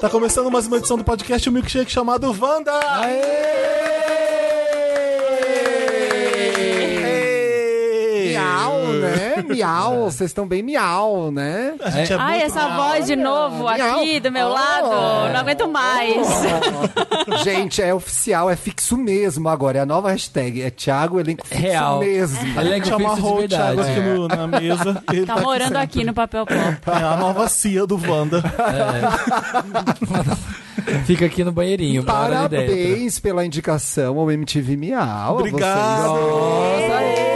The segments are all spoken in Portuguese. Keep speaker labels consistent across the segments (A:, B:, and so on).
A: Tá começando mais uma edição do podcast O Milkshake chamado Wanda! Aê!
B: Miau,
A: É.
B: né? Miau, vocês estão bem miau, né?
A: A gente é,
C: Ai,
A: muito...
C: essa voz de novo
B: Legal.
C: aqui do meu
B: Oh.
C: lado. Não aguento mais.
B: Gente, é oficial, é fixo mesmo agora. É a nova hashtag. É Thiago Elenco Fixo
D: Real. É
B: mesmo.
A: A
D: Elenco
A: gente chama
D: fixo de
A: o Thiago
D: verdade.
A: aqui no- na mesa. Ele
C: Tá morando aqui no papel pop.
A: É a nova CIA do Wanda.
D: Fica aqui no banheirinho, bora ali dentro.
B: Parabéns pela indicação ao MTV Miau. a
A: Obrigado!
B: vocês.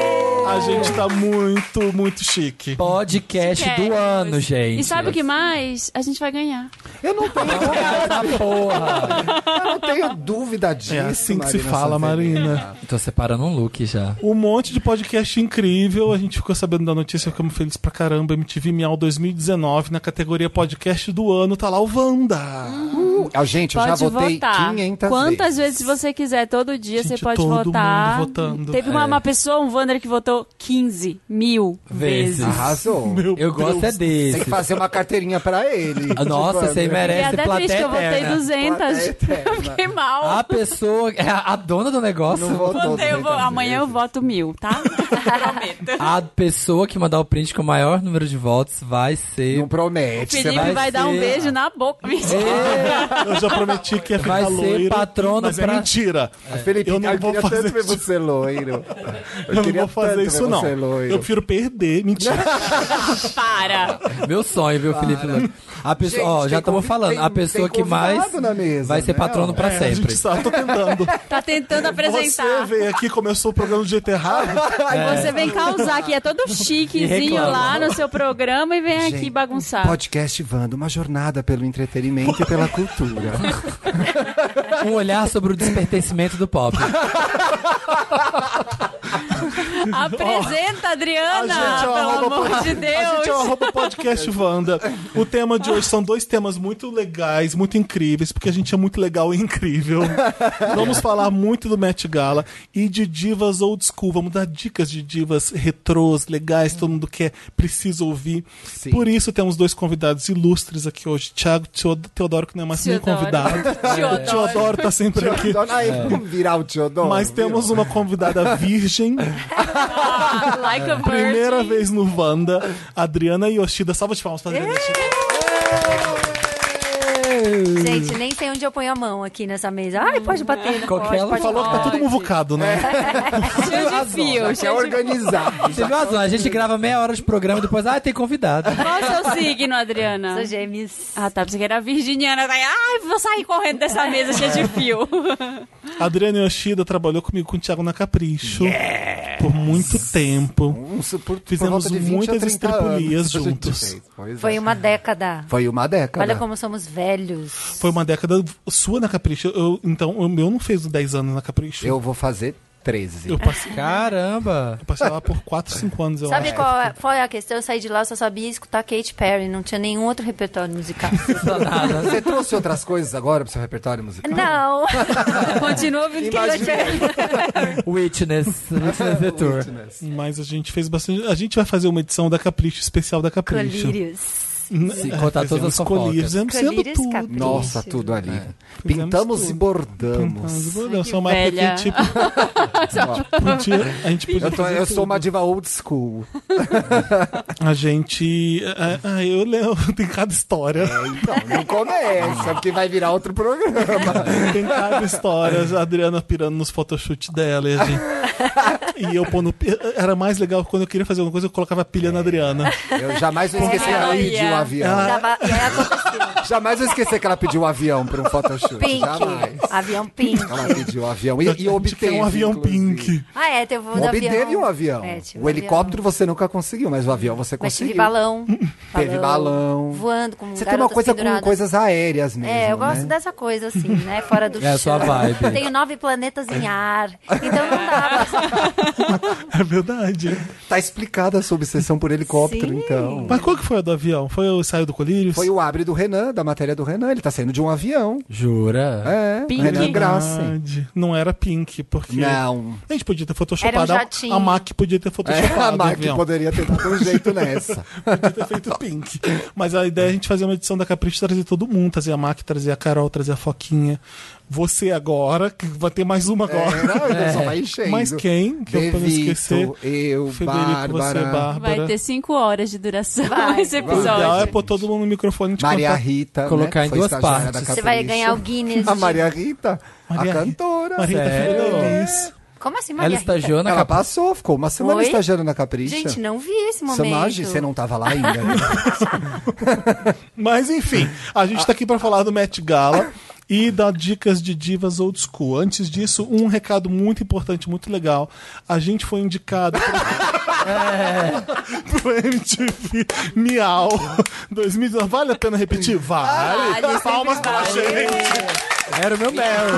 A: A gente tá muito, muito chique.
D: Podcast do
C: Queremos.
D: ano, gente.
C: E sabe o que mais? A gente vai ganhar.
B: Eu não tenho,
D: Essa porra!
B: eu não tenho dúvida disso.
A: É assim que se
B: Marina
A: fala,
B: Santelli.
A: Marina.
D: Tô separando um look já.
A: Um monte de podcast incrível. A gente ficou sabendo da notícia, ficamos felizes pra caramba. MTV Miau 2019, na categoria podcast do ano, tá lá o Wanda.
B: Uh, ah, gente, eu já
C: Pode
B: votei
C: votar.
B: 500
C: Quantas vezes você quiser, todo dia
A: Gente,
C: você pode
A: todo
C: votar.
A: mundo votando.
C: Teve uma,
D: É.
C: uma pessoa, um Wander, que votou 15 mil
D: Vezes.
C: vezes.
B: Arrasou.
A: Meu
D: Eu gosto é
B: Tem
D: desse.
B: que fazer uma carteirinha pra ele.
D: Nossa, você
C: E
D: merece
C: É até
D: plateia
C: triste que eu votei
D: eterna.
C: 200.
B: É, Plateia
C: Eu fiquei mal.
D: A pessoa, é a a dona do negócio,
B: Não votou
C: Votei, eu vou-
B: 200
C: amanhã eu voto mil, tá? Prometo.
D: a pessoa que mandar o print com o maior número de votos vai ser...
B: Não promete.
C: Felipe
B: você vai-
C: vai,
D: vai
C: dar um
D: ser-
C: beijo na boca.
D: É.
A: Eu já prometi que ia ficar
D: Vai ser
A: loiro,
D: patrono
A: mas é
D: pra-
A: mentira.
B: Felipe,
A: eu
B: eu
A: não vou
B: queria
A: fazer
B: tanto ver
A: isso.
B: você loiro.
A: Eu, não
B: queria
A: vou fazer
B: tanto
A: isso,
B: ver
A: não.
B: você loiro.
A: Eu prefiro perder. Mentira.
C: Para.
D: Meu sonho, viu, Felipe? Luiz? A pessoa,
B: Gente,
D: ó, já
B: tem
D: estamos
B: convi-
D: falando,
B: tem-
D: a pessoa
B: tem
D: que mais
B: convidado na mesa,
D: vai ser
B: né?
D: patrono pra
A: É, A
D: sempre.
A: gente sabe, tô tentando.
C: Tá tentando
A: Você
C: apresentar.
A: veio aqui, começou o programa do jeito errado.
C: Aí você vem causar que é todo chiquezinho
D: reclama.
C: lá no seu programa e vem
B: Gente,
C: aqui
E: Tá.
C: bagunçar.
B: Podcast Vanda, uma jornada pelo entretenimento e pela cultura.
D: Um olhar sobre o despertencimento do pop.
C: Apresenta, Adriana,
A: a gente é o
C: pelo
A: arroba
C: amor de
A: A gente é o
C: Deus.
A: arroba podcast Wanda. O tema de hoje são dois temas muito legais, muito incríveis, porque a gente é muito legal e incrível. Vamos falar muito do Met Gala e de divas old school. Vamos dar dicas de divas retrôs, legais, todo mundo quer, precisa ouvir.
B: Sim.
A: Por isso temos dois convidados ilustres aqui hoje. Thiago Teod- Teodoro, que não é mais nem
C: Teodoro.
A: convidado.
C: Teodoro.
A: Teodoro tá sempre aqui.
B: Aí, vamos virar o Teodoro.
A: É. Mas
B: viu?
A: temos um- uma convidada virgem,
C: Ah, like a virgin.
A: primeira vez no Wanda, Adriana Yoshida. Salva de palmas pra Adriana
C: É.
A: Yoshida.
E: Gente, nem sei onde eu ponho a mão aqui nessa mesa. Ai, pode bater, não
D: Qualquer um
E: pode,
D: ela
E: pode,
A: Falou que tá
E: pode.
A: tudo muvucado, né?
C: Cheio de
B: Já
C: fio,
B: quer
C: cheio de...
B: organizar.
D: Você viu razão, a gente grava meia hora de programa e depois, ah, tem convidado.
C: Qual o seu signo, Adriana?
E: Sou gêmeos.
C: Ah, tá, pensei que era virginiana. Ai, ah, vou sair correndo dessa mesa cheia de fio.
A: Adriana Yoshida trabalhou comigo com o Thiago na Capricho por muito tempo.
B: Um su- por- por
A: Fizemos
B: volta de 20 a
A: muitas
B: 30
A: estripulias
B: anos que a gente
A: juntos.
B: fez. Pois é.
E: Foi uma década.
B: Foi uma década.
E: Olha como somos velhos.
A: Foi uma década sua na Capricho. Eu- então, o meu não fez 10 anos na Capricho.
B: Eu vou fazer 13.
A: Eu passei,
D: Caramba!
A: eu passei lá por 4, 5 anos,
B: Então,
A: eu
E: Sabe
A: acho.
E: qual é- foi a questão? Eu saí de lá, eu só sabia escutar Katy Perry. Não tinha nenhum outro repertório musical.
B: Você trouxe outras coisas agora pro seu repertório musical?
E: não.
C: Continua ouvindo que
B: Imagina.
D: Witness, Witness the Tour.
A: Mas a gente fez bastante. A gente vai fazer uma edição da Capricho, especial da Capricho.
E: Colírios.
D: Se contar todas
A: colírios,
D: as fofocas.
A: fizemos sendo
E: Colírios,
A: tudo.
E: Capricho.
B: Nossa, tudo ali.
A: É. Fizemos
B: Pintamos
A: tudo.
B: e
A: Ah,
B: bordamos.
A: Não,
C: que
A: só uma época
C: velha.
A: que, tipo, podia- a gente podia
B: Eu, tô-
A: fazer
B: eu sou
A: tudo.
B: uma diva old school.
A: A gente. ah, ah, eu lembro, tem cada história.
B: Não, não começa, porque vai virar outro programa.
A: Tem cada história, a Adriana pirando nos photoshoots dela. E, a gente- e eu pondo. pi- Era mais legal quando eu queria fazer alguma coisa, eu colocava pilha na Adriana.
B: Eu jamais vou esquecer que ela
C: Olha.
B: pediu um avião.
E: Já ba- já aconteceu.
B: Jamais vou esquecer que ela pediu um avião pra um photoshoot.
E: Pink.
B: Jamais.
E: Avião pink.
B: Ela pediu um avião
A: A
B: e,
A: gente
B: e obteve.
A: tem um avião
B: inclusive.
A: pink.
E: Ah, é, teve um
B: Obteve
E: avião.
B: um avião.
E: É, tive um
B: o helicóptero você nunca conseguiu, mas o avião você
E: Mas tive
B: conseguiu. Hum,
E: balão.
B: Teve balão.
E: Voando com
B: Você tem uma
E: garotas
B: coisa com
E: penduradas.
B: coisas aéreas mesmo.
E: É, eu gosto
B: né?
E: dessa coisa assim, né? Fora do
D: É a sua
E: chão.
D: vibe.
E: Tenho nove planetas em ar. Então não dá. pra-
A: É verdade.
B: Tá explicada a sua obsessão por helicóptero,
E: Sim.
B: então.
A: Mas qual que foi a do avião? Foi o ensaio do Colírios?
B: Foi o abre do Renan, da matéria do Renan. Ele tá saindo de um avião.
D: Jura?
B: É.
C: Pink.
B: Renan Graça. hein?
A: Verdade. Não era Pink, porque.
B: Não.
A: A gente podia ter photoshopado.
E: Era um
A: a-
E: jatinho.
A: a Mac podia ter
B: É,
A: photoshopado.
B: a
A: o
B: Mac
A: avião.
B: poderia ter dado um jeito nessa.
A: Podia ter feito Pink. Mas a ideia é a gente fazer uma edição da Capricho trazer todo mundo, trazer a Mac, trazer a Carol, trazer a Foquinha. Você agora, que vai ter mais uma agora. É.
B: Não, então só vai enchendo.
A: Mas quem? Que eu pra não esquecer.
B: Devito, eu,
A: Federico, você,
B: Bárbara,
A: Bárbara.
C: Vai ter cinco horas de duração
E: Vai,
C: esse
A: O ideal é
C: episódio.
A: pôr todo mundo no microfone e te
B: Maria
A: cantar.
B: Rita.
D: Colocar
B: né,
D: em
B: que foi
D: duas
B: estagiária
D: partes.
B: da
E: Você vai
B: Capricho.
E: ganhar o Guinness.
B: A
E: de-
B: Maria Rita,
A: Maria
B: a
A: Rita.
B: cantora.
A: Maria Rita
D: Sério?
A: Feliz.
E: Como assim,
D: Ela
E: Maria Rita?
D: estagiou na
B: Ela
D: capa.
B: passou, ficou uma semana
E: Oi?
B: estagiando na Capricha.
E: Gente, não vi esse momento.
B: Samage, você não tava lá ainda. né?
A: Mas enfim, a gente tá aqui pra falar do Met Gala e dar dicas de divas old school. Antes disso, um recado muito importante, muito legal. A gente foi indicado pro, pro MTV Miau 2019. Vale a pena repetir? Vale.
C: Vale,
A: Palmas
C: sempre
A: pra
C: vale.
A: gente.
D: Era o meu Meryl.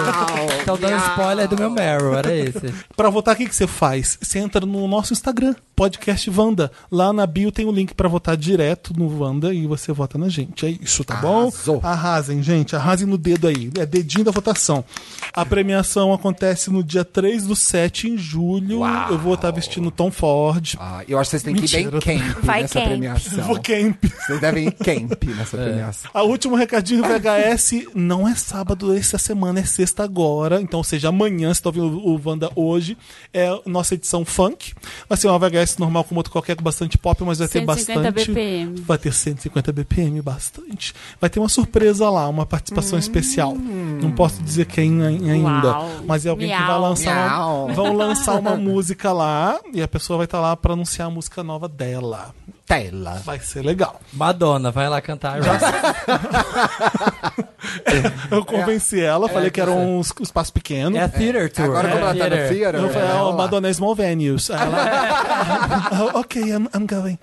D: Estão dando spoiler do meu Meryl, era esse.
A: Pra votar, o que, que você faz? Você entra no nosso Instagram, podcast Vanda. Lá na bio tem o link pra votar direto no Vanda e você vota na gente. É isso, tá
B: Arrasou.
A: bom? Arrasem, gente. Arrasem no dedo aí. É dedinho da votação. A premiação acontece no dia 3 do 7, em julho. Eu vou estar vestindo Tom Ford.
B: Ah, eu acho que vocês têm que ir
A: Mentira.
B: bem camp
E: Vai
B: nessa
E: camp.
B: premiação.
A: Vou camp. É.
B: Vocês devem ir camp nessa premiação.
A: A último recadinho VHS não é sábado essa semana, é sexta agora. Então, ou seja, amanhã, se tá ouvindo o Wanda hoje, é a nossa edição funk. Vai ser uma VHS normal como outro qualquer, com bastante pop, mas vai ter
C: 150
A: bastante.
C: BPM.
A: Vai ter 150 BPM, bastante. Vai ter uma surpresa lá, uma participação especial. Não posso dizer quem ai- ainda.
C: Hum. Uau.
A: Mas é alguém que vai
C: Miau.
A: lançar. Uma,
B: Miau.
A: vão lançar uma música lá e a pessoa vai estar lá pra anunciar a música nova dela.
B: Tela.
A: Vai ser legal.
D: Madonna, vai lá cantar. Rock.
A: Eu convenci ela, falei que era um es- espaço pequeno.
D: É a Theater Tour.
B: Agora
D: é
B: como ela tá no
D: theater.
B: theater,
A: Eu falei,
B: é,
A: oh,
B: vamos lá.
A: Madonna is more venues. Aí Ela, "Oh, ok, I'm, I'm going.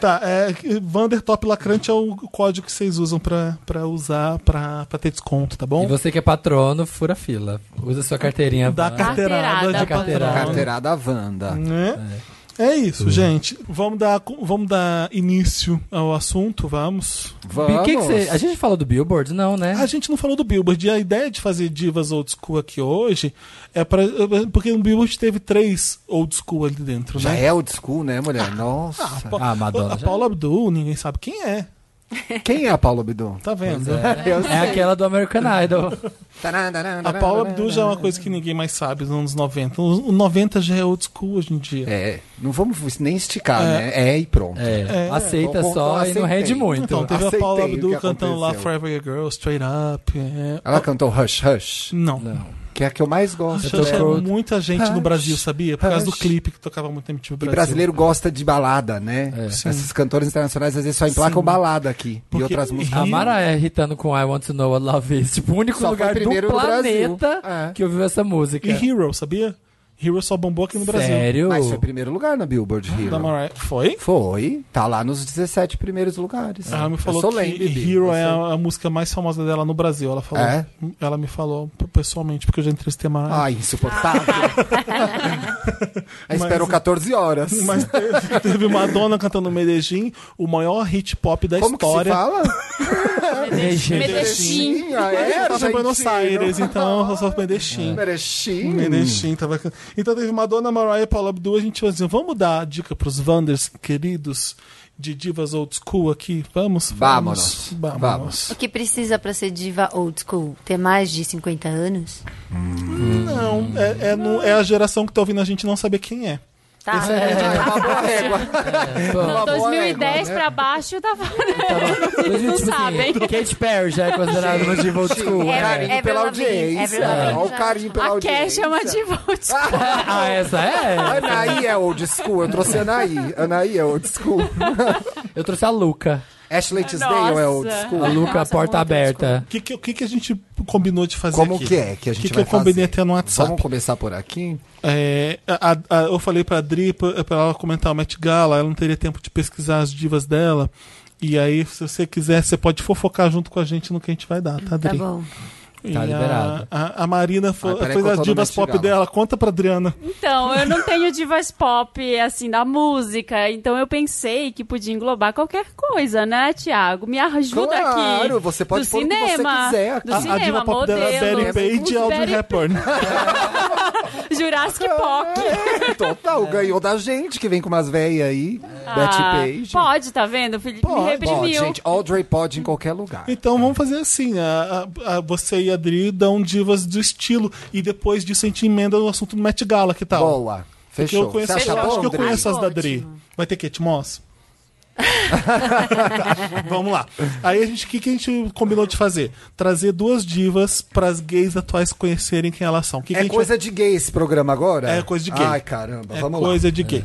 A: Tá, é, que Vandertop Lacrante é o código que vocês usam pra, pra usar, pra, pra ter desconto, tá
D: E
A: bom?
D: você que é patrono, fura a fila. Usa sua carteirinha.
A: Dá
D: Van.
A: carteirada de
C: Carteirada,
A: patrão.
D: Wanda.
B: Carteirada Wanda.
A: Né? É
D: Uhum.
A: isso, gente. Vamos dar, vamos dar início ao assunto, vamos.
D: Bi-
B: Vamos.
D: que que você- a gente falou do Billboard? Não, né?
A: A gente não falou do Billboard. E a ideia de fazer divas old school aqui hoje é para porque o Billboard teve três old school ali dentro,
B: Já
A: né?
B: é old school, né, mulher? Nossa.
A: Pa-
D: Ah, Madonna
A: A
D: já-
A: Paula Abdul, ninguém sabe quem é.
B: Quem é a Paula Abdul?
A: Tá vendo?
B: Eu
D: É aquela do American Idol.
A: A
B: né?
A: Paula Abdul já é uma coisa que ninguém mais sabe nos anos 90. O o 90 já é old school hoje em dia.
B: É, não vamos nem esticar, né? É e pronto.
A: É.
D: É, aceita
B: Então,
D: só
B: então
D: e não rende
B: aceitei.
D: muito.
A: Então, teve a
B: aceitei
A: Paula
B: o que
A: Abdul cantando lá
B: aconteceu.
A: Forever Your Girl, Straight Up. é.
B: Ela cantou Hush Hush,
A: Não.
B: que é a que eu mais gosto.
A: Acho que
B: dela.
A: era
D: tocou-
A: muita gente no
B: Hush,
A: Brasil, sabia? Por causa do
B: hush.
A: clipe que tocava muito no MTV
B: E
A: Brasil.
B: brasileiro gosta de balada, né?
A: É. Sim.
B: Esses cantores internacionais às vezes só emplacam balada aqui.
A: Porque-
B: E outras músicas.
D: A Mara é irritando com I Want to Know What Love Is. Tipo, o único
B: Só foi
D: lugar do
B: primeiro no Brasil.
D: planeta
B: É.
D: que ouviu essa música.
A: E Hero, sabia? Hero só bombou aqui no Brasil.
D: Sério?
B: Mas foi primeiro lugar na Billboard Hero.
A: Ah, Da Mariah. Foi?
B: Foi, tá lá nos 17 primeiros lugares.
A: Ela Ah, me falou
B: É. eu sou
A: que
B: lame, Bibi,
A: Hero
B: eu
A: é
B: sou-
A: a, a música mais famosa dela no Brasil. Ela falou.
B: É? Ah,
A: Ela me falou pessoalmente, porque eu já entrevistei a Mariah.
B: Ai, insuportável. Aí esperou 14 horas.
A: Mas teve, teve Madonna cantando Medellín, o maior hit pop da
B: Como
A: história.
B: que se fala?
D: Medellín.
C: Medellín.
B: Ah,
A: Eu
B: é,
A: tava tá em Buenos
B: argentino.
A: Aires, então eu sou Medellín. Um
B: Merechim.
A: Medellín tava can- Então teve Madonna, Mariah e Paula Abdul. A gente falou assim: vamos dar a dica pros Wanders queridos de divas old school aqui? Vamos?
B: Vámonos.
A: Vamos.
B: Vamos.
E: O que precisa pra ser diva old school? Ter mais de 50 anos?
A: Não, é, é no- é a geração que tá ouvindo a gente não saber quem é.
E: Tá.
B: É uma boa régua.
D: Pô,
B: Uma boa
C: 2010
B: régua, né?
C: pra baixo tava.
D: Eles não
C: sabem.
D: tipo assim, Katy Perry já é considerada uma diva old school.
E: é-
D: né?
B: Carinho
E: Avril
B: pela
E: Lavigne,
B: audiência.
E: Avril Lavigne.
B: Olha o carinho pela
C: A é Ké
B: audiência.
C: chama de volta.
D: Ah, essa é?
B: Anaí é old school. Eu trouxe Anaí. Anaí é old school.
D: Eu trouxe a Luca.
B: Ashley Tisdale é old
C: Nossa.
D: A
B: school.
D: Luca,
B: é
D: porta aberta.
A: O que, que, o que que a gente combinou de fazer
B: Como
A: aqui?
B: que é que a
A: O
B: gente
A: que, que
B: vai
A: eu combinei
B: fazer?
A: até no WhatsApp?
B: Vamos começar por aqui?
A: É, a- a- eu falei pra Dri pra pra ela comentar o Met Gala, ela não teria tempo de pesquisar as divas dela. E aí, se você quiser, você pode fofocar junto com a gente no que a gente vai dar, tá,
E: Tá
A: Dri?
E: bom.
A: E a-
D: liberado.
A: A, a Marina fo-
B: Ah, peraí que
A: fez
B: eu
A: as
B: tô no
A: divas
B: Met
A: pop
B: Gala.
A: dela. Conta pra Adriana.
C: Então, eu não tenho divas pop, assim, da música. Então eu pensei que podia englobar qualquer coisa, né, Tiago? Me ajuda aqui.
B: Claro, você pode
C: do
B: pôr o que você
C: cinema,
B: quiser aqui.
C: Do
A: A, a
C: cinema, um
A: diva pop dela é Betty
C: modelos,
A: Page e Audrey
C: Betty-
A: Hepburn.
C: Jurassic Pop.
B: É, total, ganhou da gente que vem com umas velhas aí.
C: Ah,
B: Betty Page.
C: Pode, tá vendo? O Felipe me
B: Pode,
C: reprimiu.
B: pode, gente. Audrey pode em qualquer lugar.
A: Então vamos fazer assim: a- a- a- você e a Adri dão divas do estilo. E depois disso a gente emenda o assunto do Met Gala, é que tal?
B: Boa.
A: Porque eu
B: Fechou.
A: conheço,
B: Você
A: eu
B: acha
A: acho
B: bom,
A: que eu
B: André?
A: conheço as da
E: Ótimo.
A: Dri. Vai ter que, Timós? Vamos lá. Aí a gente, o que, que a gente combinou de fazer? Trazer duas divas para as gays atuais conhecerem quem elas são. O Que que a
B: É
A: gente
B: coisa de gay esse programa agora?
A: É coisa de gay.
B: Ai, caramba,
A: vai...
B: vamos
A: É coisa de gay.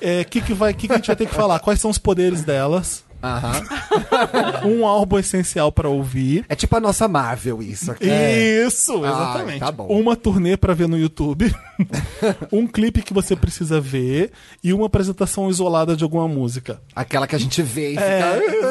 A: É, que que vai, que, que a gente vai ter que falar? Quais são os poderes delas?
B: lá. Aham.
A: Um álbum essencial para ouvir.
B: É tipo a nossa Marvel isso aqui.
A: Isso,
B: Ah,
A: exatamente.
B: tá bom.
A: Uma turnê para ver no YouTube, um clipe que você precisa ver e uma apresentação isolada de alguma música.
B: Aquela que a gente vê e fica.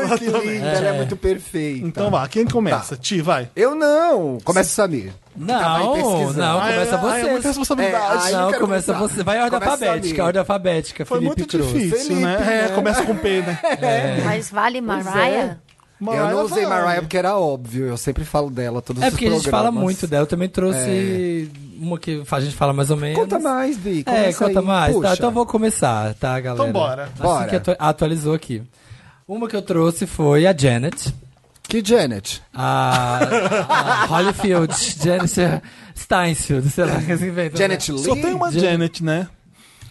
B: "Ai, que linda, ela é muito perfeita.
A: É, Então vá, quem
B: Tá.
A: começa? Ti, vai.
B: Eu não. Começa o Samir. vai
D: Não,
B: pesquisando.
D: não,
A: Ah,
D: começa
A: é- ah, é
D: você.
A: muita responsabilidade.
B: É, ai, eu
D: não,
B: quero
D: começa
B: começar.
D: você. Vai em ordem
B: Começa
D: alfabética,
B: ali.
D: ordem alfabética,
A: Foi
D: Felipe
A: muito
D: Cruz.
A: difícil,
B: Felipe,
A: né? É, começa com P, né?
B: É.
E: Mas vale Mariah?
B: Eu não usei
A: vai.
B: Mariah porque era óbvio. Eu sempre falo dela todos
D: É
B: os
D: porque a gente fala
B: programas.
D: muito dela. Eu também trouxe uma que a gente fala mais ou menos.
B: É. Conta mais, Bi.
D: É,
B: começa
D: conta
B: aí.
D: mais. Tá,
B: Puxa.
D: então vou começar, tá, galera?
A: Então bora.
D: Assim
B: Bora.
D: que atu- atualizou aqui. Uma que eu trouxe foi a Janet.
B: Que Janet.
D: A, a Holyfield. Janet Steinsfield, sei lá, que eles inventam. né?
B: Janet Lee.
A: Só tem uma Janet, né?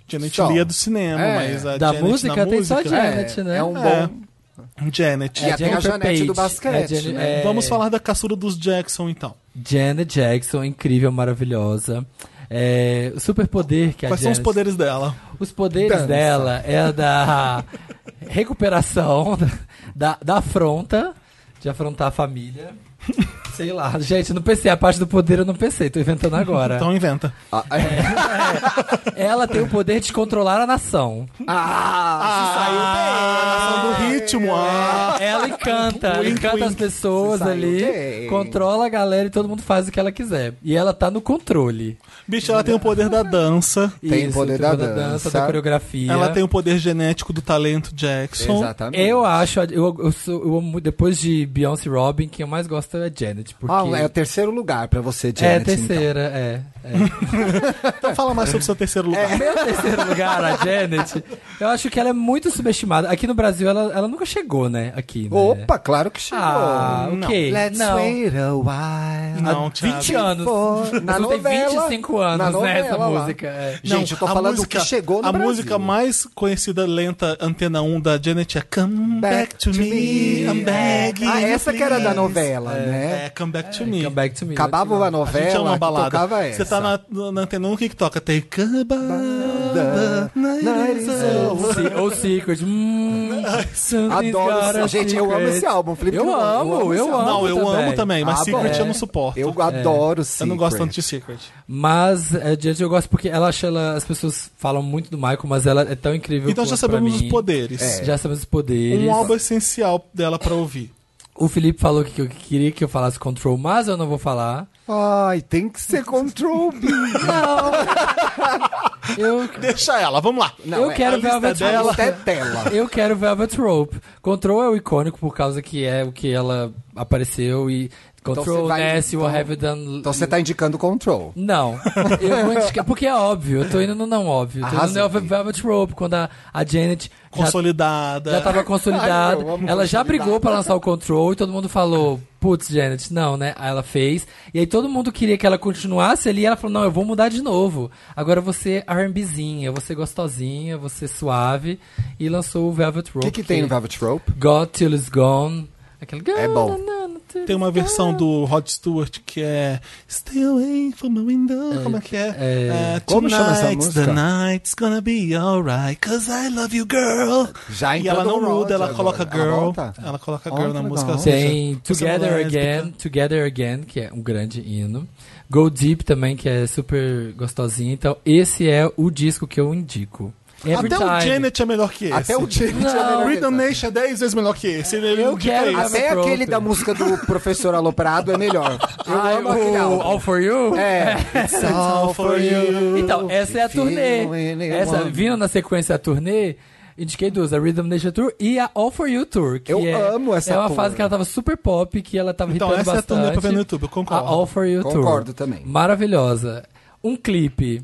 A: Janet
B: Só.
A: Lee é do cinema,
B: É.
A: mas a
D: Da
A: Janet
D: música
A: na
D: tem
A: música,
D: só
A: é.
D: Janet, né?
B: É um
A: É.
B: bom.
A: Janet.
B: E tem a
D: Jennifer
B: Janete do basquete,
D: Jane-
B: né?
D: é,
A: Vamos falar da caçura dos Jackson, então.
D: Janet Jackson, incrível, maravilhosa. É, o superpoder que
A: Quais
D: a
A: são
D: Janet...
A: os poderes dela?
D: Os poderes
B: Dança.
D: dela é a da recuperação, da, da afronta, de afrontar a família. Sei lá, gente, não pensei. A parte do poder eu não pensei, tô inventando agora.
A: Então inventa.
B: Ah, é.
D: Ela tem o poder de controlar a nação.
B: Ah, é.
A: Ah, do ritmo. Ah.
D: Ela encanta,
A: Wink,
D: encanta
A: wink.
D: as pessoas
B: Saiu
D: ali,
B: bem.
D: controla a galera e todo mundo faz o que ela quiser. E ela tá no controle.
A: Bicho, ela tem o poder da dança.
B: Tem o poder
D: tem o
B: da dança.
D: da coreografia.
A: Ela tem um o poder genético do talento Jackson.
B: Exatamente.
D: então, Eu acho, eu, eu sou, eu amo- depois de Beyoncé e Robin, quem eu mais gosto é a Janet. Porque
B: Ah, é o terceiro lugar pra você, Janet.
D: É,
B: então.
D: terceira, é. é.
A: Então fala mais sobre o seu
B: É.
A: terceiro lugar.
D: Meu terceiro lugar, a Janet, eu acho que ela é muito subestimada. Aqui no Brasil, ela, ela nunca chegou, né? Aqui, né?
B: Opa, claro que chegou.
D: Ah,
A: Não.
D: ok.
B: Let's
D: não.
B: wait a while.
A: Não,
D: Há
A: Thiago.
D: 20 anos.
B: For- na
D: Você tem
B: novela-
D: 25 anos,
B: na
D: né? Essa
B: novela lá.
D: música. é.
A: Não,
B: Gente, eu tô
A: a
B: falando
A: música-
B: o que chegou no
A: A
B: Brasil.
A: música mais conhecida, lenta, antena 1 da Janet é Come Back, to, Me, I'm begging
B: Ah,
A: you,
B: essa que era da
A: please."
B: novela, né?
A: É, Come Back to Me.
D: Come back to me. né?
B: Acabava a
A: A gente
B: novela,
A: ama
B: que
A: balada.
B: tocava
A: Você
B: essa.
A: tá na, na- na antena 1, o que que toca? Tem
B: Da-
A: Cabada.
B: Night is over.
D: Se- Ou Secret. Hum, something's got
B: Adoro.
D: a
B: esse- Gente, eu amo
D: secret.
B: esse álbum. Felipe
D: Eu
B: Cruz,
D: amo,
B: esse
D: eu
B: álbum.
A: Não, eu
D: também.
A: amo também, mas
B: Ah,
A: Secret
B: bom.
A: eu não suporto. É.
B: Eu adoro
A: Eu não gosto
B: Secret.
A: tanto de Secret.
D: Mas, é, Janet, eu gosto porque ela acha ela. As pessoas falam muito do Michael, mas ela é tão incrível
A: Então
D: quanto
A: já
D: pra
A: sabemos
D: mim.
A: os poderes.
B: É.
D: Já sabemos os poderes.
A: Um álbum essencial dela pra ouvir.
D: O Felipe falou que eu queria que eu falasse Control, mas eu não vou falar.
B: Ai, tem que ser Control B.
D: Não! eu
A: Deixa ela, vamos lá.
D: eu quero
A: a
D: ver
A: lista
D: a
A: é
D: Velvet
A: dela-
D: Rope.
B: Até tela.
D: Eu quero Velvet Rope. Control é o icônico por causa que é o que ela apareceu e Control,
B: você vai-
D: Nasty, What
B: então-
D: Have You Done...
B: Então você tá indicando Control.
D: Não. Eu vou indicar, porque é óbvio, eu tô indo no não óbvio. Eu tô
B: Arrasou,
D: indo no
B: Gui.
D: Velvet Rope, quando a, a Janet já,
A: Consolidada.
D: já tava
B: Ai,
D: consolidada.
B: eu amo
D: ela já
B: consolidada.
D: brigou pra lançar o Control e todo mundo falou, putz, Janet, não, né? Aí ela fez. E aí todo mundo queria que ela continuasse ali e ela falou, não, eu vou mudar de novo. Agora você é R&Bzinha, você é gostosinha, você é suave. E lançou o Velvet
B: O
D: Rope.
B: que, que tem no Velvet Rope?
D: Got Till It's Gone. Aquele
B: É bom.
A: Tem uma versão do Rod Stewart que é Stay away from my window. como é que é?
D: é-
A: É,
B: Como chama essa
A: "Tonight's
B: música?
A: The night's gonna be alright, cause I love you, girl.
B: Já
A: e ela
B: entrando
A: não
B: o Rod
A: muda, ela
B: agora.
A: coloca
B: Ela
A: girl. Ah,
B: volta?
A: Ela coloca
B: Olha
A: girl
B: que
A: na
B: legal.
A: música. ou seja,
D: Tem
A: você não é
D: Together
A: lésbica.
D: Again, Together Again, que é um grande hino. Go Deep também, que é super gostosinho. Então, esse é o disco que eu indico. Every
A: Até o
D: time.
A: Janet é melhor que esse.
B: Até o Janet é melhor que
A: Rhythm
B: esse.
A: Nation é 10 vezes melhor que esse. Ele
D: Eu
A: indica
D: quero
A: isso.
B: Até
D: Esse
B: aquele
D: próprio.
B: da música do professor Aloprado é melhor. Eu
D: Ai,
B: amo aquele
D: o
B: álbum.
D: All For You?
B: É. It's all for you.
D: Então, essa é a
B: If you
D: turnê.
B: really
D: Essa
B: want-
D: vindo na sequência a turnê. Indiquei duas, a Rhythm Nation Tour e a All For You Tour. Que
B: Eu
D: é,
B: amo essa
D: É uma
B: tour.
D: fase que ela tava super pop, que ela tava
A: Então,
D: hitando
A: essa é a
D: bastante.
A: turnê pra ver no YouTube, eu concordo.
D: A All For You Tour.
B: Concordo também.
D: Maravilhosa. Um clipe.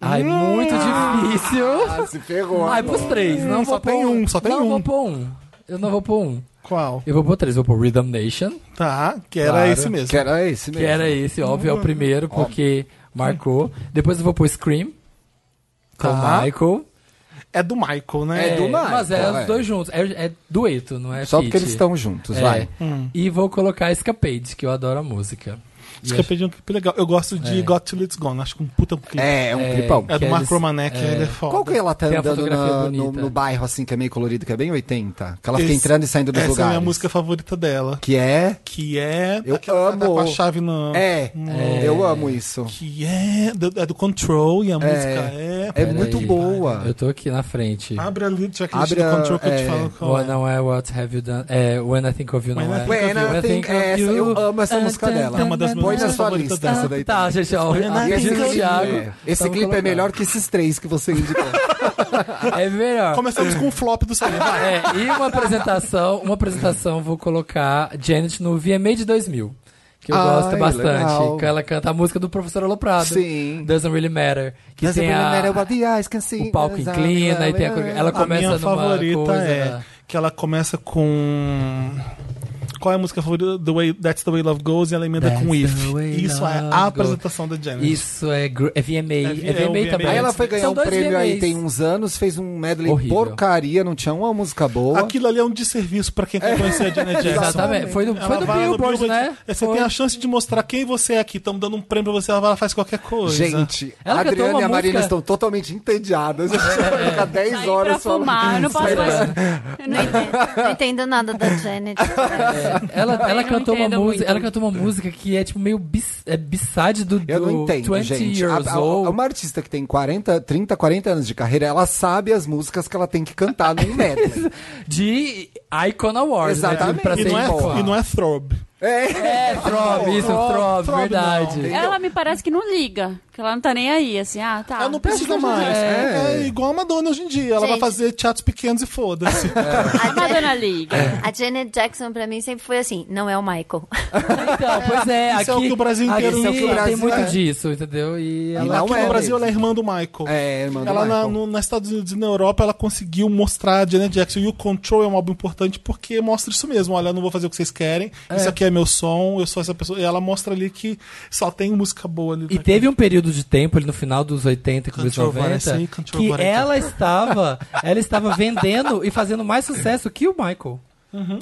D: Ai, muito difícil.
B: Hum. Ah, se pegou.
D: Ai,
A: É
D: pros três. Não
A: só
D: vou pôr
A: tem um, só tem
D: não,
A: um.
D: Não, vou pôr um. Eu não vou pôr um.
A: Qual?
D: Eu vou pôr três. Vou pôr Rhythm Nation,
A: Tá, que era
D: Claro.
A: esse mesmo.
B: Que era esse
D: que
B: mesmo. Uhum.
D: era esse, óbvio, é o primeiro, porque marcou. Depois eu vou pôr Scream, com o
A: Tá.
D: Michael.
A: É do Michael, né?
B: É do Michael,
D: Mas é,
B: é.
D: os dois juntos. É, é dueto, não é
B: Só
D: feat.
B: porque eles estão juntos,
D: É.
B: vai.
D: E vou colocar Escapade, que eu adoro a música.
A: Escapei de um clipe legal. Eu gosto de Got Till It's Gone. Acho que um puta clipe. É,
B: É, é um clipão.
D: que
A: do
D: eles-
A: Mark Romanek,
D: é.
A: ele é foda.
B: Qual que ela tá
D: Tem a
B: andando
D: fotografia
B: na- no,
D: bonita.
B: no bairro assim que é meio colorido, que é bem 80? Que ela fica
A: Esse-
B: entrando e saindo dos
A: Essa é a
B: lugares.
A: minha música favorita dela.
B: Que é.
A: Que é.
B: Eu
A: aquela que tá
B: amo.
A: Com a chave na.
B: É, eu amo isso.
A: Que é. do- é do Control e a música é.
B: É
D: Pera
B: muito
D: aí.
B: boa.
D: Eu tô aqui na frente.
A: Abre a lead checklist
B: Abre
A: do
B: a-
A: Control que eu te
B: Ah, é.
A: falo qual
D: Well,
A: é.
D: não é What Have You Done. É, When I Think of You, não
A: When I
D: é.
A: Think
B: When I Think- é, essa- eu amo essa música dela. É
A: uma das
B: Põe
A: minhas
B: na sua
A: favoritas
B: lista
A: dela.
B: essa daí.
D: Tá,
B: também.
D: gente, ó.
A: When I
D: a
A: Think
D: dica do
A: of You.
D: Thiago.
B: é. Esse
D: Tamo
B: clipe é
D: colocando.
B: melhor que esses três que você indicou.
D: É melhor.
A: Começamos com o flop do Sayer. vai.
D: É, e uma apresentação, uma apresentação, vou colocar Janet no VMA de 2000. Que eu
B: Ai,
D: gosto bastante.
B: legal.
D: Que ela canta a música do Professor Aloprado.
B: Sim.
D: Doesn't Really Matter. Que
B: Doesn't
D: tem
B: really
D: a-
B: matter what the eyes can see.
D: o palco inclina e tem é assim, a... cor- Ela
A: A
D: começa
A: minha
D: numa
A: favorita
D: coisa...
A: é que ela começa com qual é a música favorita? The way That's the way love goes e ela emenda
D: That's
A: com
D: the
A: if.
D: way
A: Isso é a
D: love goes.
A: apresentação da Janet.
D: Isso, é, gr- é VMA. É,
A: É,
D: VMA,
A: é o VMA.
D: também.
B: Aí ela foi ganhar
D: São
B: um
D: dois
B: prêmio aí
D: VMAs.
B: tem uns anos, fez um medley
D: Horrível.
B: porcaria, não tinha uma música boa.
A: Aquilo ali é um desserviço pra quem quer
D: É.
A: conhecer a Janet Jackson.
D: Exatamente. Foi do,
A: Ela
D: foi do
A: vai lá no
D: Billboard, né?
A: É, Você
D: Foi.
A: tem a chance de mostrar quem você é aqui. Estamos dando um prêmio pra você, ela vai lá e faz qualquer coisa.
B: Gente,
D: né? Ela
B: a
D: cantou
B: Adriana
D: uma
B: e a Marina
D: música- É,
B: estão totalmente entediadas. A gente vai ficar 10
C: Saí pra
B: horas
C: fumar, eu não posso mais. Eu não entendo.
E: Não entendo nada da Janet.
D: É, Ela, ela,
C: não
D: cantou uma
C: entendo
D: música,
C: muito.
D: ela cantou uma música que é tipo meio bis, é bissade do, do
B: Eu não entendo,
D: 20
B: gente. A-
D: Years
B: a-
D: Old.
B: uma artista que tem 40, 30, 40 anos de carreira, ela sabe as músicas que ela tem que cantar num medley.
D: De Icon Awards, né?
B: Exatamente.
D: Tipo, pra
A: E
D: ser
A: não, é,
D: ícone.
A: e não é throb.
B: é.
D: É, Throb, isso, Throb,
A: Throb,
D: verdade.
B: não.
C: Ela me parece que não liga, que ela não tá nem aí, assim, ah, tá.
A: Ela não precisa mais. É. igual a Madonna hoje em dia. Ela vai
E: Gente.
A: fazer teatros pequenos e foda-se.
B: É,
C: A Madonna Tá, liga.
A: É,
E: A Janet Jackson, pra mim, sempre foi assim, não é o Michael.
D: Então, pois é,
A: Isso
D: aqui,
A: é o que o Brasil
D: aqui
A: inteiro- Isso é o que o
D: tem
B: Brasil
D: muito
B: é.
D: disso, entendeu? E
B: E
D: ela
B: não
A: Aqui
B: é
A: no Brasil
B: mesmo.
A: ela é irmã do Michael.
B: É, irmã do
A: Ela na,
B: Michael.
A: no, nos Estados Unidos e na Europa ela conseguiu mostrar a Janet Jackson. E o Control é um álbum importante porque mostra isso mesmo. Olha, eu não vou fazer o que vocês querem. Isso aqui é meu som, eu sou essa pessoa. E ela mostra ali que só tem música boa ali.
D: E teve um período de tempo, ali no final dos 80 e começo dos
A: Cantor Vanessa
D: 90,
A: e cantor
D: que
A: Vanessa.
D: ela estava, ela estava vendendo e fazendo mais sucesso que o Michael.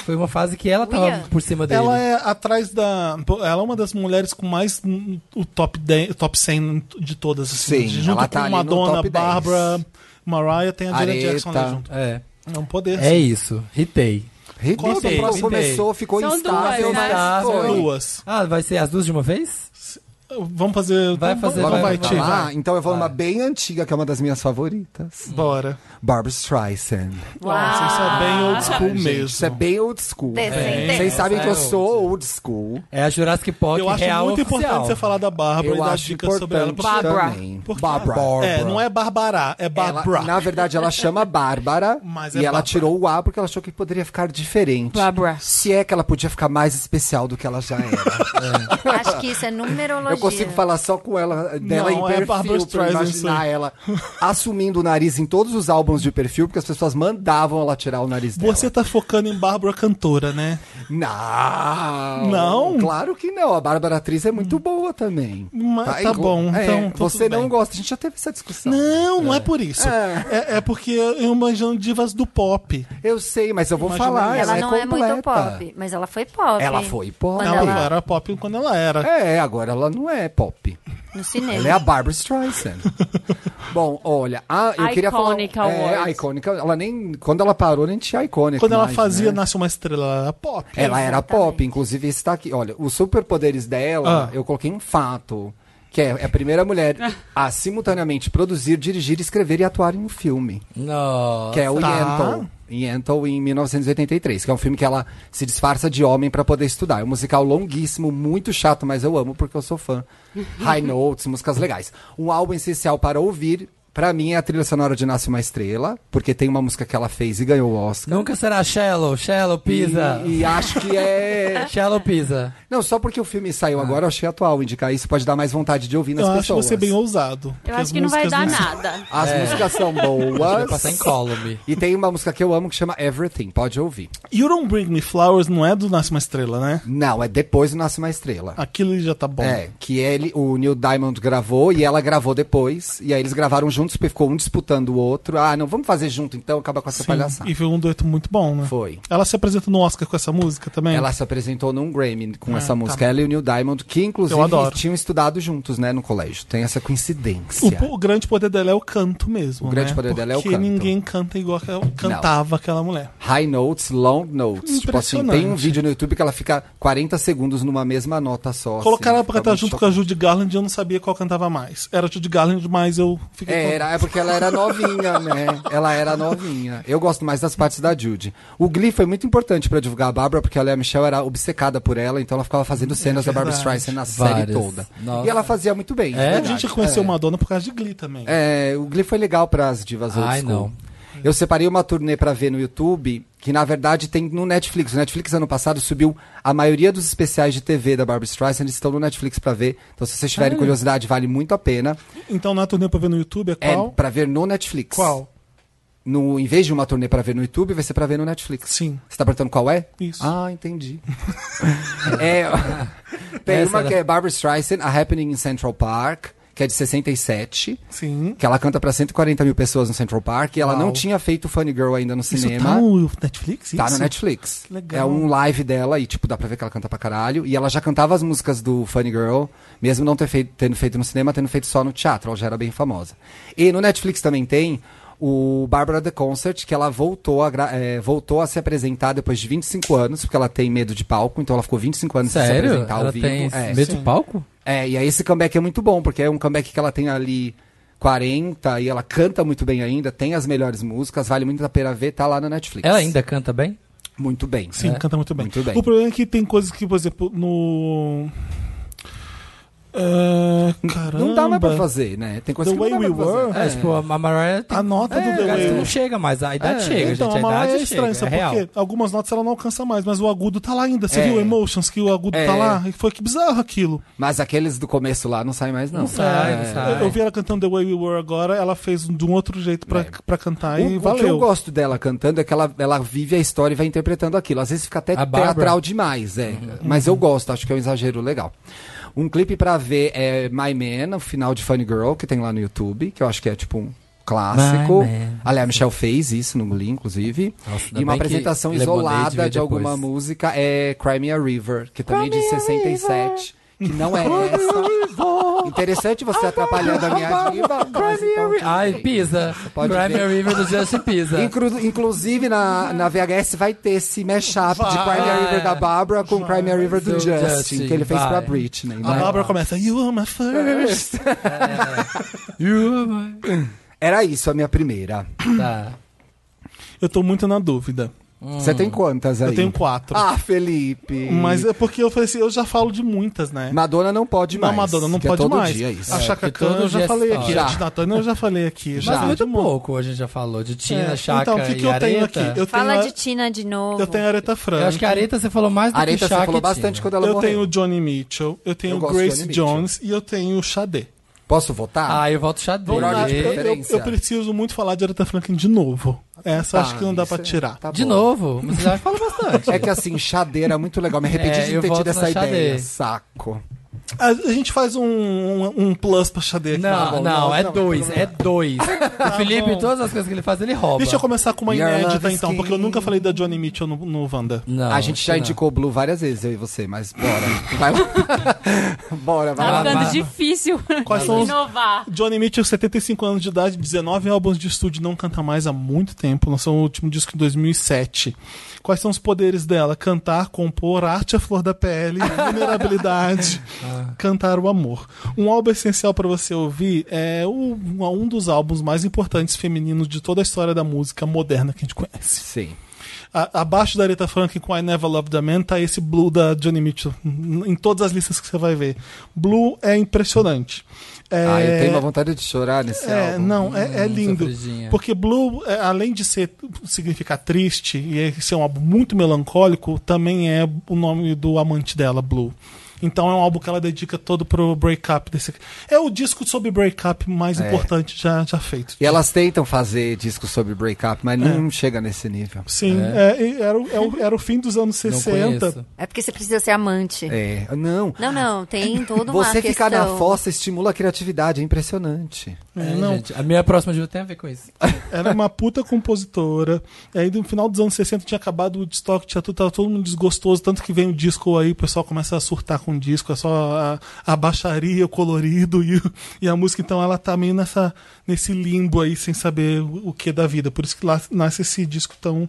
D: Foi uma fase que ela tava
E: Uia.
D: por cima dele.
A: Uhum. Ela é atrás da. pô, Ela é uma das mulheres com mais hum, o top, 10, top 100 de todas. Assim,
B: Sim,
A: junto
B: ela tá
A: com
B: ali no
A: Madonna,
B: top 10.
A: Bárbara, Mariah, tem a Janet
B: Aretha.
A: Jackson ali junto.
D: É,
A: É um poder.
D: é isso. Hitei.
B: Ridículo,
A: Gostei,
B: quando
D: gostei.
B: começou, ficou
C: São
B: instável,
C: duas, né?
B: mas
D: Instável.
B: foi.
A: Duas.
D: Ah, vai ser as duas de uma vez?
A: Vamos fazer.
D: Vai
A: então
D: fazer,
A: Então
D: vai,
A: vai,
D: vai,
A: Ti,
D: vai.
A: vai.
B: Ah, então eu vou numa bem antiga, que é uma das minhas favoritas.
A: Bora.
B: Barbra Streisand.
A: Nossa, isso é bem old school
B: Gente,
A: mesmo.
B: Isso é bem old school.
E: Descendente.
B: Vocês sabem que eu
D: Essa é
B: sou old school.
D: É a Jurassic Pop
A: Eu acho
D: real
A: muito
D: oficial.
A: importante você falar da Bárbara e
B: eu
A: dar
B: acho
A: dicas sobre ela.
B: importante
A: Porque,
B: também.
A: porque-
B: Barbara.
A: É, não é Barbará, é
B: Ela-
A: Bárbara.
B: na verdade, ela chama Bárbara
A: Mas é
B: e ela
A: Bárbara.
B: tirou o A porque ela achou que poderia ficar diferente.
C: Bárbara.
B: Se é que ela podia ficar mais especial do que ela já era.
E: Acho que isso é numerologia.
B: Eu consigo falar só com ela eh,
A: Não,
B: dela em
A: é
B: perfil
A: Barbra
B: pra eu
A: Streisand,
B: imaginar
A: sim.
B: ela assumindo o nariz em todos os álbuns de perfil, porque as pessoas mandavam ela tirar o nariz dela.
A: Você tá focando em Bárbara cantora, né?
B: Não!
A: Não?
B: Claro que não. A Bárbara atriz é muito boa também.
A: Mas tá
B: Inclu-
A: bom,
B: É,
A: então, tá
B: você
A: tudo
B: não
A: bem.
B: gosta. A gente já teve essa discussão.
A: Não, não é por isso. É, é porque eu imagino divas do pop.
B: Eu sei, mas eu vou
A: Imagina
B: falar.
A: isso.
E: Ela
B: é
E: não é, muito
B: completa.
E: pop, mas ela foi pop.
B: Ela foi pop.
E: Quando
A: Ela,
E: ela-
A: era pop quando ela era.
B: É, agora ela não é pop.
E: No cinema.
B: Ela é a Barbara Streisand. Bom, olha, a, eu queria falar.
C: Iconic Award.
B: É, icônica. Ela nem. Quando ela parou, nem tinha icônica.
A: Quando ela
B: mais,
A: fazia
B: né?
A: Nasce uma Estrela, ela era pop.
B: Ela era
E: Exatamente.
B: pop, inclusive está aqui. Olha, os superpoderes dela,
A: Ah.
B: eu coloquei um fato. que é a primeira mulher a simultaneamente produzir, dirigir, escrever e atuar em um filme.
D: Nossa.
B: que é o
A: Tá.
B: Yentl. Yentl em 1983, que é um filme que ela se disfarça de homem pra poder estudar. É um musical longuíssimo, muito chato, mas eu amo porque eu sou fã. High notes, músicas legais. Um álbum essencial para ouvir, pra mim é a trilha sonora de Nasce uma Estrela, porque tem uma música que ela fez e ganhou o Oscar.
D: Nunca será Shallow, Shallow Pisa.
B: E, e acho que é.
D: Shallow Pisa.
B: Não, só porque o filme saiu agora, eu achei atual indicar isso. Pode dar mais vontade de ouvir nas
A: Ah. Eu acho
B: pessoas.
A: você É. bem ousado. porque
C: Eu
A: as
C: acho que não vai
A: músicas
C: dar
A: são-
C: nada.
B: As músicas são
D: Vai
B: boas.
D: passar em Column.
B: E tem uma música que eu amo que chama Everything. Pode ouvir.
A: You Don't Bring Me Flowers não é do Nasce Uma Estrela, né?
B: Não, é depois do Nasce uma Estrela.
A: Aquilo já tá bom.
B: É, que ele, o Neil Diamond gravou e ela gravou depois. E aí eles gravaram juntos, porque ficou um disputando o outro. Ah, não, vamos fazer junto então, acaba com essa
A: Sim,
B: palhaçada.
A: E foi um dueto muito bom, né?
B: Foi.
A: Ela se apresenta no Oscar com essa música também?
B: Ela se apresentou num Grammy com
A: Ah,
B: essa
A: tá.
B: música, ela e o Neil Diamond, que inclusive
A: Eu adoro.
B: tinham estudado juntos, né, no colégio. Tem essa coincidência.
A: O, po- o grande poder dela é o canto mesmo.
B: O grande
A: né?
B: poder dela é o
A: Porque
B: canto.
A: ninguém canta igual que ela cantava aquela mulher.
B: High notes, long notes. Tipo assim,
A: Impressionante.
B: tem um vídeo no YouTube que ela fica 40 segundos numa mesma nota só.
A: Colocaram
B: assim,
A: ela pra
B: fica
A: cantar
B: muito
A: junto com a Judy Garland e eu não sabia qual cantava mais. Era a Judy Garland, mas eu fiquei.
B: É,
A: com-
B: era, é porque ela era novinha, né? Ela era novinha. Eu gosto mais das partes da Judy. O Glee foi muito importante pra divulgar a Barbara, porque ela e a Michelle era obcecada por ela, então ela ficava fazendo cenas da Barbara
A: verdade.
B: Streisand na série
D: Várias.
B: toda.
D: Nossa.
B: E ela fazia muito bem. de
D: É?
A: A
B: verdade.
A: gente conheceu Madonna por causa de Glee também.
B: É, o Glee foi legal pras divas old
D: Ai,
B: school.
D: não.
B: Eu separei uma turnê pra ver no YouTube, que na verdade tem no Netflix. O Netflix ano passado subiu a maioria dos especiais de TV da Barbara Streisand, eles estão no Netflix pra ver. Então se vocês tiverem curiosidade, vale muito a pena.
A: Então na turnê pra ver no YouTube é
B: É
A: qual?
B: pra ver no Netflix.
A: Qual?
B: no, em vez de uma turnê pra ver no YouTube, vai ser pra ver no Netflix.
A: Sim.
B: Você tá perguntando qual é?
A: Isso.
B: Ah, entendi. É, tem
D: Essa
B: uma
D: era-
B: que é Barbara Streisand, A Happening in Central Park, que é de 67.
A: Sim.
B: Que ela canta pra 140 mil pessoas no Central Park. E ela não
A: Uau.
B: tinha feito Funny Girl ainda no
A: Isso
B: cinema.
A: tá no Netflix?
B: Tá no
A: isso?
B: Netflix.
A: Que legal.
B: É um live dela e, tipo, dá pra ver que ela canta pra caralho. E ela já cantava as músicas do Funny Girl, mesmo não ter feito, tendo feito no cinema, tendo feito só no teatro. Ela já era bem famosa. E no Netflix também tem o Barbara The Concert, que ela voltou a, gra- eh, voltou a se apresentar depois de 25 anos, porque ela tem medo de palco, então ela ficou 25 anos sem se
D: Sério?
B: apresentar ao
D: Ela
B: vivo.
D: tem
B: É.
D: medo de palco?
B: É, e aí esse comeback é muito bom, porque é um comeback que ela tem ali 40 e ela canta muito bem ainda, tem as melhores músicas, vale muito a pena ver, tá lá no Netflix.
D: Ela ainda canta bem?
B: Muito bem. É.
A: Sim, canta muito bem.
B: Muito bem.
A: O problema é que tem coisas que, por exemplo, no. É, caramba.
B: Não dá mais pra fazer, né? Tem coisa
A: The
B: que
A: way
B: não dá
A: we
B: mais pra
A: were.
B: fazer.
D: É, tipo, a Mariah tem...
A: A nota
D: É,
A: do The Way.
D: cara, você
A: we
B: um
D: não
A: Were.
D: chega mais. A idade
B: É,
D: chega,
A: então,
D: gente. A
A: a Mariah
D: idade
A: é estranha,
D: chega, é
A: sabe
D: real.
A: por quê? Algumas notas ela não alcança mais, mas o agudo tá lá ainda. Você
B: É.
A: viu Emotions, que o agudo
B: É.
A: tá lá? E foi que bizarro aquilo.
B: Mas aqueles do começo lá não saem mais, não. É.
D: Não sai, não sai.
A: Eu, eu vi ela cantando The Way We Were agora, ela fez de um outro jeito pra, pra
D: tá
A: cantar e
B: O, o que eu
A: valeu.
B: gosto dela cantando é que ela, ela vive a história e vai interpretando aquilo. Às vezes fica até
D: A Uhum. Barbara.
B: teatral demais, é. Mas eu gosto, acho que é um exagero legal. Um clipe pra ver é My Man, o final de Funny Girl, que tem lá no YouTube, que eu acho que é tipo um clássico.
D: My Man.
B: Aliás, a Michelle fez isso no Glee, inclusive.
D: Nossa, ainda
B: e uma
D: bem que
B: apresentação
D: Lemonade
B: isolada
D: veio
B: de alguma
D: depois.
B: música é Cry Me a River, que também é de 67. Que não é essa. Interessante você atrapalhando
D: tá
B: a minha diva. mas então tudo
D: Ai,
B: bem.
D: Pisa.
B: Pode
D: Crime
B: ver.
D: River do Justin Pisa.
B: Inclu- inclusive na, na VHS vai ter esse mashup de Crime
D: Vai.
B: River da Bárbara com Crime River do
D: Do
B: Justin,
D: Justin,
B: que ele fez pra
D: vai.
B: Britney.
A: A
B: né?
A: Bárbara começa, You are my first.
D: You are my-
B: Era isso a minha primeira.
D: Tá.
A: Eu tô muito na dúvida.
B: Você tem quantas É. aí?
A: Hum. Eu tenho quatro.
B: Ah, Felipe.
A: Mas é porque eu falei assim, eu já falo de muitas, né?
B: Madonna não pode
A: Não,
B: mais.
A: Madonna não
B: que
A: pode
B: é todo
A: mais.
B: Dia isso.
A: A
D: É,
A: Chaka
D: porque todo
A: Khan eu
D: dia
A: já
D: é
A: falei
D: história.
A: aqui.
B: Já.
A: A Tina eu já falei aqui.
D: Mas
A: Já.
B: é
D: muito
A: de monte.
D: pouco a gente já falou. De Tina,
A: É,
D: Chaka
A: Então, o que, que
D: e
A: eu tenho aqui?
D: Areta.
A: Eu tenho,
E: Fala
A: a-
E: de Tina de novo.
A: eu tenho a Aretha Franklin.
D: Eu acho que
B: é
D: a Areta você falou mais do
B: A Aretha
D: que Chaka
B: você falou
D: e Tina.
B: bastante quando ela
A: Eu
B: morreu.
A: tenho o Johnny Mitchell, eu tenho
B: Eu
A: o
B: gosto do
A: Grace
B: Johnny Mitchell.
A: Jones e eu tenho o Xadê.
B: Posso votar?
D: Ah, eu volto Xadê.
B: Por ordem
A: Eu-
B: de
A: eu- eu,
B: preferência.
A: preciso muito falar de Aretha Franklin de novo.
D: Tá,
B: Tá,
A: Essa acho que não dá pra
D: é-
A: tirar.
D: De novo. Mas você já fala bastante.
B: É que assim, chadeira é muito legal. Me arrependi
D: É,
B: de
D: eu
B: ter tido
D: voto
B: essa
D: na
B: ideia.
D: Xadê.
B: Saco.
A: A, a gente faz um, um, um plus pra Xadê aqui.
D: Não,
B: tá bom,
D: não,
B: não,
D: é
B: não,
D: dois,
B: não.
D: é dois. O Felipe,
A: Tá bom.
D: todas as coisas que ele faz, ele rouba.
A: Deixa eu começar com uma
B: Your love
A: inédita
B: is
A: então, porque eu
B: killing
A: nunca
B: me.
A: falei da Johnny Mitchell no, no Wanda.
D: Não,
B: a gente já
D: não.
B: indicou o Blue várias vezes, eu e você, mas bora. Vai lá. bora, vai
D: Ah,
C: Tá
B: lá.
D: mas-
C: ficando difícil
A: Quais são os-
C: inovar.
A: Johnny Mitchell, 75 anos de idade, 19 álbuns de estúdio, não canta mais há muito tempo, lançou o último disco em 2007. Quais são os poderes dela? Cantar, compor, arte à flor da pele, vulnerabilidade, Cantar o Amor. Um álbum essencial para você ouvir é o- um dos álbuns mais importantes femininos de toda a história da música moderna que a gente conhece.
B: Sim.
A: A- abaixo da Aretha Franklin com I Never Loved a Man tá esse Blue da Johnny Mitchell n- em todas as listas que você vai ver. Blue é impressionante. É,
B: Ah, eu tenho uma vontade de chorar nesse
A: é,
B: álbum.
A: não, é, é
D: Hum,
A: lindo.
D: sofridinha.
A: Porque Blue, é, além de ser significar triste e é- ser um álbum muito melancólico, também é o nome do amante dela, Blue. Então é um álbum que ela dedica todo pro breakup desse. É o disco sobre breakup mais
B: É.
A: importante já, já feito.
B: E elas tentam fazer discos sobre breakup, mas não chega nesse nível.
A: Sim, é, e era, o- é o- era o fim dos anos
D: Não
A: 60.
D: conheço.
E: É porque você precisa ser amante.
B: É, não.
E: Não, não, tem toda uma
B: Você
E: questão.
B: ficar na fossa estimula a criatividade, é impressionante.
D: É,
A: não.
D: gente, a minha próxima diva tem a ver com isso.
A: Era uma puta compositora. E aí, no final dos anos 60, tinha acabado o Woodstock, tinha tudo, tava todo mundo desgostoso. Tanto que vem o disco aí, o pessoal começa a surtar com o disco. É só a, a baixaria, o colorido e, o- e a música. Então, ela tá meio nessa, nesse limbo aí, sem saber o, o que é da vida. Por isso que lá nasce esse disco tão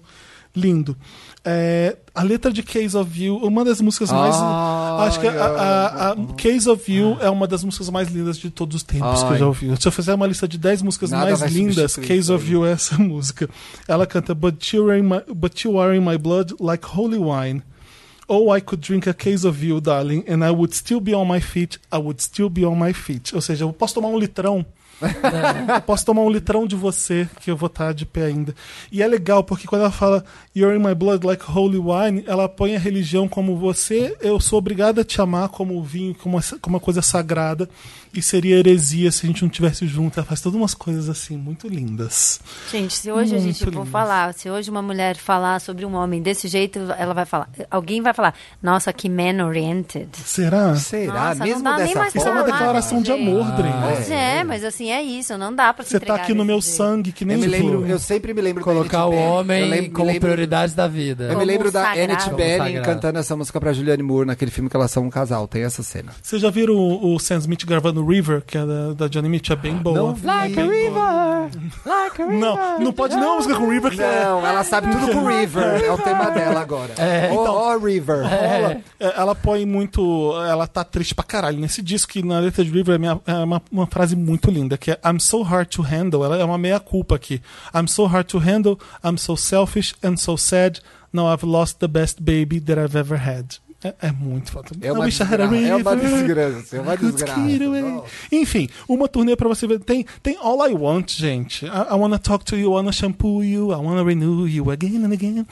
A: lindo. É, a letra de Case of You, uma das músicas mais.
B: Ah,
A: acho que a, a- a- Case of You é uma das músicas mais lindas de todos os tempos que eu
B: Ai.
A: já ouvi. Se eu fizer uma lista de 10 músicas
B: Nada
A: mais
B: vai
A: lindas,
B: substituir
A: Case
B: isso
A: of
B: aí.
A: You é essa música. Ela canta But you, are in my, but you are in my blood like holy wine. Oh, I could drink a case of you, darling, and I would still be on my feet. I would still be on my feet. Ou seja, eu posso tomar um litrão. eu posso tomar um litrão de você, que eu vou estar de pé ainda. E é legal, porque quando ela fala You're in my blood like holy wine, ela põe a religião como você, eu sou obrigada a te amar como vinho, como uma, como uma coisa sagrada. E seria heresia se a gente não tivesse junto. Ela faz todas umas coisas assim, muito lindas.
E: Gente, se hoje a gente
A: Muito
E: for
A: lindo.
E: falar, se hoje uma mulher falar sobre um homem desse jeito, ela vai falar. Alguém vai falar, nossa, que man oriented.
A: Será?
B: Será?
E: Nossa, não
B: Mesmo
E: dá nem
B: dessa
E: mais pra
A: Isso é uma
E: Caralho,
A: declaração de
E: gente.
A: amor, Dren.
E: Pois é, mas assim, é isso, não dá pra se
A: Você tá
E: entregar
A: aqui no meu
E: desse jeito.
A: sangue, que
B: Eu,
A: nem
B: me lembro,
A: flor.
B: eu sempre me lembro da
D: Colocar
B: Annette
D: o
B: Bening.
D: homem
B: Eu lembro- me
D: como
B: lembro-
D: prioridade da vida.
B: Eu me
E: Como
B: lembro da
E: sagrado.
B: Annette
E: Como
B: Bening
D: sagrado.
B: cantando essa música pra Julianne Moore naquele filme que elas são um casal. Tem essa cena.
A: Vocês já viram o, o Sam Smith gravando River, que é da, da Johnny Mitchell? É bem boa.
B: Ah, Não vi.
A: Não, não pode não música com River, que é-
B: Não, ela sabe tudo com River. É o tema dela agora.
D: É.
B: Oh, oh, River.
A: Ela, é, ela põe muito. Ela tá triste pra caralho nesse disco. E na letra de River é, minha- é uma, uma frase muito linda, que é I'm so hard to handle. Ela é uma meia-culpa aqui. I'm so hard to handle, I'm so selfish and so sad. Now I've lost the best baby that I've ever had. É, é muito foda.
B: É uma
A: I wish I had a
B: desgraça. É uma
A: river.
B: desgraça. É uma
A: Good
B: desgraça.
A: kid, ué.
B: Nossa.
A: Enfim, uma turnê pra você ver. Tem, tem All I Want, gente. I, I wanna talk to you, I wanna shampoo you, I wanna renew you again and again.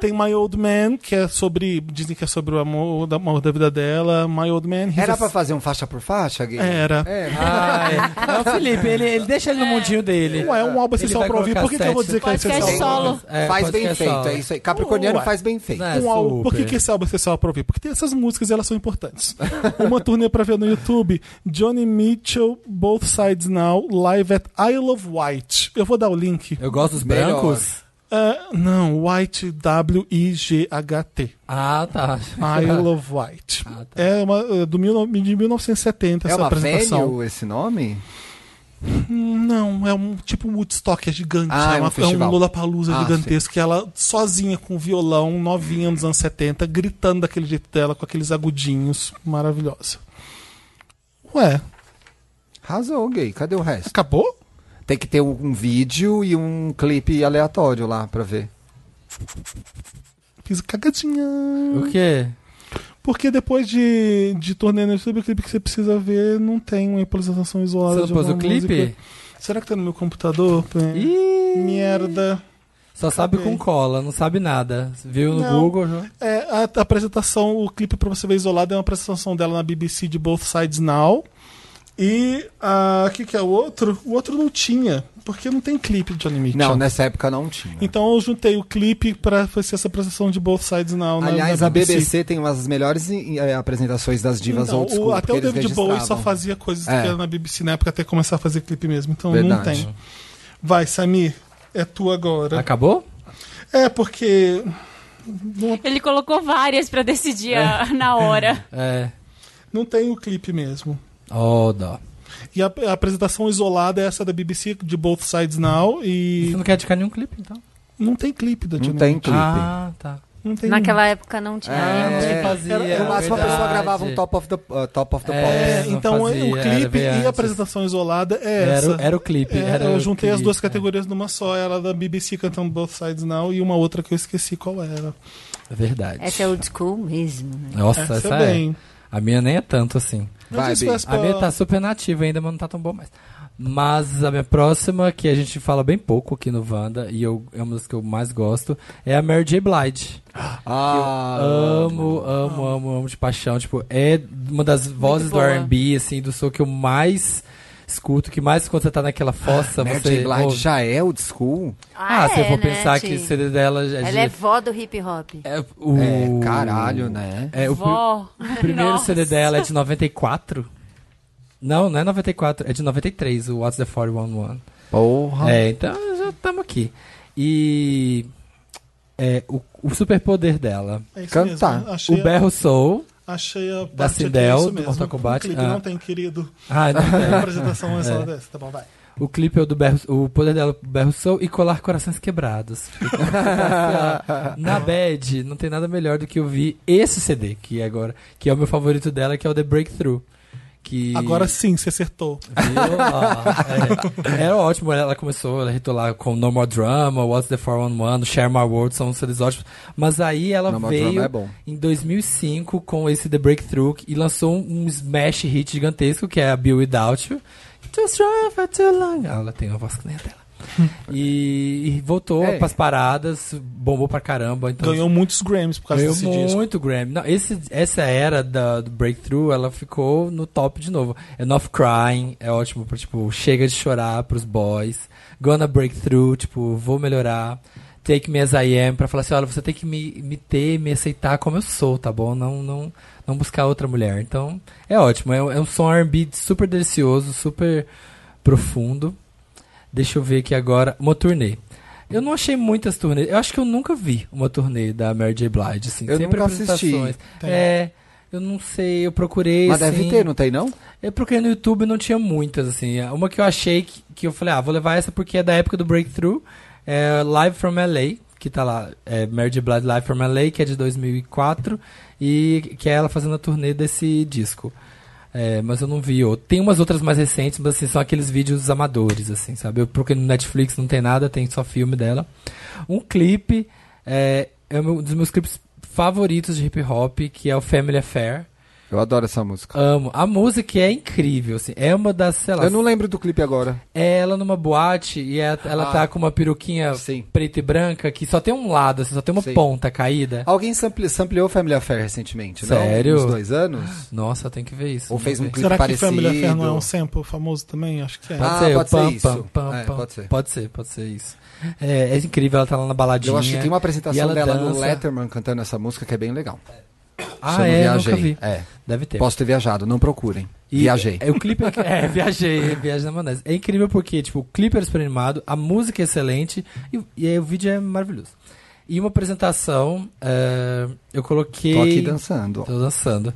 A: tem My Old Man, que é sobre. Dizem que é sobre o amor da, amor da vida dela. My Old Man. he's
B: Era
A: a-
B: pra fazer um faixa por faixa, Gui?
A: Era.
B: É,
D: Ah, é. É o Felipe, ele, ele deixa ele no mundinho dele.
A: Ué, é um álbum
D: Ele
A: essencial
D: vai
A: pra ouvir.
D: colocar
A: Por que, que eu vou dizer que é
C: Podcast
A: essencial?
C: solo.
D: É,
B: faz
D: pode
B: bem
D: ficar
B: feito,
D: só.
B: é isso aí. Capricorniano
A: Ué.
B: faz bem feito.
D: É.
A: um álbum.
D: super.
A: Por que, que esse álbum é essencial pra ouvir? Porque tem essas músicas e elas são importantes. Uma turnê pra ver no YouTube: Johnny Mitchell, Both Sides Now, live at Isle of Wight. Eu vou dar o link.
D: Eu gosto dos
B: Melhor.
D: brancos.
A: Ah, não, White, W-I-G-H-T.
D: Ah, tá.
A: I Love White. É uma, eh, do mil, de 1970
B: Ah, tá. É
A: essa
B: uma
A: apresentação.
B: venue esse nome?
A: Hum, Não, é um tipo um Woodstock, é gigante. é,
B: Ah, é um
A: uma, é um
B: festival.
A: Lollapalooza
B: Ah,
A: gigantesco. Que ela sozinha com violão, novinha nos anos 70, gritando daquele jeito dela, com aqueles agudinhos. Maravilhosa. Ué,
B: Razão, gay. Cadê o resto?
A: acabou?
B: Tem que ter um, um vídeo e um clipe aleatório lá pra ver.
A: Fiz cagadinha.
D: O quê?
A: Porque depois de, de turnê no YouTube, o clipe que você precisa ver não tem uma improvisação
D: Você
A: isolada
D: não
A: de
D: pôs o
A: alguma música.
D: clipe?
A: Será que tá no meu computador?
D: Ih,
A: Merda.
D: Só sabe
A: Acabei.
D: com cola, não sabe nada. Viu no
A: Não.
D: Google? já?
A: É, a, a apresentação, o clipe pra você ver isolado é uma apresentação dela na BBC de Both Sides Now. E o que, que é o outro? O outro não tinha, porque não tem clipe de Johnny Mitchell.
B: Não, né? nessa época não tinha.
A: Então eu juntei o clipe pra fazer essa apresentação de Both Sides Now. na-
B: Aliás,
A: na
B: a BBC tem umas das melhores eh, eh, apresentações das divas
A: Então,
B: old school.
A: o, até
B: porque
A: o
B: eles
A: David Bowie só
B: registravam.
A: fazia coisas
B: É.
A: que era na BBC na época até começar a fazer clipe mesmo. Então não
B: Verdade.
A: tem. Vai, Samir, é tu agora.
D: Acabou?
A: É, porque. Não,
C: Ele colocou várias pra decidir a- na hora.
D: É.
A: não tem o clipe mesmo.
D: Oh, dó.
A: E a, a apresentação isolada é essa da BBC, de Both Sides Now,
D: Você
A: e
D: não quer indicar nenhum clipe, então?
A: não tem clipe da
B: Não
A: Johnny
B: tem
A: Mitchell.
B: clipe.
D: Ah, tá.
A: Não tem
E: Naquela época não tinha. né?
D: Ah,
E: emo.
D: é.
A: Era-
D: fazia,
A: era-
B: No máximo, a pessoa
D: verdade.
B: gravava um Top of the, uh, top of the
D: É,
A: É,
B: Pops.
D: não
A: então
D: fazia,
A: o
D: era
A: clipe
D: bem
A: e
D: antes.
A: a apresentação isolada é
D: Era,
A: essa.
D: o- era o clipe.
A: É,
D: era
A: eu
D: o
A: juntei as
D: clipe,
A: duas
D: é.
A: categorias numa só, era da BBC cantando Both Sides Now e uma outra que eu esqueci qual era.
D: Verdade.
E: Essa é old school mesmo, né?
D: Nossa, essa,
A: Essa é
D: é.
A: bem.
D: A minha nem é tanto assim.
A: Mas
B: Vai,
A: isso
B: Bi.
A: faz
D: A minha
A: pra-
D: tá super nativa ainda, mas não tá tão bom mais. Mas a minha próxima, que a gente fala bem pouco aqui no Wanda, e eu, é uma das que eu mais gosto, é a Mary J. Blige.
B: Ah,
D: amo, amo, amo, amo de paixão. Tipo, é uma das vozes do
C: boa.
D: R&B, assim, do som que eu mais escuto, que mais quando você tá naquela fossa,
B: Ah, Mary
D: você
B: J. Blige
D: ouve.
B: já é old school?
D: Ah, se eu for pensar
E: é, né, Ti?
D: que o CD dela já
E: Ela é vó do hip hop.
D: é o...
B: É, caralho, né?
D: É, o pri-
C: Vó.
D: primeiro
C: Nossa.
D: CD dela é de 94. Não, não é 94, é de 93, o What's the 411.
B: Porra.
D: É, então já estamos aqui. E é, o, o superpoder dela.
A: é isso
B: cantar.
A: mesmo. Achei,
D: O berro soul.
A: a, achei a parte
D: Sindel,
A: aqui, isso
D: do
A: mesmo.
D: Mortal Kombat.
A: Um clipe
D: Ah.
A: não tem, querido.
D: Ah, não,
A: Tem uma
D: é.
A: apresentação é só dessa, tá bom, vai.
D: o clipe é o do berro, o poder dela é o berro soul e colar corações quebrados. Na bad, não tem nada melhor do que ouvir esse CD que é agora, que é o meu favorito dela, que é o The Breakthrough. Que
A: Agora sim, você acertou.
D: Viu? Ó, é. Era ótimo, ela começou, ela hitou lá com No More Drama, What's the 411, Share My World, são seres ótimos. Mas aí ela
B: Não, mas o drama
D: veio
B: é bom.
D: em 2005 com esse The Breakthrough e lançou um, um smash hit gigantesco que é a Bill Without You. Just drive for too long. Ah, ela tem uma voz que nem a dela. E, e voltou
B: É.
D: pras paradas, bombou pra caramba. Então,
A: Ganhou muitos Grammys por causa
D: Ganhou
A: desse disco.
D: muito Grammy. Não, esse, essa era da, do Breakthrough, ela ficou no top de novo. Enough Crying é ótimo pra, tipo, chega de chorar pros boys. Gonna Breakthrough, tipo, vou melhorar. Take Me As I Am, pra falar assim, olha, você tem que me, me ter, me aceitar como eu sou, tá bom? Não, não, não buscar outra mulher. Então, é ótimo. É, um- é um som R&B super delicioso, super profundo. Deixa eu ver aqui agora. Uma turnê. Eu não achei muitas turnês. Eu acho que eu nunca vi uma turnê da Mary J. Blige, assim.
B: Eu
D: Sempre
B: nunca assisti.
D: apresentações.
A: Tem.
D: É, eu não sei, eu procurei,
B: Mas
D: assim,
B: deve ter, não tem, não?
D: Eu procurei É no YouTube e não tinha muitas, assim. Uma que eu achei que, que eu falei, ah, vou levar essa porque é da época do Breakthrough. É Live From L.A., que tá lá. É Mary J. Blige Live From L.A., que é de 2004. E que é ela fazendo a turnê desse disco. É, mas eu não vi. outro. Tem umas outras mais recentes, mas assim, são aqueles vídeos amadores, assim, sabe? Eu procurei no Netflix, não tem nada, tem só filme dela. Um clipe, é, é um dos meus clipes favoritos de hip hop, que é o Family Affair.
B: Eu adoro essa música.
D: Amo. A música é incrível, assim. É uma das, sei lá,
B: Eu não lembro do clipe agora.
D: é ela numa boate e é- ela
B: Ah.
D: tá com uma peruquinha
B: Sim.
D: preta e branca que só tem um lado, assim, só tem uma
B: Sim.
D: ponta caída.
B: Alguém sample, sampleou Family Affair recentemente, não?
D: Sério?
B: Uns dois anos?
D: Nossa, tem que ver isso.
B: Ou
D: vamos
B: fez um
D: ver.
B: clipe
A: Será que
B: parecido.
A: Family Affair não é um sample famoso também? Acho que é.
B: Ah,
D: o
B: pode ser
D: pam,
B: isso.
D: pam, pam,
B: É,
D: pam.
B: pode ser.
D: Pode ser, pode ser isso. É, é incrível, ela tá lá na baladinha.
B: Eu acho que tem uma
D: E
B: apresentação
D: ela
B: dela no
D: dança.
B: Letterman cantando essa música que é bem legal. Se
D: Ah,
B: eu não
D: é,
B: viajei.
D: nunca vi.
B: É.
D: Deve ter.
B: Posso ter viajado, não procurem.
D: E
B: viajei.
D: É, o clipe é, é, viajei, é, viagem na maionese. É incrível porque, tipo, o clipe é super animado, a música é excelente e, e aí o vídeo é maravilhoso. E uma apresentação, é, eu coloquei.
B: Tô aqui dançando.
D: Tô dançando.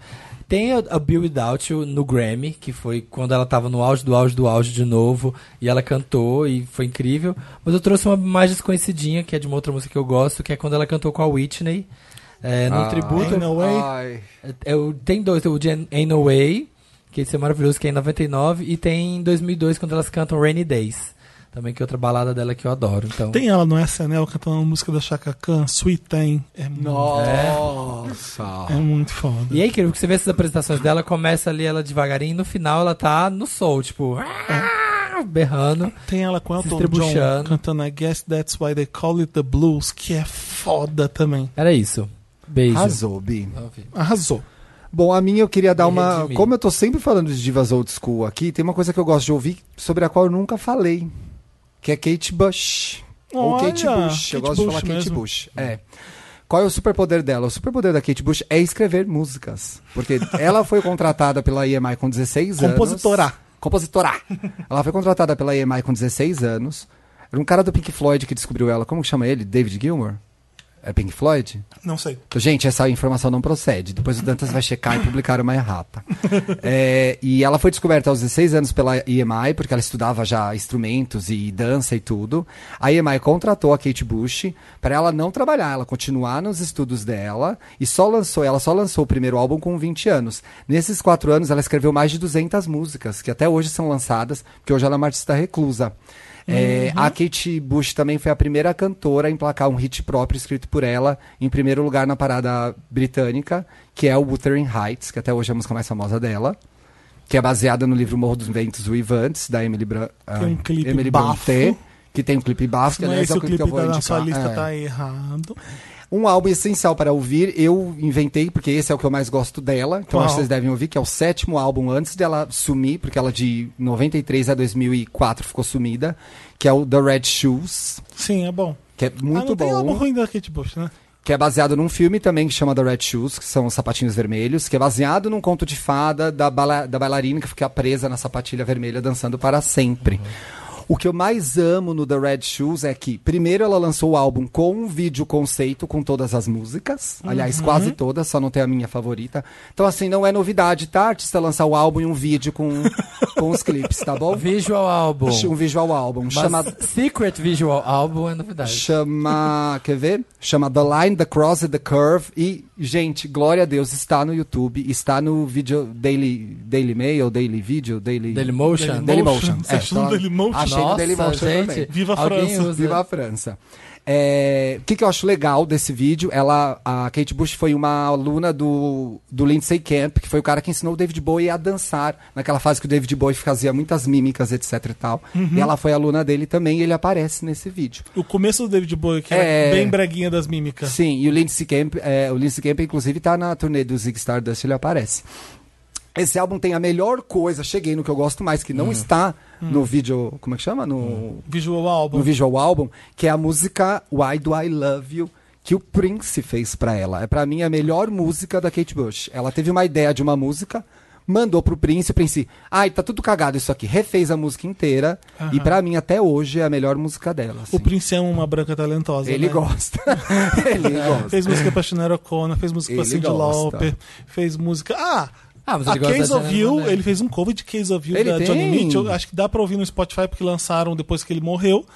D: Tem a, a Bill Without You no Grammy, que foi quando ela tava no auge do auge do auge de novo, e ela cantou e foi incrível. Mas eu trouxe uma mais desconhecidinha, que é de uma outra música que eu gosto, que é quando ela cantou com a Whitney, é, no
B: Ah.
D: tributo.
A: Ain't No Way?
B: Ai.
D: É, o- tem dois, o de Ain't No Way, que esse é maravilhoso, que é em 99, e tem em 2002, quando elas cantam Rainy Days, também que é outra balada dela que eu adoro. Então,
A: Tem ela no SNL cantando a música da Chaka Khan, Sweet Thing. É, mu-
B: Nossa.
A: é muito foda.
D: E é incrível que você vê essas apresentações dela, começa ali ela devagarinho, e no final ela tá no sol, tipo, berrando.
A: Tem ela com
D: é Se
A: Elton John
D: estrebuchando.
A: cantando I Guess That's Why They Call It The Blues, que é foda também.
D: Era isso. Beijo.
B: Arrasou, Bi.
A: Arrasou.
B: Bom, a minha eu queria dar
D: Me
B: uma.
D: redimi.
B: Como eu tô sempre falando de divas old school aqui, tem uma coisa que eu gosto de ouvir sobre a qual eu nunca falei. Que é Kate Bush. Ou
A: Olha,
B: Kate Bush.
A: Kate
B: eu gosto de
A: Bush
B: falar Kate
A: mesmo.
B: Bush. É. Qual é o superpoder dela? O superpoder da Kate Bush é escrever músicas. Porque ela foi contratada pela EMI com 16 anos.
A: Compositora.
B: Compositora. Ela foi contratada pela EMI com 16 anos. Era um cara do Pink Floyd que descobriu ela. Como que chama ele? David Gilmour? É Pink Floyd?
A: Não sei.
B: Então, Gente, essa informação não procede. Depois o Dantas vai checar e publicar uma errata. É, e ela foi descoberta aos 16 anos pela EMI, porque ela estudava já instrumentos e dança e tudo. A EMI contratou a Kate Bush para ela não trabalhar, ela continuar nos estudos dela. E só lançou, ela só lançou o primeiro álbum com 20 anos. Nesses quatro anos, ela escreveu mais de 200 músicas, que até hoje são lançadas, porque hoje ela é uma artista reclusa. É,
A: Uhum.
B: A Kate Bush também foi a primeira cantora a emplacar um hit próprio escrito por ela em primeiro lugar na parada britânica, que é o Wuthering Heights, que até hoje é a música mais famosa dela, que é baseada no livro Morro dos Ventos Uivantes, da Emily, Bra
A: Tem um
B: ah,
A: clipe
B: Emily
A: bafo.
B: Brontë, que tem um clipe bafo, que
A: Não é
B: aliás é
A: esse
B: o
A: o
B: clipe que eu
A: clipe
B: vou
A: da
B: indicar.
A: sua lista,
B: é.
A: tá errado.
B: Um álbum essencial para ouvir, eu inventei, porque esse é o que eu mais gosto dela, então
A: Qual?
B: acho que vocês devem ouvir, que é o sétimo álbum antes dela sumir, porque ela de 93 a 2004 ficou sumida, que é o The Red Shoes,
A: Sim, é bom.
B: que é
A: ah,
B: muito
A: não tem álbum
B: bom,
A: ruim da Kate Bush, né?
B: que é baseado num filme também que chama The Red Shoes, que são os sapatinhos vermelhos, que é baseado num conto de fada da, bala- da bailarina que fica presa na sapatilha vermelha dançando para sempre. O que eu mais amo no The Red Shoes é que, primeiro, ela lançou o álbum com um vídeo conceito com todas as músicas. Aliás, quase todas, só não tem a minha favorita. Então, assim, não é novidade, tá? A artista lançar o álbum e um vídeo com, com os clipes, tá bom?
D: Visual Album.
B: Um visual álbum.
D: Mas
B: chamado
D: Secret Visual Album é novidade.
B: Chama. Quer ver? Chama The Line, The Cross and The Curve. E, gente, glória a Deus, está no YouTube, está no vídeo Daily, Daily Mail, Daily Video, Daily.
D: Dailymotion.
A: Daily-
B: Dailymotion.
A: Você achou no Dailymotion?
B: Achei no
D: Nossa,
B: Dailymotion
D: gente.
B: também.
A: Viva a
D: Alguém
A: França.
D: usa-
B: Viva a França. É, o que, que eu acho legal desse vídeo? Ela, a Kate Bush foi uma aluna do, do Lindsay Camp, que foi o cara que ensinou o David Bowie a dançar, naquela fase que o David Bowie fazia muitas mímicas, etc e tal. E ela foi aluna dele também, e ele aparece nesse vídeo.
A: O começo do David Bowie, que
B: É.
A: era bem breguinha das mímicas.
B: Sim, e o Lindsey Camp, é, o Lindsey Camp inclusive tá na turnê do Zig Stardust, ele aparece. Esse álbum tem a melhor coisa, cheguei no que eu gosto mais, que
A: Hum.
B: não está no vídeo, como é que chama? No,
A: Visual álbum.
B: no visual álbum, que é a música Why Do I Love You, que o Prince fez pra ela. É pra mim a melhor música da Kate Bush. Ela teve uma ideia de uma música, mandou pro Prince, o Prince, ai, tá tudo cagado isso aqui, refez a música inteira, e pra mim até hoje é a melhor música dela. assim.
A: O Prince é uma branca talentosa.
B: Ele
A: né?
B: gosta. ele gosta.
A: Fez música pra Shinara O'Connor, fez música pra
B: Ele
A: Cyndi
B: gosta.
A: Lauper, fez música. Ah!
D: Ah, mas
A: a
D: ele gosta
A: Case
D: da
A: of
D: Janet
A: You,
D: Jackson.
A: ele fez um cover de Case of You
B: Ele
A: da
B: tem.
A: Johnny Mitchell. Acho que dá pra ouvir no Spotify porque lançaram depois que ele morreu.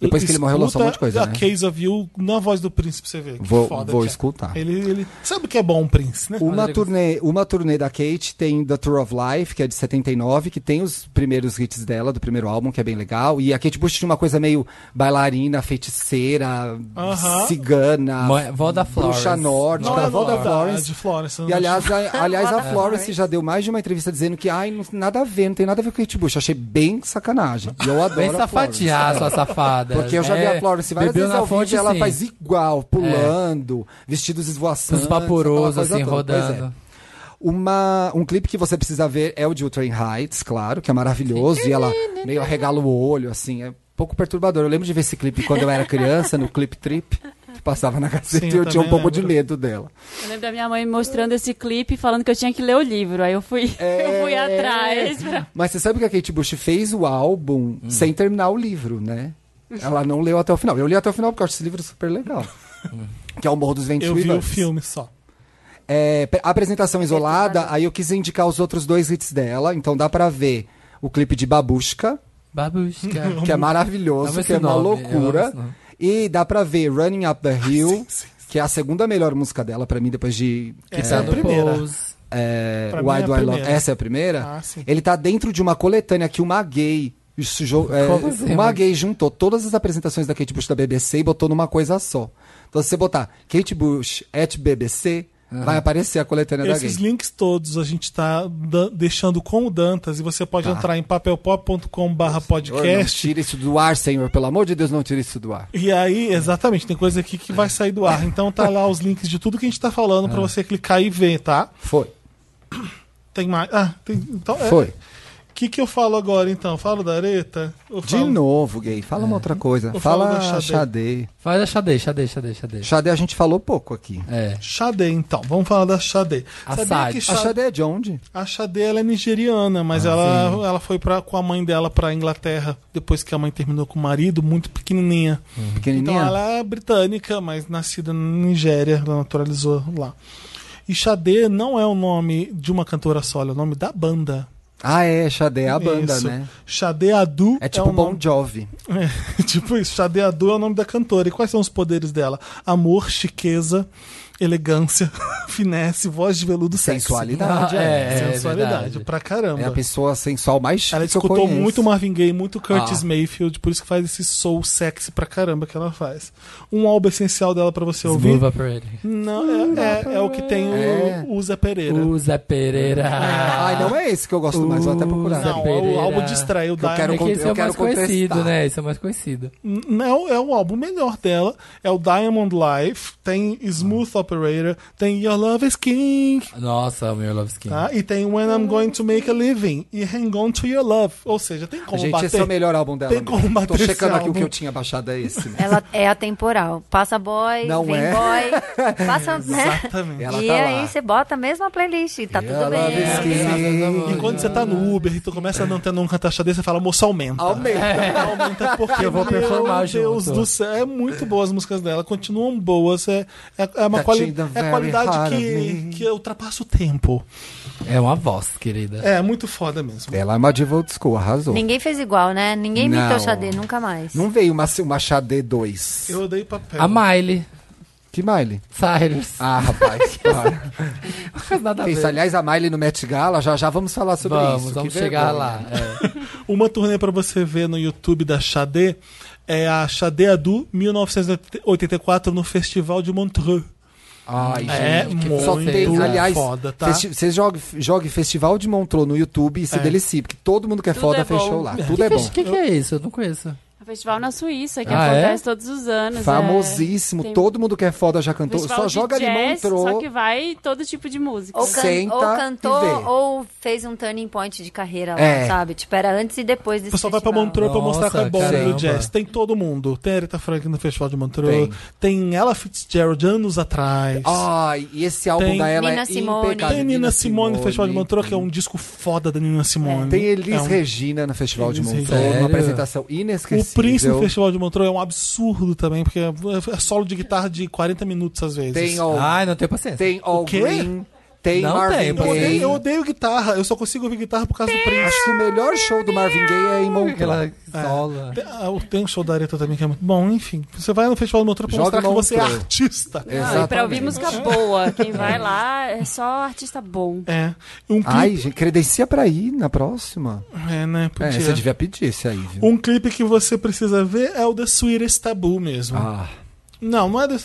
B: Depois que ele morreu, lançou um monte de coisa,
A: A
B: né?
A: Case of You na voz do Prince pra você ver. Que
B: Vou-
A: foda
B: vou
A: que é.
B: escutar.
A: Ele, ele sabe o que é bom, Prince, né?
B: Uma
D: Rodrigo.
B: turnê, uma turnê da Kate tem The Tour of Life, que é de 79, que tem os primeiros hits dela, do primeiro álbum, que é bem legal. E a Kate Bush tinha uma coisa meio bailarina, feiticeira,
A: Aham.
B: cigana,
D: Mãe- vó da
B: bruxa
D: Florence.
B: nórdica,
D: Não é
B: vó da
A: novidade,
B: Florence.
A: Florence.
B: E aliás, a, aliás, a
E: Vó da
B: Florence
E: Florence.
B: já deu mais de uma entrevista dizendo que ai, não- nada a ver, não tem nada a ver com a Kate Bush. Achei bem sacanagem. E eu adoro
D: Bem
B: a Florence.
D: safadinha, sua safada. É,
B: Porque eu já vi a Florence várias
D: bebeu
B: vezes
D: na
B: ao vivo
D: fonte,
B: e ela
D: sim. É.
B: faz igual, pulando, vestidos esvoaçantes.
D: Os
B: aquela
D: vaporos,
B: coisa
D: um assim,
B: toda. Pois é.
D: rodando.
B: Uma, um clipe que você precisa ver é o de Ultra Heights, claro, que é maravilhoso. E ela meio arregala o olho, assim, é um pouco perturbador. Eu lembro de ver esse clipe quando eu era criança, no Clip Trip, que passava na Gazeta,
A: Sim,
B: e
A: eu
B: eu tinha um
A: também
B: pouco de
A: lembro.
B: medo dela.
C: Eu lembro da minha mãe me mostrando esse clipe e falando que eu tinha que ler o livro. Aí eu fui,
B: É.
C: eu fui atrás. pra-
B: Mas você sabe que a Kate Bush fez o álbum sem terminar o livro, né? Ela não leu até o final. Eu li até o final porque eu acho esse livro super legal. Que é o Morro dos Ventos
A: eu vi o
B: Uivantes.
A: filme só.
B: É, pe- apresentação isolada, aí eu quis indicar os outros dois hits dela, então dá pra ver o clipe de Babushka,
D: Babusca.
B: que é
D: Amo
B: maravilhoso,
D: esse
B: que é uma
D: nome, eu amo
B: loucura.
D: esse nome. Ah,
B: E dá pra ver Running Up the Hill, que é a segunda melhor música dela pra mim depois de
A: É,
D: Tá no
A: a primeira.
D: Pose.
B: é,
A: Pra mim é
B: Why
A: a
B: Do I Love.
A: primeira.
B: Essa é a primeira?
A: Ah, sim.
B: Ele tá dentro de uma coletânea que uma gay. isso jo- é,
D: Como assim,
B: uma
D: mano?
B: gay juntou todas as apresentações da Kate Bush da BBC e botou numa coisa só. Então, se você botar Kate Bush at BBC, vai aparecer a coletânea né, da gay.
A: Esses links todos a gente tá da- deixando com o Dantas e você pode entrar em papelpop.com/barra
B: Senhor, Tá. não
A: podcast.
B: tira isso do ar, senhor. Pelo amor de Deus, não tira isso do ar.
A: E aí, exatamente, tem coisa aqui que vai sair do ar. Então tá lá os links de tudo que a gente tá falando
B: Ah.
A: pra você clicar e ver, tá?
B: Foi.
A: Tem mais. Ah, tem. Então, é,
B: Foi.
A: que, que eu falo agora, então? Falo da areta? Eu
B: De
A: falo-
B: novo, gay. Fala uma outra coisa.
A: Eu falo É.
B: Fala
A: da Xadê.
B: Xadê.
D: Faz a xadê, xadê, xadê, xadê.
B: Xadê a gente falou pouco aqui.
D: É.
A: Xadê, então. Vamos falar da Xadê.
D: A
A: Sabia que
D: Sade.
B: A Ah,
A: Xa-
B: Xadê é de onde?
A: a Xadê ela é nigeriana, mas ela, ela foi pra, com a mãe dela pra Inglaterra depois que a mãe terminou com o marido, muito pequenininha. Então
B: Pequenininha?
A: ela é britânica, mas nascida na Nigéria, ela naturalizou lá. E Xadê não é o nome de uma cantora só, é o nome da banda.
B: Ah, é. Xadê é a banda,
A: Isso.
B: né?
A: Xadê Adu
B: É tipo
A: o
B: Bon
A: nome...
B: Jovi.
A: É, tipo isso, Xadê Adu é o nome da cantora. E quais são os poderes dela? Amor, chiqueza, elegância, finesse, voz de veludo, sexy.
B: Sensualidade.
D: Ah,
B: é.
D: é.
A: Sensualidade,
D: verdade.
A: pra caramba.
B: É a pessoa sensual mais chique
A: Ela
B: que eu
A: escutou
B: conheço.
A: muito Marvin Gaye, muito Curtis
B: Ah.
A: Mayfield, por isso que faz esse soul sexy pra caramba que ela faz. Um álbum essencial dela pra você ouvir.
D: Smooth Operating.
A: Não, é, é, é o que tem o,
B: É.
A: o Zé Pereira.
D: O Zé Pereira.
B: Ai, não é esse que eu gosto mais. Vou até procurar.
D: Zé
A: Não, é o
D: Pereira.
A: álbum distraiu da.
B: Eu quero
D: É que esse
B: eu
D: é o
B: quero
D: mais conhecido,
B: contestar.
D: né? Esse é o mais conhecido.
A: Não, é o álbum melhor dela. É o Diamond Life, tem Smooth Operator, tem Your Love is King,
D: Nossa, o meu Love Skin.
A: tá? E tem When I'm Going to Make a Living e Hang On to Your Love. Ou seja, tem como
B: Gente,
A: bater.
B: esse é o melhor álbum dela.
A: Tem
B: mesmo.
A: como bater
B: Tô checando
A: esse
B: aqui o que
A: álbum.
B: eu tinha baixado é esse.
E: Ela é atemporal. Passa boy,
B: Não
E: vem
B: é.
E: boy. Passa, né?
A: Exatamente.
B: Ela
E: e
B: tá lá.
E: aí você bota a mesma playlist e tá tudo
B: Ela
E: bem.
B: vestiu-
A: E quando você tá no Uber e tu começa a não ter nunca taxa desse, você fala, moça, aumenta.
B: Aumenta.
A: Aumenta porque
D: Eu vou
A: meu
D: performar
A: Deus
D: junto.
A: do céu, é muito boas as músicas dela, continuam boas, é, é, é uma
B: That
A: quali-
B: she the
A: é
B: Tá very
A: qualidade
B: heart of
A: que,
B: me.
A: que ultrapassa o tempo.
D: É uma voz, querida.
A: É muito foda mesmo.
B: Ela é uma diva old school, arrasou.
E: Ninguém fez igual, né? Ninguém
B: Não.
E: imitou Xadê, nunca mais.
B: Não veio uma, uma Xadê 2.
A: Eu odeio papel.
D: A Miley
B: Que Miley?
D: Cyrus.
B: Ah, rapaz, para.
D: Não faz
A: Tá
D: nada a
B: Isso,
D: ver.
B: aliás, a Miley no Met Gala, já já vamos falar sobre
D: Vamos,
B: isso.
D: vamos
B: que
D: chegar
B: vergonha.
D: lá. É.
A: Uma turnê pra você ver no YouTube da Xadê é a Xadê Adu 1984 no Festival de Montreux.
B: Ai,
A: É
B: gente.
A: muito
B: Só tem, aliás,
A: foda, tá?
B: festi- você jogue, jogue Festival de Montreux no YouTube e se
A: É.
B: delicie, porque todo mundo que é
C: Tudo
B: foda
C: é bom.
B: fechou lá. Tudo é bom.
D: O que, que é isso? Eu não conheço.
C: É um festival na Suíça que
D: Ah, é?
C: acontece todos os anos. é.
B: Famosíssimo,
C: Tem
B: todo mundo que é foda já cantou.
C: festival
B: Só
C: de
B: joga ali
C: jazz, Só
B: Montreux.
C: que vai todo tipo de música.
E: Ou, can-
B: Senta
E: ou
B: e vê.
E: cantou ou fez um turning point de carreira lá,
B: É.
E: sabe? Tipo, era antes e depois
A: O
E: desse
A: pessoal vai pra
E: festival.
A: Montreux pra mostrar que é
D: Nossa,
A: bom do
D: caramba.
A: jazz. Tem todo mundo. Tem a Aretha Franklin no Festival de Montreux. Tem, Ella Fitzgerald anos atrás.
B: Ai, e esse álbum
A: Tem-
B: da ela
E: Nina
B: é
E: Simone.
B: impecável.
A: Tem Nina Simone no Festival de Montreux, que é um disco foda da Nina Simone.
B: Tem Elis
A: É um-
B: Regina no Festival
A: Elis
B: de Montreux, É
D: Regina.
B: uma apresentação inesquecível.
A: O Príncipe no Festival de Montreux é um absurdo também, porque é é solo de guitarra de 40 minutos às vezes.
B: Tem All,
D: Ai, não tenho paciência.
B: tem all
A: Ah, quê?
B: Green, tem
D: Não
B: Marvin
D: tem,
A: eu,
B: Gaye.
A: odeio, eu odeio guitarra, eu só consigo ouvir guitarra por causa do Príncipe.
B: Acho que o melhor show do Marvin Gaye é em
D: Aquela
B: Montreux. É.
D: sola.
A: Tem- ah, Tem um show da Areta também que é muito bom, enfim. Você vai no Festival de Montreux pra mostrar
B: Joga
A: que você é
B: Montreux.
A: artista.
C: Ah, e pra
B: Exatamente.
C: ouvir música boa. Quem vai lá é só artista bom.
A: É. Um
B: Ai,
A: clipe.
B: gente, credencia pra ir na próxima.
A: É, né?
B: É,
A: Podia.
B: você devia pedir esse aí, viu?
A: Um clipe que você precisa ver é o The Sweetest Taboo mesmo.
B: Ah,
A: Não, não é. The...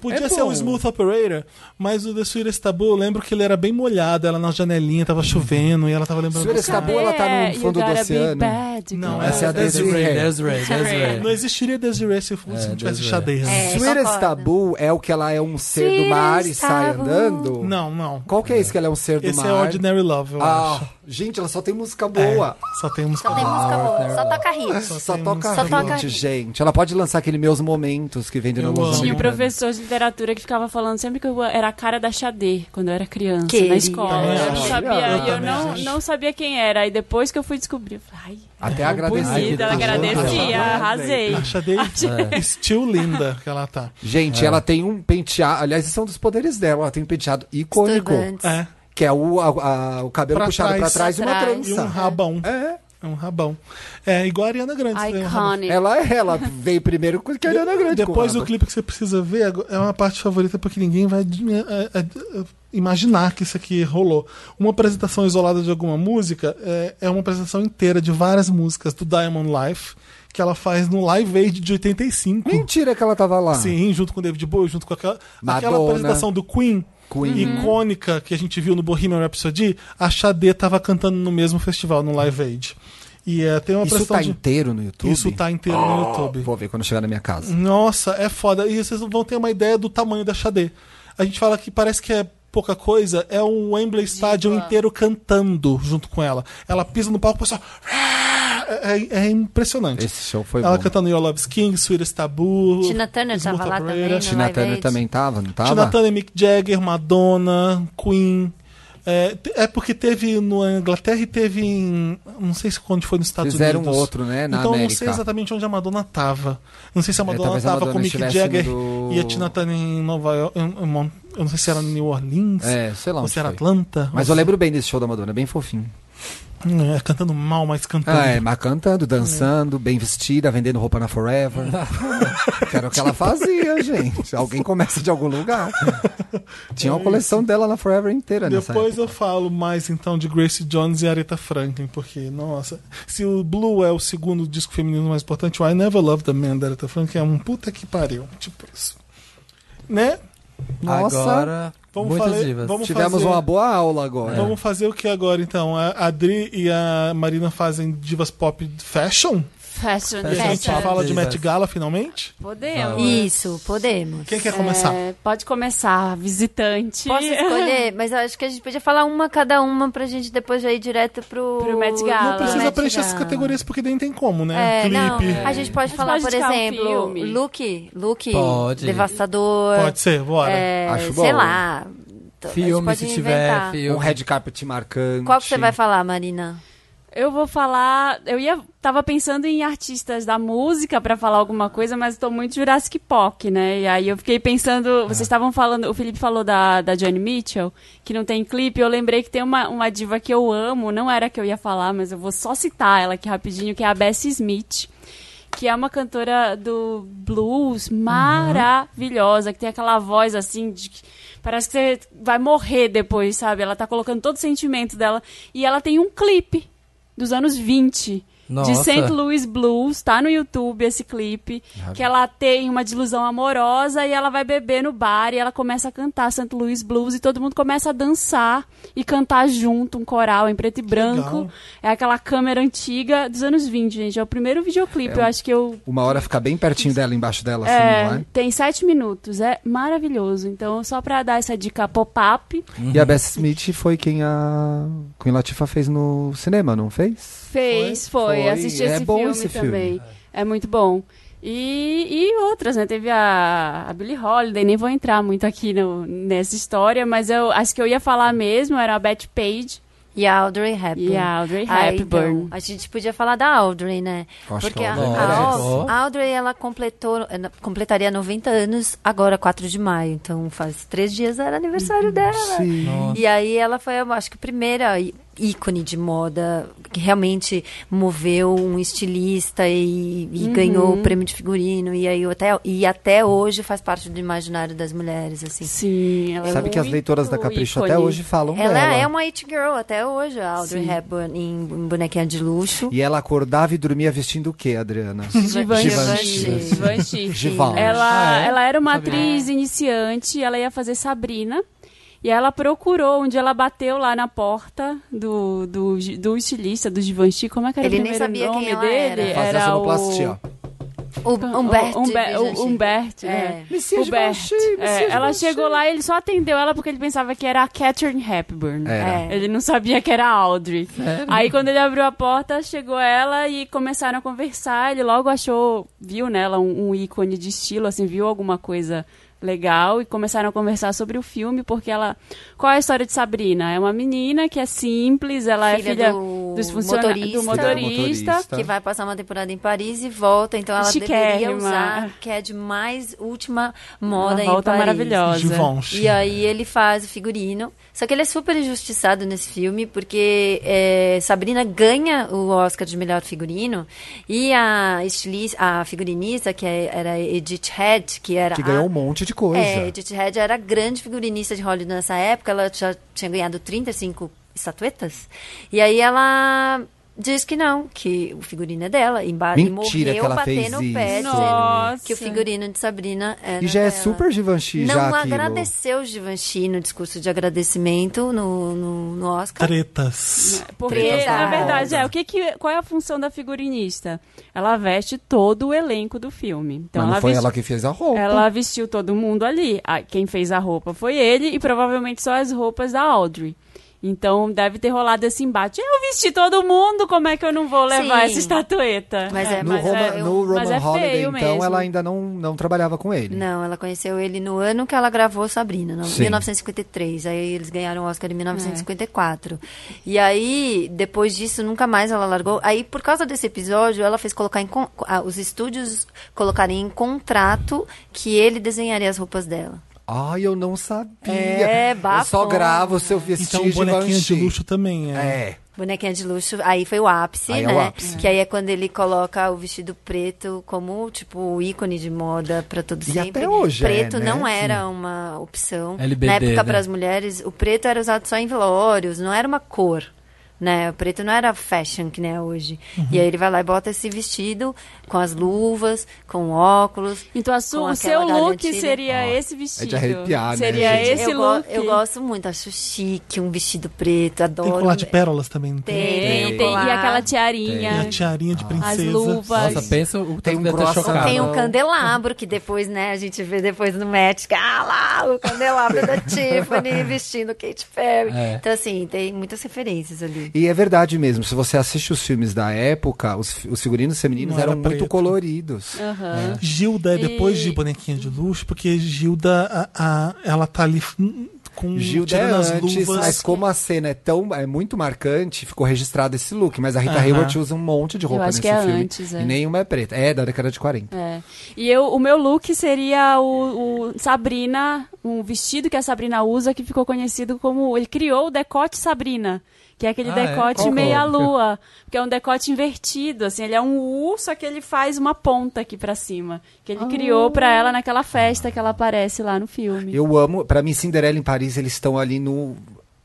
A: Podia
D: É
A: ser o
D: bom.
A: Smooth Operator, mas o The Sweetest Taboo, eu lembro que ele era bem molhado, ela na janelinha, tava chovendo e ela tava lembrando.
B: Sweetest
A: do cara.
B: Taboo, ela tá no
C: É, you
B: fundo do
C: gotta be
B: oceano.
C: bad,
A: Não,
C: girl.
A: essa é a
B: Desiree.
D: Desiree, Desiree,
B: É.
A: Não
D: Desiree.
A: existiria Desiree se, se não tivesse né?
D: Desiree.
A: xadeira.
E: É,
B: Sweetest
E: concordo.
B: Taboo é o que ela é um ser do
E: Sweetest
B: mar e sai
E: Taboo.
B: andando?
A: Não, não.
B: Qual que é esse que ela é um ser do
A: Esse
B: mar?
A: é Ordinary Love, eu acho.
B: Ah, gente, ela só tem música boa.
A: É, só tem música
E: Só tem
A: boa.
E: música boa, só toca hit.
A: É. Só
B: Só
A: tem
B: toca
A: música
E: Só toca
B: hit,
E: hit.
B: gente. Ela pode lançar aquele Meus Momentos que vende no
A: Eu
B: Los
A: amo.
C: Tinha um
A: Lembra?
C: professor de literatura que ficava falando sempre que eu era a cara da Xadê quando eu era criança,
E: Querida.
C: na escola.
A: Também
C: Eu
A: acho.
C: não
B: Eu
C: sabia, e eu
A: também
C: não,
A: acho.
C: não sabia quem era. E depois que eu fui descobrir, eu falei,
A: É um
B: Até
C: ai,
D: Ai,
B: agradecer.
D: que
C: bonita, ela
D: tudo.
C: agradecia,
B: Ah,
C: arrasei.
A: A Xadê
B: É.
A: still linda que ela tá.
B: Gente, ela tem um penteado. Aliás, esse é um dos poderes dela. Ela tem um penteado icônico.
E: Turbantes.
A: É.
B: Que é o, a- a- o cabelo
A: Pra
B: puxado
A: trás.
B: pra trás e uma
E: Pra trás.
A: E um
B: trança.
A: rabão.
B: É.
A: É um rabão. É igual a Ariana Grande. você tem um rabão.
C: Iconic.
B: Ela é, ela veio primeiro com que a Ariana Grande. com
A: Depois
B: o
A: do
B: rabo.
A: clipe que você precisa ver, agora- é uma parte favorita porque ninguém vai é, é, é, imaginar que isso aqui rolou. Uma apresentação isolada de alguma música é, é uma apresentação inteira de várias músicas do Diamond Life que ela faz no Live Aid de 85.
B: Mentira que ela tava lá.
A: Sim, junto com o David Bowie, junto com aquela, aquela
B: Madonna.
A: apresentação do Queen, Uhum.
B: Queen. Uhum.
A: icônica que a gente viu no Bohemian Rhapsody, a Xadê tava cantando no mesmo festival, no Live Aid. E é, tem uma
B: Isso
A: apresentação
B: tá
A: de...
B: inteiro no YouTube?
A: Isso tá inteiro no YouTube.
B: Vou ver quando chegar na minha casa.
A: Nossa, é foda. E vocês vão ter uma ideia do tamanho da Xadê. A gente fala que parece que é pouca coisa, é um Wembley Stadium inteiro cantando junto com ela. Ela pisa no palco, o pessoal. É, é impressionante.
B: Esse show foi
A: ela
B: bom.
A: cantando Your Love's King, Sweetest Taboo.
E: Tina Turner
A: Smooth
E: tava lá
A: Operator.
E: também, né?
B: Tina
E: Live
B: Turner
E: Aid.
B: também tava, não tava?
A: Tina Turner, Mick Jagger, Madonna, Queen. É, te- é porque teve na Inglaterra e teve em. Não sei se quando foi nos Estados
B: Fizeram
A: Unidos.
B: outro, né,
A: então
B: na
A: eu não
B: América. É,
A: sei exatamente onde a Madonna tava. Não sei se a Madonna
B: talvez a
A: tava
B: Madonna
A: com Mick
B: estivesse
A: Jagger
B: no-
A: e a Tina Turner em Nova York. em- em Mon- Eu não sei se era New Orleans.
B: É, sei lá
A: ou
B: onde
A: se era
B: foi.
A: Atlanta.
B: Mas eu
A: ou se-
B: lembro bem desse show da Madonna, bem fofinho.
A: É, cantando mal, mas cantando.
B: Ah, é, mas cantando, dançando, bem vestida, vendendo roupa na Forever. que era o que ela fazia, gente. Alguém começa de algum lugar. Tinha uma coleção dela na Forever inteira nessa
A: Depois
B: época.
A: eu falo mais então de Grace Jones e Aretha Franklin, porque, nossa, se o Blue é o segundo disco feminino mais importante, o I Never Loved a Man da Aretha Franklin é um puta que pariu. Tipo isso. Né?
B: Nossa,
D: Agora,
A: Vamos
D: muitas
A: falar-
D: divas.
A: vamos-
B: tivemos
A: fazer-
B: uma boa aula agora.
A: Vamos fazer o que agora então? A Adri e a Marina fazem divas pop fashion?
C: Fashion é,
A: E a gente
D: Fashion.
A: fala de
D: Divas.
A: Met Gala finalmente?
C: Podemos.
E: Isso, podemos.
A: Quem quer começar?
C: É, pode começar, visitante.
E: Posso escolher? Mas eu acho que a gente podia falar uma cada uma pra gente depois já ir direto pro...
C: Pro Met Gala.
A: Não precisa
E: Ah, Met
A: preencher essas
E: Gala.
A: categorias porque nem tem como, né?
E: É, não,
A: Clipe.
E: a gente pode
C: gente
E: falar,
C: pode
E: por
C: indicar um
E: exemplo,
C: filme.
E: Luke, Luke,
D: Pode.
E: Devastador,
A: Pode ser, bora.
E: é,
B: Acho
E: sei
B: bom.
E: lá, a gente
D: Filme,
E: pode
D: se
E: inventar.
D: tiver,
B: Um
D: filme.
B: red carpet marcante.
E: Qual que você vai falar, Marina?
C: Eu vou falar. Eu ia. Tava pensando em artistas da música pra falar alguma coisa, mas tô muito Jurassic Pop, né? E aí eu fiquei pensando. Vocês estavam falando. O Felipe falou da, da Johnny Mitchell, que não tem clipe. Eu lembrei que tem uma, uma diva que eu amo. Não era a que eu ia falar, mas eu vou só citar ela aqui rapidinho, que é a Bessie Smith. Que é uma cantora do blues maravilhosa, que tem aquela voz assim de que- Parece que você vai morrer depois, sabe? Ela tá colocando todo o sentimento dela. E ela tem um clipe dos anos 20.
D: Nossa.
C: De St. Louis Blues, tá no YouTube esse clipe. Que ela tem uma desilusão amorosa e ela vai beber no bar e ela começa a cantar St. Louis Blues e todo mundo começa a dançar e cantar junto, um coral em preto e branco.
A: legal.
C: É aquela câmera antiga dos anos 20, gente. É o primeiro videoclipe, eu acho que eu
B: Uma hora ficar bem pertinho dela, embaixo dela, assim, não
C: é,
B: é?
C: tem sete minutos, é maravilhoso. Então, só pra dar essa dica pop-up,
D: Uhum.
B: E a Bessie Smith foi quem a Queen Latifah fez no cinema, não fez?
C: fez,
B: Foi?
C: foi.
B: Foi.
C: Assisti
B: É
C: esse
B: bom
C: filme
B: esse filme.
C: também. É muito bom. E, e outras, né? Teve a, a Billie Holiday, nem vou entrar muito aqui no- nessa história, mas eu acho que eu ia falar mesmo, era a Betty Page
E: E a Audrey Hepburn.
C: e a Audrey
E: Ah,
C: Hepburn.
E: então, a gente podia falar da Audrey, né?
B: Eu acho
E: Porque
B: que a
E: a,
B: Audrey
E: a
D: merece.
E: Au- a Audrey, ela completou, eh, na- completaria 90 anos agora, 4 de maio. Então, faz três dias era aniversário
C: Uhum.
E: dela.
B: Sim.
E: E aí ela foi, eu acho que, a primeira í- ícone de moda que realmente moveu um estilista e, e
C: Uhum.
E: ganhou o prêmio de figurino. E, aí, até, e até hoje faz parte do imaginário das mulheres, assim.
C: Sim, ela é
B: Sabe que as
C: muito
B: leitoras da Capricho
C: ícone.
B: até hoje falam
E: Ela
B: dela.
E: é uma it girl até hoje, a Audrey
C: Sim.
E: Hepburn, em, em bonequinha de luxo.
B: E ela acordava e dormia vestindo o quê, Adriana?
C: Givenchy.
E: Givenchy.
C: Givenchy.
B: Givenchy.
C: Ela,
D: Ah, é?
C: ela era
B: Tá
C: uma
D: Sabia.
C: atriz iniciante, ela ia fazer Sabrina. E ela procurou, um dia ela bateu lá na porta do, do, gi- do estilista, do Givenchy, como é que era
E: Ele
C: o
E: nem
C: primeiro
E: sabia quem
C: nome
E: ela
C: dele?
E: era.
B: Fazia
C: Era
B: sonoplastia.
E: O
C: o...
E: Humberto.
C: o Humber-
E: gente. É.
C: o Humberto, né?
B: Monsieur
C: Humberto.
B: Givenchy,
C: É,
B: Monsieur
C: ela
B: Givenchy.
C: chegou lá e ele só atendeu ela porque ele pensava que era a Catherine Hepburn.
B: Era.
C: É, Ele não sabia que era a Audrey. Aí quando ele abriu a porta, chegou ela e começaram a conversar. Ele logo achou, viu nela um, um ícone de estilo, assim, viu alguma coisa legal e começaram a conversar sobre o filme porque ela qual é a história de Sabrina é uma menina que é simples ela
E: Filha
C: é filha
E: do
C: dos funcionários
E: motorista.
C: do motorista
B: Motorista.
E: Que vai passar uma temporada em Paris e volta. Então ela deveria
C: Chiquérrima.
E: usar, que é de mais última moda
C: uma
E: em
C: volta
E: Paris.
C: maravilhosa
A: Givenchy.
E: E aí ele faz o figurino. Só que ele é super injustiçado nesse filme, porque é, Sabrina ganha o Oscar de melhor figurino. E a, estilista, a figurinista, que é- era Edith Head, que era
B: Que ganhou
E: a-
B: um monte de coisa.
E: é, Edith Head era a grande figurinista de Hollywood nessa época, ela já tinha ganhado 35 estatuetas. E aí ela diz que não, que o figurino é dela. E, ba- e
B: Mentira que
E: morreu
B: ela
E: bater
B: fez
E: no
B: isso.
E: pé dizendo
C: Nossa.
E: que o figurino de Sabrina era
B: E já é
E: dela.
B: super Givenchy,
E: Não
B: já aquilo.
E: agradeceu Givenchy no discurso de agradecimento no, no, no Oscar. É.
A: Tretas.
C: Porque,
E: Treta.
C: na verdade, é, o que que, qual é a função da figurinista? Ela veste todo o elenco do filme. Então,
B: Mas não
C: ela,
B: foi
C: vesti-
B: ela que fez a roupa.
C: ela vestiu todo mundo ali. Ah, Quem fez a roupa foi ele e provavelmente só as roupas da Audrey. Então, deve ter rolado esse embate. Eu vesti todo mundo, como é que eu não vou levar
E: Sim.
C: essa estatueta?
E: Mas é-
B: No,
E: mas
B: Roma-
E: é-
B: no Roman
C: mas é feio
B: Holiday, então,
C: mesmo.
B: ela ainda não, não trabalhava com ele.
E: Não, ela conheceu ele no ano que ela gravou Sabrina, no
B: Sim.
E: 1953. Aí eles ganharam o Oscar em 1954.
B: É.
E: E aí, depois disso, nunca mais ela largou. Aí, por causa desse episódio, ela fez colocar em con- ah, os estúdios colocarem em contrato que ele desenharia as roupas dela.
B: Ai, eu não sabia.
E: É,
B: Eu só
E: bafona.
B: gravo seu
A: Então,
B: vestido
A: bonequinha de
B: Givenchy.
A: luxo também é.
B: um É.
E: Bonequinha de luxo, aí foi o ápice,
B: Aí é
E: né?
B: o ápice.
E: Que aí é quando ele coloca o vestido preto como, tipo, o ícone de moda pra todo
B: E
E: sempre.
B: até hoje é,
E: Preto
B: né?
E: não era uma opção.
D: LBD,
E: Na época,
D: né?
E: para as mulheres, o preto era usado só em velórios, não era uma cor. Né? O preto não era fashion que nem é hoje.
B: Uhum.
E: E aí ele vai lá e bota esse vestido com as luvas, com óculos.
C: Então, a su-
E: Com
C: o
E: aquela
C: seu look
E: garantilha.
C: seria
B: Ó, é
C: esse vestido.
B: arrepiar, né,
C: seria
B: gente?
C: esse
E: eu, go-
C: look.
E: eu gosto muito, acho chique um vestido preto, adoro.
A: Tem colar de pérolas também, não tem?
E: Tem,
C: Tem, tem.
E: tem colar.
C: E aquela
A: E
C: tiarinha.
A: a tiarinha de
C: As
A: princesa.
C: luvas.
D: Nossa, pensa
B: Tem
D: o tem
B: um
D: um tá
B: croissant.
D: chocado.
E: Tem um
B: Não.
E: candelabro que depois, né, a gente vê depois no Match, que, ah lá, o candelabro da Tiffany vestindo Kate Perry.
D: É.
E: Então, assim, tem muitas referências ali.
B: E é verdade mesmo, se você assiste os filmes da época, os, fi- os figurinos femininos
A: Não era
B: eram muito
A: preto.
B: coloridos.
C: Hum. Aham.
A: Gilda é depois
C: E-
A: de bonequinha de luxo, porque Gilda, a, a- ela tá ali hum, com
B: Gilda é
A: tirando as
B: antes,
A: luvas.
B: mas como a cena é tão é muito marcante, ficou registrado esse look. Mas a Rita
A: Aham.
B: Hayward usa um monte de roupa
C: acho
B: nesse
C: que é
B: filme.
C: antes, é.
B: E nenhuma é preta. É, da década de 40.
C: É. E eu, o meu look seria o, o Sabrina, um vestido que a Sabrina usa que ficou conhecido como. Ele criou o decote Sabrina, que é aquele
D: Ah, é?
C: decote
D: Qual cor?
C: meia-lua, porque é um decote invertido, assim, ele é um U, só que ele faz uma ponta aqui pra cima, que ele criou pra ela naquela festa que ela aparece lá no filme.
B: Eu amo. Pra mim, Cinderela em Paris, eles estão ali no.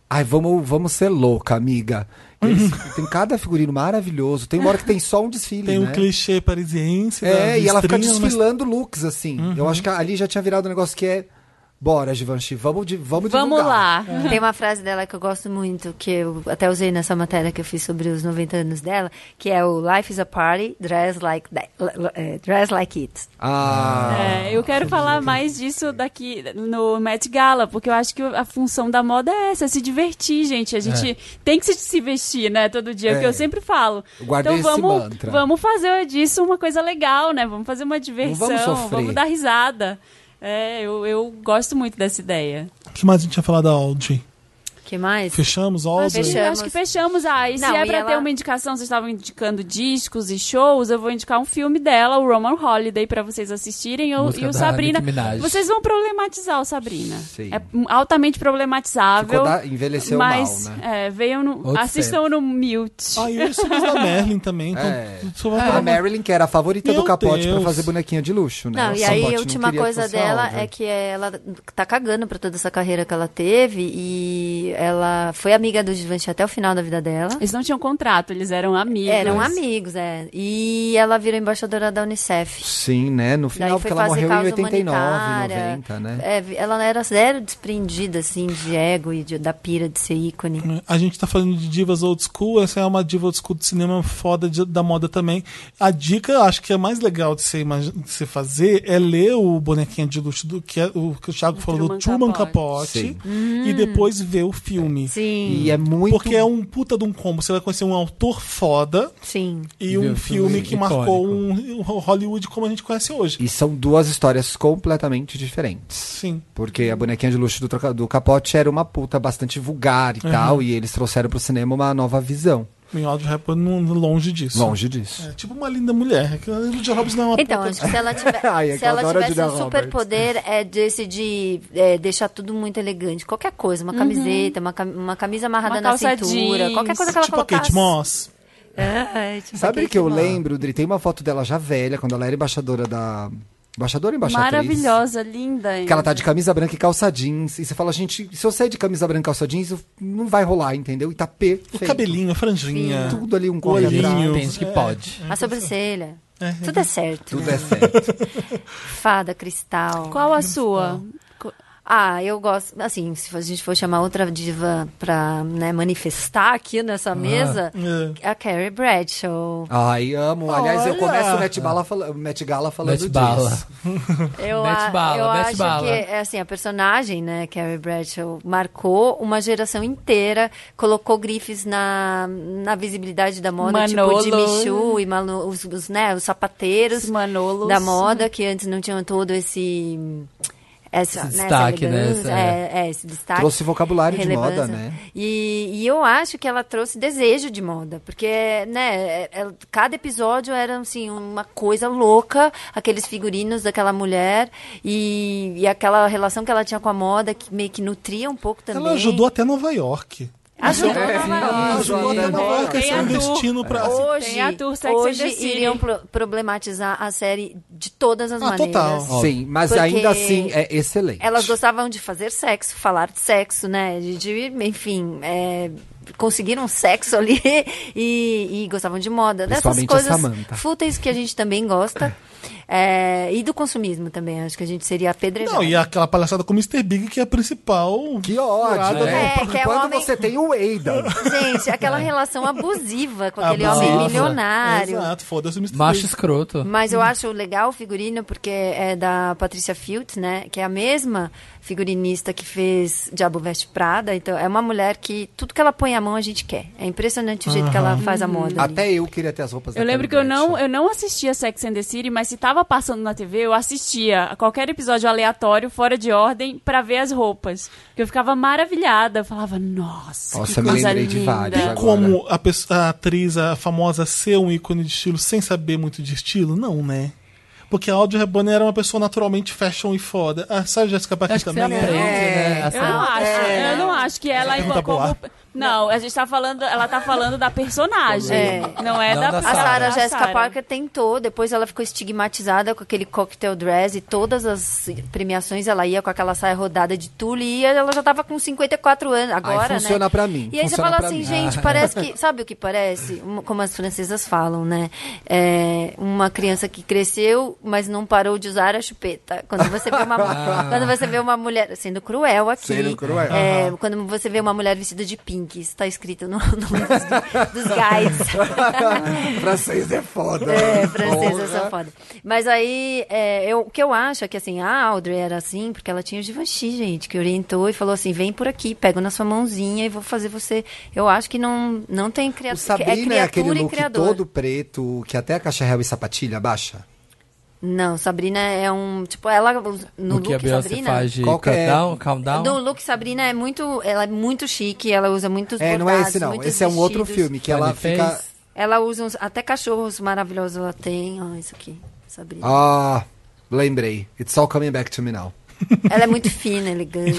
B: Ai, vamos, vamos ser louca, amiga. Eles, tem cada figurino maravilhoso. Tem uma hora que tem só um desfile.
A: Tem
B: né?
A: um clichê parisiense. da né? Uhum.
B: É, e ela fica
A: listrinha, mas
B: desfilando looks, assim. Eu acho que ali já tinha virado um negócio que é. Bora, Givenchy, vamos de Vamos,
C: Vamos
B: divulgar."
C: lá.
E: Ah, Tem uma frase dela que eu gosto muito, que eu até usei nessa matéria que eu fiz sobre os 90 anos dela, que é o Life is a Party, Dress Like, that, eh, dress like It.
B: Ah,
C: É, eu quero falar mais disso daqui no Met Gala, porque eu acho que a função da moda é essa, é se divertir, gente. A gente tem que se, se vestir, né, todo dia,
B: É.
C: que eu sempre falo.
B: Eu guardei
C: então
B: esse
C: vamos,
B: mantra.
C: vamos fazer disso uma coisa legal, né? Vamos fazer uma diversão,
B: sofrer.
C: dar risada. É, eu, eu gosto muito dessa ideia.
A: O que mais a gente tinha falado da Audrey?
E: que mais?
A: Fechamos Audrey?
E: fechamos.
C: Eu acho que fechamos. Ah, e se
E: Não,
C: é
E: e
C: pra
E: ela-
C: ter uma indicação, vocês estavam indicando discos e shows, eu vou indicar um filme dela, o Roman Holiday, pra vocês assistirem, eu-
D: Música
C: e o
D: da
C: Sabrina.
D: Nicki Minaj.
C: Vocês vão problematizar o Sabrina.
B: Sim.
C: É altamente
A: Ah.
C: problematizável.
B: Ficou da- envelheceu
C: mas
B: mal, né?
C: é, venham no-
D: Outro
C: assistam no mute.
A: Ah, e os filmes da Merlin também. Então,
B: É.
A: só vai
B: A
A: falar-
B: Marilyn, que era a favorita
A: Meu
B: do capote pra
A: Deus.
B: fazer bonequinha de luxo, né?
E: Não,
B: O
E: e
B: Capote
E: aí a
B: não
E: última
B: queria né?
E: coisa
B: fosse a
E: dela
B: Audrey.
E: é que ela tá cagando pra toda essa carreira que ela teve e ela foi amiga do Givenchy até o final da vida dela.
C: Eles não tinham contrato, eles eram amigos.
E: Eram amigos, é. E ela virou embaixadora da Unicef.
B: Sim, né? No
E: Daí
B: final, porque
E: foi
B: ela morreu
E: fazer
B: em
E: causa
B: 89,
E: humanitária.
B: 90, né?
E: É, ela era zero desprendida, assim, de ego e de- da pira de ser ícone.
A: A gente tá falando de divas old school, essa é uma diva old school do cinema foda de- da moda também. A dica, acho que é mais legal de você, imagi- de você fazer é ler o bonequinho de luxo do que é- o que o Thiago falou do
C: Truman
A: Truman Capote e depois ver o filme.
E: Sim,
B: E é muito.
A: Porque é um puta de um combo. Você vai conhecer um autor foda
E: sim.
A: e
D: Viu,
A: um filme
D: filme
A: que
D: icônico.
A: marcou um um Hollywood como a gente conhece hoje.
B: E são duas histórias completamente diferentes.
A: Sim.
B: Porque a bonequinha de luxo do, troca- do capote era uma puta bastante vulgar e tal, e eles trouxeram pro cinema uma nova visão.
A: E o Audrey Hepburn não- longe disso.
B: Longe disso.
A: É tipo uma linda mulher. que A Julia Roberts não é uma
E: Então,
A: puta.
E: acho que se ela, tiver,
B: Ai, é que
E: se
B: eu
E: ela
B: adoro a
E: tivesse um
B: Julia
E: superpoder, é desse de é, deixar tudo muito elegante. Qualquer coisa,
B: Uhum.
E: uma camiseta, uma, cam- uma camisa amarrada
C: Uma
E: na
C: calça
E: cintura,
C: jeans.
E: qualquer coisa que ela
A: tipo a
E: colocasse.
A: Kate Moss.
E: É, é, tipo
B: Sabe
E: aquele
B: que eu
E: filme lá.
B: lembro, Dri, tem uma foto dela já velha, quando ela era embaixadora da, Embaixadora ou embaixatriz?
C: Maravilhosa, linda.
B: Que ela tá de camisa branca e calça jeans. E você fala, gente, se eu sair de camisa branca e calça jeans, eu- não vai rolar, entendeu? E tá
A: O
B: perfeito.
A: cabelinho, a franjinha.
B: Tudo ali, um corre
A: Olhinho.
B: atrás.
D: Tem gente que
A: É.
D: pode.
E: A sobrancelha.
A: É.
E: Tudo é certo.
B: Tudo
E: né?
B: é certo.
E: Fada, cristal.
C: Qual a sua?
E: Ah, eu gosto. Assim, se a gente for chamar outra diva pra né, manifestar aqui
D: Ah.
E: nessa mesa,
A: É.
E: a Carrie Bradshaw.
B: Ai, amo. Aliás, eu
A: Olha!
B: começo o Met, Bala fala- Met Gala falando
D: Mete
B: disso.
D: bala.
E: Eu,
D: Mete
E: a-
D: bala,
E: eu
D: mete
E: acho
D: bala.
E: que é, assim, a personagem, né, Carrie Bradshaw, marcou uma geração inteira, colocou grifes na, na visibilidade da moda,
C: Manolo.
E: tipo Jimmy Choo e Malu, os, os, né, os sapateiros.
C: Os Manolos.
E: da moda, que antes não tinham todo esse. Essa,
D: Esse
E: né,
D: destaque,
E: essa
D: né,
E: elegância,
D: essa-
E: é, é, esse destaque.
B: Trouxe vocabulário de
E: relevância.
B: moda, né?
E: E, e eu acho que ela trouxe desejo de moda, porque, né, é- é- cada episódio era, assim, uma coisa louca, aqueles figurinos daquela mulher e, e aquela relação que ela tinha com a moda, que meio que nutria um pouco também.
A: Ela ajudou até Nova York.
E: Ajudou
B: É,
E: na
B: sim,
E: moda.
A: Ela
B: ajudou
A: ajudou até
B: até
A: Nova
B: agora.
A: York a
C: Tem
A: ser um
C: a Tur-
A: destino pra.
C: É.
E: Hoje,
A: assim.
C: Tem a Tour Sex and the
E: hoje
C: City.
E: iriam pro- problematizar a série de todas as
A: Ah,
E: maneiras.
A: total.
B: Sim, mas
E: Porque
B: ainda assim é excelente.
E: Elas gostavam de fazer sexo, falar de sexo, né? De, de- enfim, é, conseguiram sexo ali e, e gostavam de moda. Dessas
B: Principalmente a
E: coisas
B: Samantha.
E: fúteis que a gente também gosta. É, e do consumismo também. Acho que a gente seria apedrejado.
A: Não, e aquela palhaçada com o Mr. Big, que é a principal.
B: Que ódio,
A: Nada
B: né?
E: É,
B: Porque
E: que é o
B: quando
E: homem-
B: você tem o Ada.
E: Gente, aquela relação abusiva com aquele
A: Abusiva.
E: homem milionário.
A: Exato, foda-se o Mr.
D: Macho
A: Big.
D: escroto.
E: Mas eu acho legal o figurino porque é da Patrícia Field, né? Que é a mesma figurinista que fez Diabo Veste Prada. Então, é uma mulher que tudo que ela põe a mão a gente quer. É impressionante o jeito que ela faz a moda. ali.
B: Até eu queria ter as roupas
A: Tá
C: Eu lembro que eu não, eu não assistia Sex and the City, mas se tava passando na TV, eu assistia a qualquer episódio aleatório, fora de ordem, pra ver as roupas. Porque eu ficava maravilhada. Eu falava, nossa,
B: Nossa,
C: que
B: eu me
C: coisa
B: lembrei
C: linda.
B: de vários agora.
A: Como a, pesso- a atriz, a famosa, ser um ícone de estilo sem saber muito de estilo? Não, né? Porque a Audrey Hepburn era uma pessoa naturalmente fashion e foda. Ah, A Sarah Jessica Parker
D: Acho que você
A: também é.
D: aprende, né?
C: Eu não
D: Assim,
E: É.
C: acho, eu não acho que ela é
A: pergunta boa.
C: como... Não, a gente tá falando, ela tá falando da personagem,
E: É.
C: não é
D: Não
C: da,
D: da
E: A
D: Sarah.
E: Sarah
C: da
E: Jessica
C: Sarah.
E: Parker tentou, depois ela ficou estigmatizada com aquele cocktail dress e todas as premiações ela ia com aquela saia rodada de tule e ela já tava com 54 anos agora,
B: funciona
E: né?
B: pra mim,
E: E aí você
B: funciona
E: fala
B: pra
E: assim,
B: mim.
E: gente, parece que, sabe o que parece? Um- Como as francesas falam, né? É, uma criança que cresceu, mas não parou de usar a chupeta. Quando você vê uma, quando você vê uma mulher, sendo cruel aqui.
B: Ah. Sendo cruel.
E: é, Quando você vê uma mulher vestida de pink, isso tá escrito no, no dos, dos guides.
B: Francês é foda.
E: É, francesas são foda. Mas aí, é, eu, o que eu acho é que assim, a Audrey era assim, porque ela tinha o Givenchy, gente, que orientou e falou assim: vem por aqui, pego na sua mãozinha e vou fazer você. Eu acho que não, não tem
B: O
E: criatura. É
B: Sabrina é, aquele
E: criatura e
B: look
E: criador.
B: todo preto, que até a caixa real e sapatilha baixa.
E: Não, Sabrina é um. Tipo, ela. No
D: no
E: look
D: que a Beyoncé
E: Sabrina.
D: faz de
B: Qual que é?
D: countdown, countdown.
E: No look Sabrina é muito. Ela é muito chique, ela usa muitos.
B: É, não é
E: bordados,
B: esse não.
E: muitos
B: Esse é um outro
E: vestidos.
B: filme que ela
D: Funny
B: fica.
D: Face.
E: Ela usa uns, até cachorros maravilhosos ela tem. Ó, isso aqui, Sabrina.
B: Ah, lembrei. It's all coming back to me now.
E: Ela é muito fina, elegante.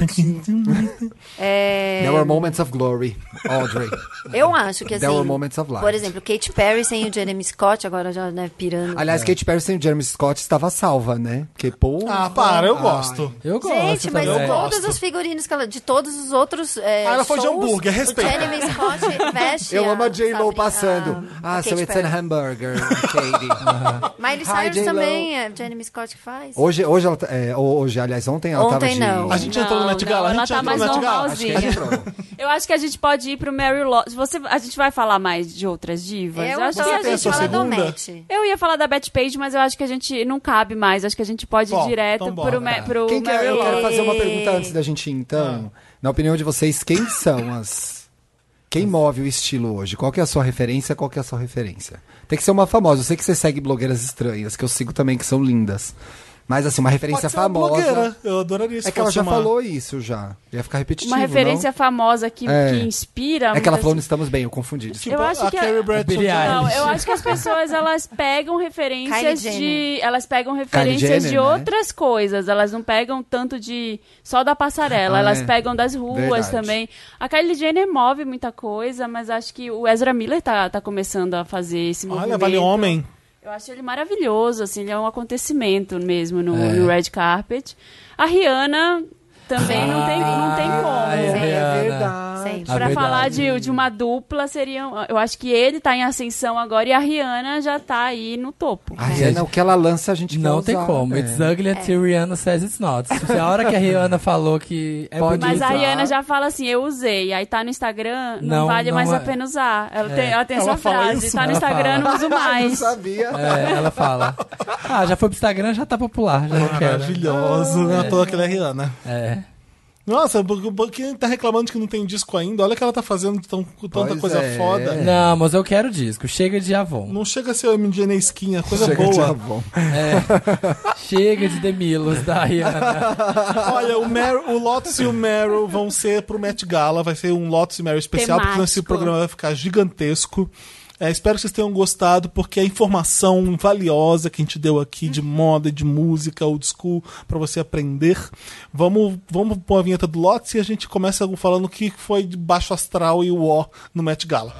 E: É,
B: There were moments of glory, Audrey.
E: eu acho que assim.
B: There were moments of light.
E: Por exemplo, Kate Perry sem o Jeremy Scott, agora já né, pirando.
C: É.
B: Aliás, Kate Perry sem o Jeremy Scott estava salva, né? Porque, pô.
A: Ah, para, eu gosto.
D: Eu gosto
E: Gente, mas
D: também.
E: todos
A: Gosto.
E: os figurinos que ela, de todos os outros. É,
A: Ah, ela foi de
E: shows,
A: hambúrguer,
E: O
A: respeita.
E: Jeremy Scott veste.
B: Eu amo a
E: Sabrina-
B: J-Lo passando.
E: a
B: Ah, so
E: Katy
B: it's
E: Perry.
B: an hamburger, Katie.
E: Miley
B: Hi,
E: Cyrus
B: J.Lo.
E: também, é Jeremy Scott que faz.
B: Hoje, hoje, ela, tá- é, hoje, aliás, ontem ela
E: Ontem
B: tava de...
E: não.
A: A gente entrou no
C: Não,
A: Met Gala, a
C: não,
A: gente
C: ela tá
A: entrou no Met
C: mais
A: Gala.
B: Acho que ela
C: normalzinha.
B: entrou.
C: Eu acho que a gente pode ir pro Mary Lott. Você, a gente vai falar mais de outras divas?
E: Eu
C: acho que
E: tava
C: a
A: tem a
C: gente
A: sua
E: pensando
C: fala
B: assim,
E: em falar do
A: segunda?
E: Match.
C: Eu ia falar da Betty Page, mas eu acho que a gente não cabe mais. Acho que a gente pode
A: Bom,
C: ir direto
A: então bora.
C: pro, Ma- pro
B: Quem quer,
C: Mary
B: eu quero
C: Lott.
B: fazer uma pergunta antes da gente ir, então. Na opinião de vocês, quem são as. Quem move o estilo hoje? Qual que é a sua referência? Qual que é a sua referência? Tem que ser uma famosa. Eu sei que você segue blogueiras estranhas, que eu sigo também, que são lindas. Mas assim, uma referência
A: Pode ser uma
B: famosa.
A: blogueira, Eu adoraria isso.
B: É que ela
A: fosse
B: já
A: uma-
B: falou isso já. Ia ficar repetitivo.
C: Uma referência
B: não?
C: famosa que,
B: É.
C: que inspira.
B: É que ela
C: muitas-
B: falou no Estamos Bem, eu confundi. desculpa.
C: Eu acho
A: a
C: que a-
A: Carrie
D: Billie
A: Bradshaw.
D: Eilish.
C: Não, eu acho que as pessoas elas pegam referências
E: Kylie
C: de
E: Jenner.
C: elas pegam referências
B: Jenner,
C: de
B: né?
C: outras coisas, elas não pegam tanto de só da passarela,
B: Ah,
C: elas
B: é.
C: pegam das ruas
B: Verdade.
C: também. A Kylie Jenner move muita coisa, mas acho que o Ezra Miller tá, tá começando a fazer esse movimento.
A: Olha, vale homem.
C: Eu acho ele maravilhoso, assim, ele é um acontecimento mesmo no,
D: É.
C: no red carpet. A Rihanna também não, tem, não tem como.
D: é Rihanna.
B: Ah,
E: Sempre.
D: A
C: Pra
D: verdade.
C: falar de, de uma dupla, seriam. Eu acho que ele tá em ascensão agora e a Rihanna já tá aí no topo.
B: A Rihanna,
D: Gente,
B: o que ela lança, a gente
D: Não
B: quer
D: tem
B: usar,
D: como.
B: né?
D: It's ugly
E: É.
D: until Rihanna says it's not. Se a hora que a Rihanna falou que é
B: Pode
C: Mas
D: bonito,
C: a
B: usar.
C: Rihanna já fala assim, eu usei. Aí tá no Instagram, não,
D: Não,
C: vale
D: não
C: mais
D: é.
C: a pena usar. Ela tem, ela tem
A: Ela
C: essa
A: fala
C: frase,
A: isso?
C: tá no
D: Ela
C: Instagram,
D: fala.
C: não uso
B: Não
C: mais.
B: sabia.
D: é, ela fala. Ah, já foi pro Instagram, já tá popular. Já não quero.
A: Maravilhoso, né? À toa que ela é Rihanna.
D: É.
A: Nossa, porque- porque tá reclamando de que não tem disco ainda. Olha o que ela tá fazendo tão, com tanta
B: Pois
A: coisa
B: é.
A: foda.
D: Não, mas eu quero disco. Chega de Avon.
A: Não chega a ser o MJ na skin, é coisa
B: Chega de
A: boa.
B: Avon.
D: É. Chega de Demilos da Rihanna.
A: Olha, o, Meryl, o Lotus e o Meryl vão ser pro Met Gala, vai ser um Lotus e Meryl especial, porque senão esse
C: Temático.
A: programa vai ficar gigantesco. É, espero que vocês tenham gostado, porque a informação valiosa que a gente deu aqui de moda, de música, old school, pra você aprender. Vamos, vamos pôr a vinheta do Lotus e a gente começa falando o que foi de baixo astral e o ó no Met Gala.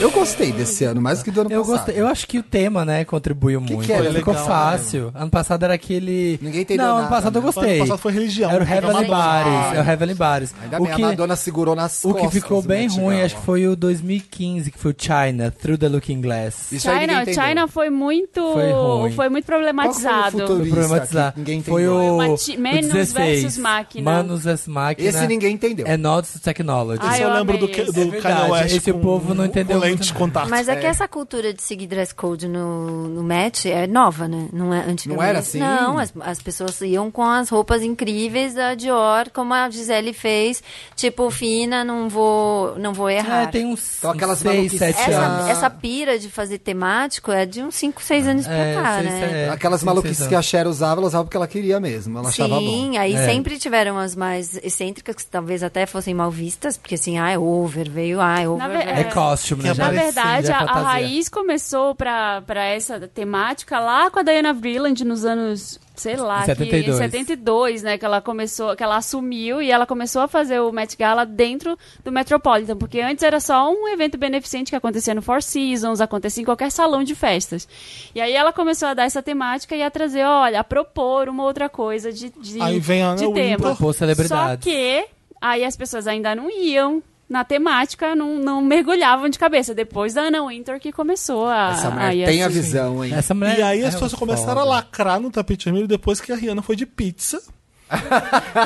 B: Eu gostei desse ano, mais do que do ano
D: Eu
B: passado.
D: gostei. Eu acho que o tema, né, contribuiu muito.
B: que era né?
D: Ficou
A: legal,
D: fácil. Ano passado era aquele.
B: Ninguém entendeu
D: Não, ano
B: nada,
D: passado eu
B: né?
A: Ano
D: gostei.
A: passado foi religião.
D: Era o
A: Era
D: Heavenly
A: uma-
D: Bares. É o Heavenly Bares.
B: Ainda
D: O
B: bem,
D: que,
B: a Madonna segurou nas
D: o que
B: costas né,
D: ficou
B: do
D: bem
B: Met
D: ruim,
B: Gala.
D: acho que foi o 2015, que foi o China, Through the Looking Glass.
B: Isso aí ninguém
C: China,
B: entendeu.
C: China foi muito.
D: Foi ruim.
C: foi muito problematizado.
B: Qual foi o futuro?
D: Foi problematizar.
B: que ninguém
D: Foi
B: entendeu.
D: o,
C: Foi uma ti-
D: o
C: Menos
D: 16.
C: versus máquina.
D: Manos versus máquina.
B: Esse ninguém entendeu.
D: É Nods to Technology.
C: Ah,
A: Esse eu,
C: eu
A: lembro do,
C: amei
A: que-
C: esse.
A: do
D: É
A: Kanye
D: verdade,
A: West.
D: esse
A: com-
D: povo não entendeu
A: com lente
D: muito,
A: de
D: não.
A: contato.
E: Mas é que essa cultura de seguir dress code no, no match é nova, né? Não é antigamente.
B: Não era assim?
E: Não, as, as pessoas iam com as roupas incríveis da Dior, como a Gisele fez. Tipo, fina, não vou, não vou errar.
D: É, tem uns,
B: Então, aquelas
D: uns 6,
B: maluquices.
D: 7 anos.
E: essa, essa pira de fazer temático é de uns 5, 6 anos pra
D: É,
E: cá,
D: seis,
E: né?
D: sete,
B: Aquelas
D: cinco,
B: maluquices
D: seis
B: que a
D: anos.
B: Cher usava, ela usava porque ela queria mesmo. Ela achava bom.
E: Sim, aí
D: É.
E: sempre tiveram as mais excêntricas, que talvez até fossem mal vistas, porque assim, ah, é over, veio, ah, é over.
C: Na ve-
E: veio.
D: É costume,
A: Na
D: né? Já
C: Na
D: é
C: verdade,
D: sim, já
C: a,
D: é
C: a
D: fantasia.
C: raiz começou pra, pra essa temática lá com a Diana Vreeland nos anos, sei lá, que-
D: 72.
C: 72, né? Que ela começou, que ela assumiu e ela começou a fazer o Met Gala dentro do Metropolitan, porque antes era só um evento beneficente que acontecia no Four Seasons, acontecia em qualquer salão de festas. E aí ela começou a dar essa temática e a trazer, olha, a propor uma outra coisa de, de,
A: Aí vem a Ana
C: de
A: Wintour.
C: tema.
D: Propor
C: Só
D: celebridades.
C: que aí as pessoas ainda não iam na temática, não, não mergulhavam de cabeça. Depois da Anna Winter que começou a.
B: Essa mulher
C: aí
B: tem a
C: essas-
B: visão, hein?
D: Essa mulher
A: E aí
D: é
A: as pessoas
D: foda.
A: começaram a lacrar no tapete vermelho depois que a Rihanna foi de pizza.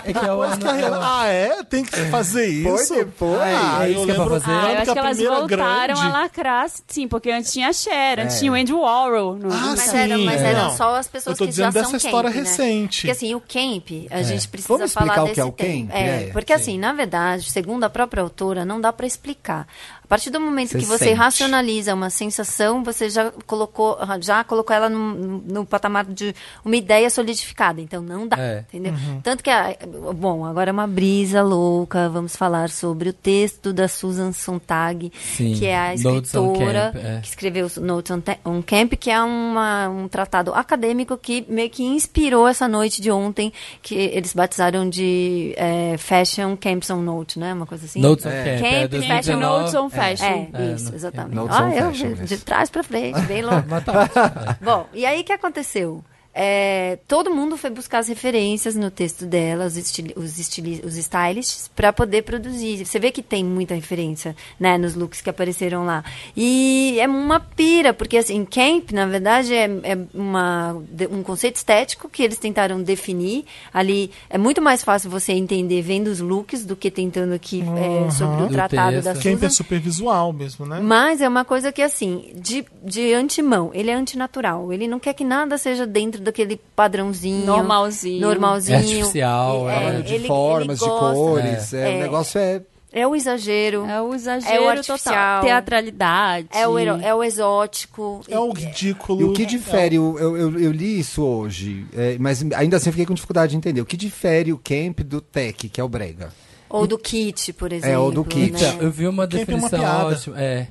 D: É que eu,
A: Depois que a Rihanna, ah, é? Tem que fazer
B: Foi
A: isso?
B: depois.
A: Ah,
D: É
A: eu
D: isso que é pra
A: lembro,
D: fazer?
C: Ah,
A: lembro
C: eu acho
A: a
C: que elas
A: primeira
C: voltaram
A: grande...
C: a lacrar, sim, porque antes tinha a Cher, antes
B: É.
C: tinha o Andy Warhol. No,
A: Ah,
E: Mas,
A: sim,
E: eram, mas
A: é.
E: eram
A: Não,
E: só as pessoas
A: eu tô
E: que
A: dizendo
E: já
A: dessa
E: são
A: história
E: camp, né?
A: recente. É.
E: Porque assim, o camp, a gente precisa
B: Vamos explicar
E: falar
B: o que é
E: desse
B: o camp?
E: tempo. É,
B: É,
E: porque assim, na verdade, segundo a própria autora, não dá pra explicar. A partir do momento
B: Você
E: que você
B: sente.
E: racionaliza uma sensação, você já colocou, já colocou ela num- no, patamar de uma ideia solidificada. Então não dá,
D: É.
E: entendeu?
A: Uhum.
E: Tanto que, a- bom, agora é uma brisa louca. Vamos falar sobre o texto da Susan Sontag,
D: Sim,
E: que é a
D: Notes on
E: escritora
D: Camp, é.
E: que escreveu Notes on, Ta- on Camp, que é uma- um tratado acadêmico que meio que inspirou essa noite de ontem, que eles batizaram de eh, Fashion Camps on Note, né? Uma coisa assim.
D: Notes on
E: É.
D: Camp, é,
E: Camp, Fashion
D: 2019.
E: Note.
C: Notes on
D: É.
C: Fashion.
E: É,
D: É,
E: isso,
D: no-
E: exatamente.
B: Notes on
E: Ah, eu
B: Fashion,
E: de,
B: isso.
E: de trás pra frente, bem louco.
D: tá né?
E: Bom, e aí o que aconteceu? É, todo mundo foi buscar as referências no texto dela, os, estili os, estili os stylists, para poder produzir. Você vê que tem muita referência, né, nos looks que apareceram lá. E é uma pira, porque assim, camp, na verdade, é, é uma, de- um conceito estético que eles tentaram definir. Ali é muito mais fácil você entender vendo os looks do que tentando aqui é, sobre o
D: Do
E: tratado da
D: texto.
A: Camp é
E: Susan.
A: super visual mesmo, né?
E: Mas é uma coisa que, assim, de, de antemão, ele é antinatural. Ele não quer que nada seja dentro daquele padrãozinho.
C: Normalzinho.
E: Normalzinho.
D: É artificial, é.
B: Trabalho de
E: ele-
B: formas,
E: ele
B: de
E: gosta-
B: cores. É.
E: É.
B: O negócio é.
E: É o exagero.
C: É o
E: É o
C: exagero total.
E: artificial.
C: Teatralidade.
E: É o, hero- é o exótico.
A: É o ridículo.
B: E o que difere, eu, eu, eu- eu li isso hoje, é, mas ainda assim eu fiquei com dificuldade de entender. O que difere o camp do tech, que é o brega?
E: Ou do kit, por exemplo. né?
B: É, ou do kit.
D: Então, eu vi uma
A: Camp é uma
D: definição
A: piada.
D: ótima. É.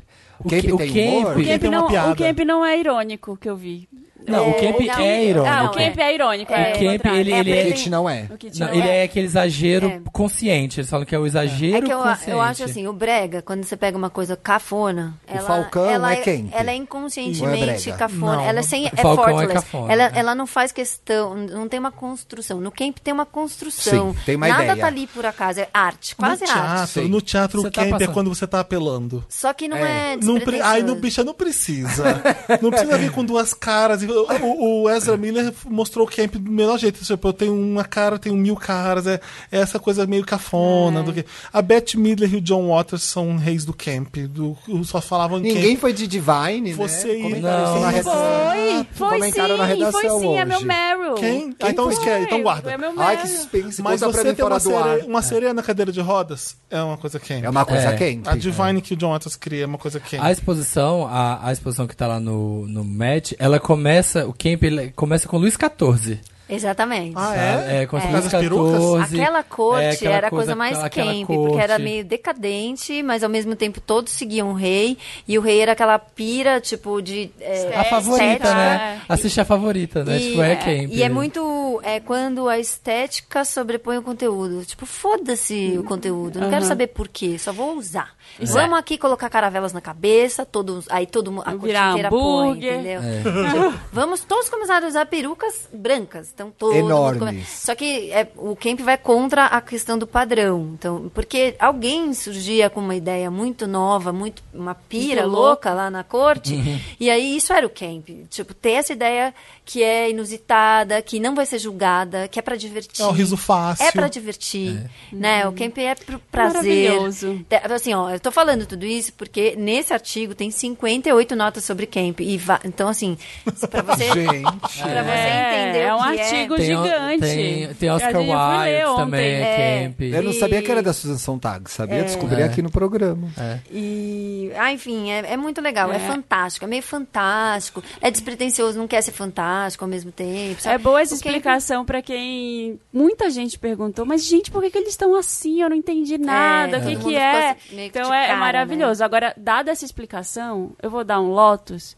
B: Camp
D: que-
B: tem humor?
C: O
A: Camp
C: camp,
A: é uma
C: não, o
A: piada.
C: camp não é irônico que eu vi.
D: Não, o camp
E: não,
D: é irônico.
C: Ah,
E: Não,
C: o camp é, irônico.
D: O
C: É,
D: camp,
C: ao contrário.
D: ele-
E: É,
D: ele
E: porque
D: é-
E: tem-
B: Kit não é.
C: O kit
D: Não, ele é aquele exagero
E: É.
D: consciente. Eles falam que é o exagero
E: É que eu,
D: consciente.
E: eu acho assim, o brega, quando você pega uma coisa cafona, ela,
B: Falcão
E: ela
B: é quente.
E: Ela
B: Ou
E: é
B: é
E: inconscientemente
B: brega?
E: cafona.
D: Não,
E: ela é sem, é
D: Falcão é
E: effortless.
D: cafona,
E: ela,
D: né?
E: ela não faz questão, não tem uma construção. No camp tem uma construção.
B: Sim, tem uma
E: Nada
B: ideia.
E: tá ali por acaso, é arte, quase
A: no
E: arte.
A: teatro,
B: sim.
A: no teatro
D: Você
A: o
D: tá
A: camp é
D: passando.
A: quando você tá apelando.
E: Só que não
B: É.
E: é,
A: Não pre... Ai, não,
E: despretensioso.
A: bicha, não precisa. Não precisa vir com duas caras. E O, o Ezra Miller mostrou o camp do melhor jeito. Tipo, eu tenho uma cara, eu tenho mil caras. É, é essa coisa meio cafona. Do que... A Beth Midler e o John Waters são reis do camp. Do... Só falavam
B: Ninguém
A: camp.
B: foi de Divine,
A: Você
B: né?
A: e-
B: Comentaram
D: Não.
B: isso na redação.
C: Foi, foi sim,
B: Ah, Comentaram na
C: foi
B: redação
C: sim, é meu
B: hoje.
C: Meryl.
A: Quem?
B: Quem
A: Ah, então
B: foi?
A: esquece, então guarda.
C: É meu Meryl.
B: Ai, que suspense.
A: Mas
B: Conta pra
A: você
B: mim
A: tem uma,
B: fora do ar.
A: sereia, uma sereia na cadeira de rodas? É uma coisa quente.
B: É uma coisa
D: É.
B: quente.
A: A Divine que o John Waters cria é uma coisa quente.
D: A exposição, a, a exposição que tá lá no, no match, ela começa, o camp ele começa com Luiz XIV.
E: Exatamente.
A: Ah,
D: sabe?
A: é?
D: começa
E: É.
D: com Luiz
A: As perucas?
D: XIV.
E: Aquela corte
D: é, aquela
E: era a coisa mais
D: aquela- aquela
E: camp,
D: corte.
E: porque era meio decadente, mas ao mesmo tempo todos seguiam o rei, e o rei era aquela pira, tipo, de... é,
D: A favorita,
E: estética.
D: né? Assiste a favorita, né? tipo, é camp.
E: e é muito é quando a estética sobrepõe o conteúdo. Tipo, foda-se o conteúdo. Não quero saber por quê, só vou usar.
D: É.
E: Vamos aqui colocar caravelas na cabeça, todos, aí todo mundo. A corte
C: Virar
E: inteira põe,
C: hambúrguer.
E: entendeu?
D: É.
E: Tipo, Vamos todos começar a usar perucas brancas. Então, todo mundo
B: Enormes.
E: come- Só que é, o Kemp vai contra a questão do padrão. Então, porque alguém surgia com uma ideia muito nova, muito uma pira
C: Muito Uhum. louca.
E: louca louca lá na corte. E aí isso era o camp. Tipo, ter essa ideia que é inusitada, que não vai ser julgada, que é pra divertir.
A: É um riso fácil.
E: É pra divertir, né? O camp é pro
C: Uhum.
E: prazer.
C: Maravilhoso.
E: Te- Assim, ó, eu tô falando tudo isso porque nesse artigo tem 58 notas sobre camp. E va- Então, assim, se- pra você,
B: Gente.
E: pra você
C: É,
E: entender
C: é
E: o
C: um
E: que
C: artigo
D: Tem o-
C: gigante.
D: Tem, tem
C: A
D: Oscar
C: gente foi ler
D: Wilde
C: ontem.
D: também, é, camp.
B: Eu não sabia que era da Susan Sontag, sabia? Descobri
D: É.
B: aqui no programa.
C: É.
E: E, ah, enfim, é, é muito legal, é. fantástico, é meio fantástico, é despretensioso, não quer ser fantástico ao mesmo tempo. sabe?
C: É boa essa
E: O camp-
C: explicação pra quem. Muita gente perguntou, mas gente, por que, que eles estão assim? Eu não entendi nada. o
E: todo
C: que,
E: mundo
C: que é?
E: ficou meio que
C: Então
E: de
C: é, é
E: cara,
C: maravilhoso. Agora, dada essa explicação, eu vou dar um Lotus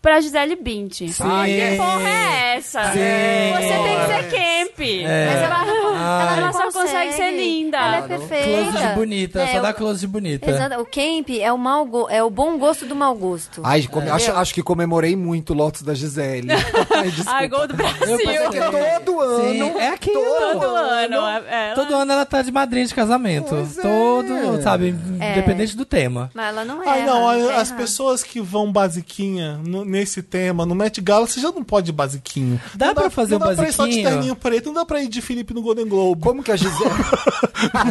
C: pra Gisele Bündchen.
D: Sim.
C: Que porra é essa? É.
D: Sim. É.
C: Você tem que ser camp.
E: Mas ela, não- ela,
C: Ela
E: não
C: só consegue ser linda.
E: Ela é
C: Claro.
E: perfeita.
D: Close de bonita,
E: É,
D: só dá
E: o-
D: close de bonita.
E: Exato. O camp é o, mau go- é o bom gosto do mau gosto.
B: Ai, come- acho, acho que comemorei muito o Lotus da Gisele. Ai, desculpa.
C: É. Ai, gol do Brasil.
B: É que todo
D: Sim,
B: ano.
D: é aquilo.
C: Todo ano. é- é-
D: Todo ano ela tá de madrinha de casamento.
B: Pois é.
D: Todo, sabe,
E: É.
D: independente do tema.
E: Mas ela não é.
A: Ai, Ah, não, olha, as
E: pessoas
A: pessoas que vão basiquinha no- nesse tema, no Met Gala, você já não pode ir basiquinho.
D: Dá
A: não
D: pra fazer
A: não dá
D: um
A: Pra ir só de
D: basiquinho?
A: terninho preto, não dá pra ir de Felipe no Golden Globe. Ah,
B: Como que a Gisele.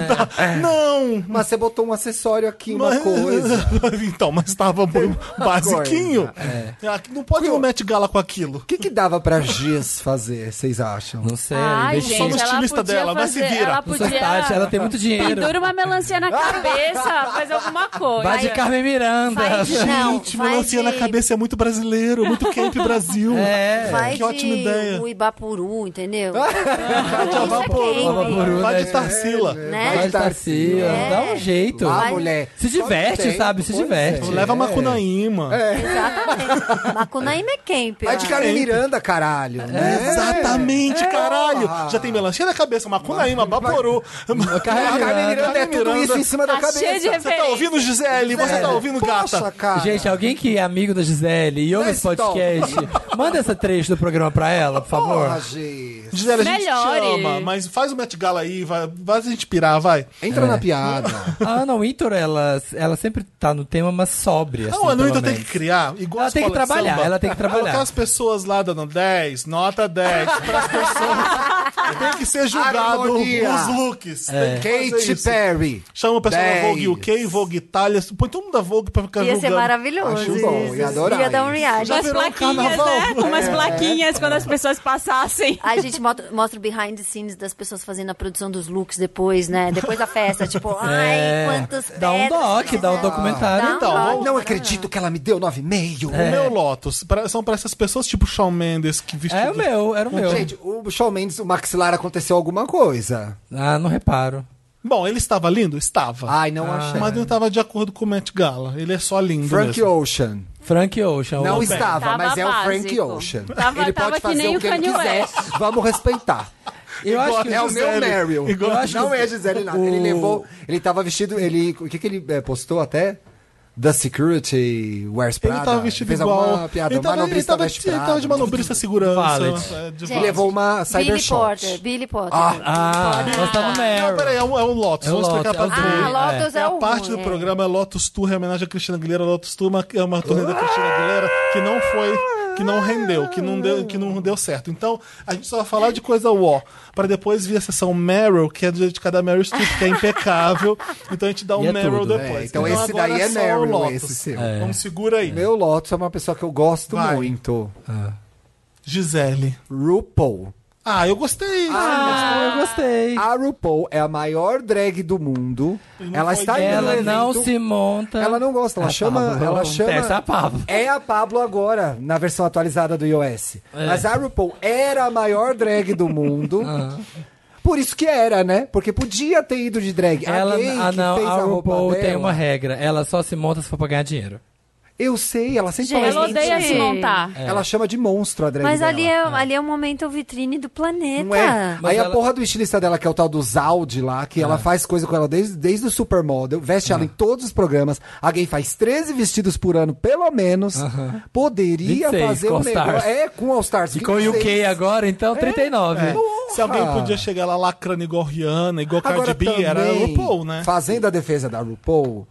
A: Não!
B: Mas você botou um acessório aqui, uma
A: Mas-
B: coisa.
A: então, mas tava muito basiquinho. Ah, Não pode ir no Met Gala com aquilo.
B: O que, que dava pra Giz fazer, vocês acham?
D: Não sei,
C: Ai,
D: investir.
A: Só
C: gente,
A: no
C: ela
A: estilista
C: podia
A: dela, vai se
C: fazer,
A: vira.
C: Ela
D: Não sou
C: podia...
D: Tati, ela tem muito dinheiro.
C: Pendura uma melancia na cabeça, faz alguma coisa.
D: Vai de Carmen Miranda.
E: Vai de- Não,
A: Gente,
E: vai
A: melancia na
E: de-
A: cabeça é muito brasileiro, muito Camp Brasil.
D: É.
E: Vai
A: que
E: de
A: ótima ideia.
E: O Ibapuru, entendeu? é
A: Vai de Avapuru,
D: Avapuru,
A: vai
D: né,
A: de Tarsila.
E: né?
A: tá
D: Vai de
A: assim,
D: Tarsila.
E: É.
D: Dá um jeito.
B: Ah,
E: Vai-
B: mulher.
D: Se diverte,
B: Só tem,
D: sabe? Se
B: pois
D: diverte.
B: é.
A: Leva a Macunaíma.
E: Exatamente. Macunaíma é camp.
B: Vai de Carmen Miranda, caralho. Né?
A: Exatamente, caralho! Já tem melancia na cabeça, macunaíma, baboru.
B: A Carmen Miranda é
A: Carmen
B: tudo
A: Miranda.
B: isso em cima da
C: Tá
B: cabeça.
C: cheio de
A: Você tá ouvindo, Gisele? Você tá ouvindo,
B: Poxa,
A: gata?
B: cara.
D: Gente, alguém que é amigo da Gisele e ouve
B: Dá
D: esse
B: esse tom.
D: podcast, manda essa trecho do programa pra ela, por favor.
B: Porra, Giz.
A: Gisele, a gente
C: Melhore.
A: te ama, mas faz o Met Gala aí, vai, vai a gente pirar, vai.
B: Entra na piada.
D: A Ana Wintour, ela, ela sempre tá no tema, mas sóbria.
A: Não,
D: assim,
A: a Anitta
D: pelo
A: tem que
D: menos.
A: criar, igual
D: Ela
A: a
D: tem que
A: escola de
D: trabalhar,
A: samba.
D: ela tem que trabalhar.
A: Colocar as pessoas lá dando 10, nota 10, pras pessoas. tem que ser julgado
B: Harmonia.
A: os looks. Tem que fazer
B: É. Kate
A: isso.
B: Perry.
A: Chama o pessoal da Vogue
B: Dez.
A: UK, Vogue Itália, põe todo mundo da Vogue pra ficar
E: Ia ser
A: julgando.
E: maravilhoso.
B: Acho bom,
E: isso.
B: ia adorar
E: Ia dar um
B: isso.
E: reality.
C: Umas
A: virou um
C: plaquinhas,
A: carnaval.
C: né? Umas plaquinhas quando as pessoas passassem.
E: Aí a gente mota- mostra o behind the scenes das pessoas fazendo a produção dos looks depois, né? Depois da festa, tipo, ai,
D: É.
E: quantas pedras.
D: Dá um doc, dá um documentário.
E: Dá um
A: Então,
E: doc.
A: vamos-
B: Não acredito que ela me deu 9,5.
A: O meu Lotus pra- são pra essas pessoas tipo Shawn Mendes que vestiu.
D: É o meu, era o meu.
B: Gente, o Shawn Mendes, o maxilar aconteceu alguma coisa.
D: Ah, não reparo.
A: Bom, ele estava lindo? Estava.
D: Ah,
B: Ai, não achei.
A: Mas não estava de acordo com o Matt Gala. Ele é só lindo
B: Frank
A: mesmo.
B: Ocean.
D: Frank Ocean.
B: Não
D: o-
B: estava,
C: Tava
B: mas é o Frank
C: básico.
B: Ocean.
C: Tava-
B: ele
C: tava
B: pode
C: que
B: fazer
C: nem
B: o que
C: o
B: ele
C: Kanye
B: quiser.
C: West.
B: Vamos respeitar.
D: Eu acho que
A: Igual
B: É
A: a
B: o
D: o
A: Gisele.
B: meu Meryl.
A: Igual-
D: Eu acho que-
B: não é Gisele nada. Ele
D: o-
B: levou. Ele tava vestido. Ele, o que, que ele eh, postou até? The Security Wears
A: Ele
B: Prada.
A: estava vestido
B: né? Fez
A: igual.
B: alguma piada.
A: ele estava ele
B: manobrista
A: tava, assim,
B: veste
A: ele tava de
B: Prada.
A: manobrista segurança.
D: Valet.
A: é, de
E: Gente,
A: valet.
B: Levou uma
E: Billy Porter.
B: Cybershot.
E: Billy Potter.
D: Ah, nós tava no
A: Não, peraí,
D: Meryl.
A: é o, é o Lotus.
D: É o
A: Vamos explicar
D: Lotus,
A: pra
D: é o
A: turma.
E: ah,
D: Billy,
E: Lotus é,
A: É a
E: o
A: parte do
E: ruim, é.
A: programa é Lotus Tour, é homenagem à Cristina Aguilera. Lotus Tour é uma- é uma turnê da Cristina Aguilera que não foi, que não rendeu, que não deu, que não deu certo. Então, a gente só vai falar de coisa ó, para depois vir a sessão Meryl, que é dedicada a Meryl Streep, que é impecável. Então a gente dá um
D: E é
A: Meryl
D: tudo,
A: depois.
B: é. Então esse
A: agora
B: daí é
A: só o
B: Meryl,
A: Lotus.
B: esse seu.
A: É. Vamos segura aí.
B: Meu Lotus é uma pessoa que eu gosto
A: Vai.
B: muito.
A: Gisele.
B: RuPaul.
A: Ah, eu gostei.
D: Ah, eu gostei.
B: A RuPaul é a maior drag do mundo.
A: não
B: Ela
A: foi
B: está indo no
D: Ela
B: evento.
D: não se monta.
B: Ela não gosta, ela
D: É a
B: chama-
D: Pablo.
B: ela chama-
D: Essa é a Pablo.
B: É a Pablo agora, na versão atualizada do iOS.
D: É.
B: Mas a RuPaul era a maior drag do mundo. Por isso que era, né? Porque podia ter ido de drag.
D: Ela,
B: a gay
D: ah,
B: que
D: não,
B: fez a,
D: a
B: roupa
D: RuPaul tem
B: dela-
D: uma regra. Ela só se monta se for pra ganhar dinheiro.
B: Eu sei, ela sempre
E: Gente,
C: Ela
B: fala isso.
C: odeia se
E: Gente.
C: montar.
D: É.
B: Ela chama de monstro a drag
E: Mas
B: dela.
E: ali é, ali é um momento vitrine do planeta.
B: Não é?
D: Mas
B: Aí
D: ela- É.
B: a porra do estilista dela, que é o tal do Zaldi lá, que ela faz coisa com ela desde, desde o Supermodel, veste ela em todos os programas. A gay faz 13 vestidos por ano, pelo menos. Poderia
D: 26
B: fazer
D: com
B: um
D: All Stars.
B: negócio. É com All Stars.
D: E com o UK
B: 26.
D: agora,
B: É.
D: então, 39.
A: né? Se alguém
B: Porra!
A: podia chegar lá lacrando igual Rihanna, igual Cardi
B: Ah. Agora
A: B,
B: também,
A: era a RuPaul, né?
B: Fazendo a defesa da RuPaul,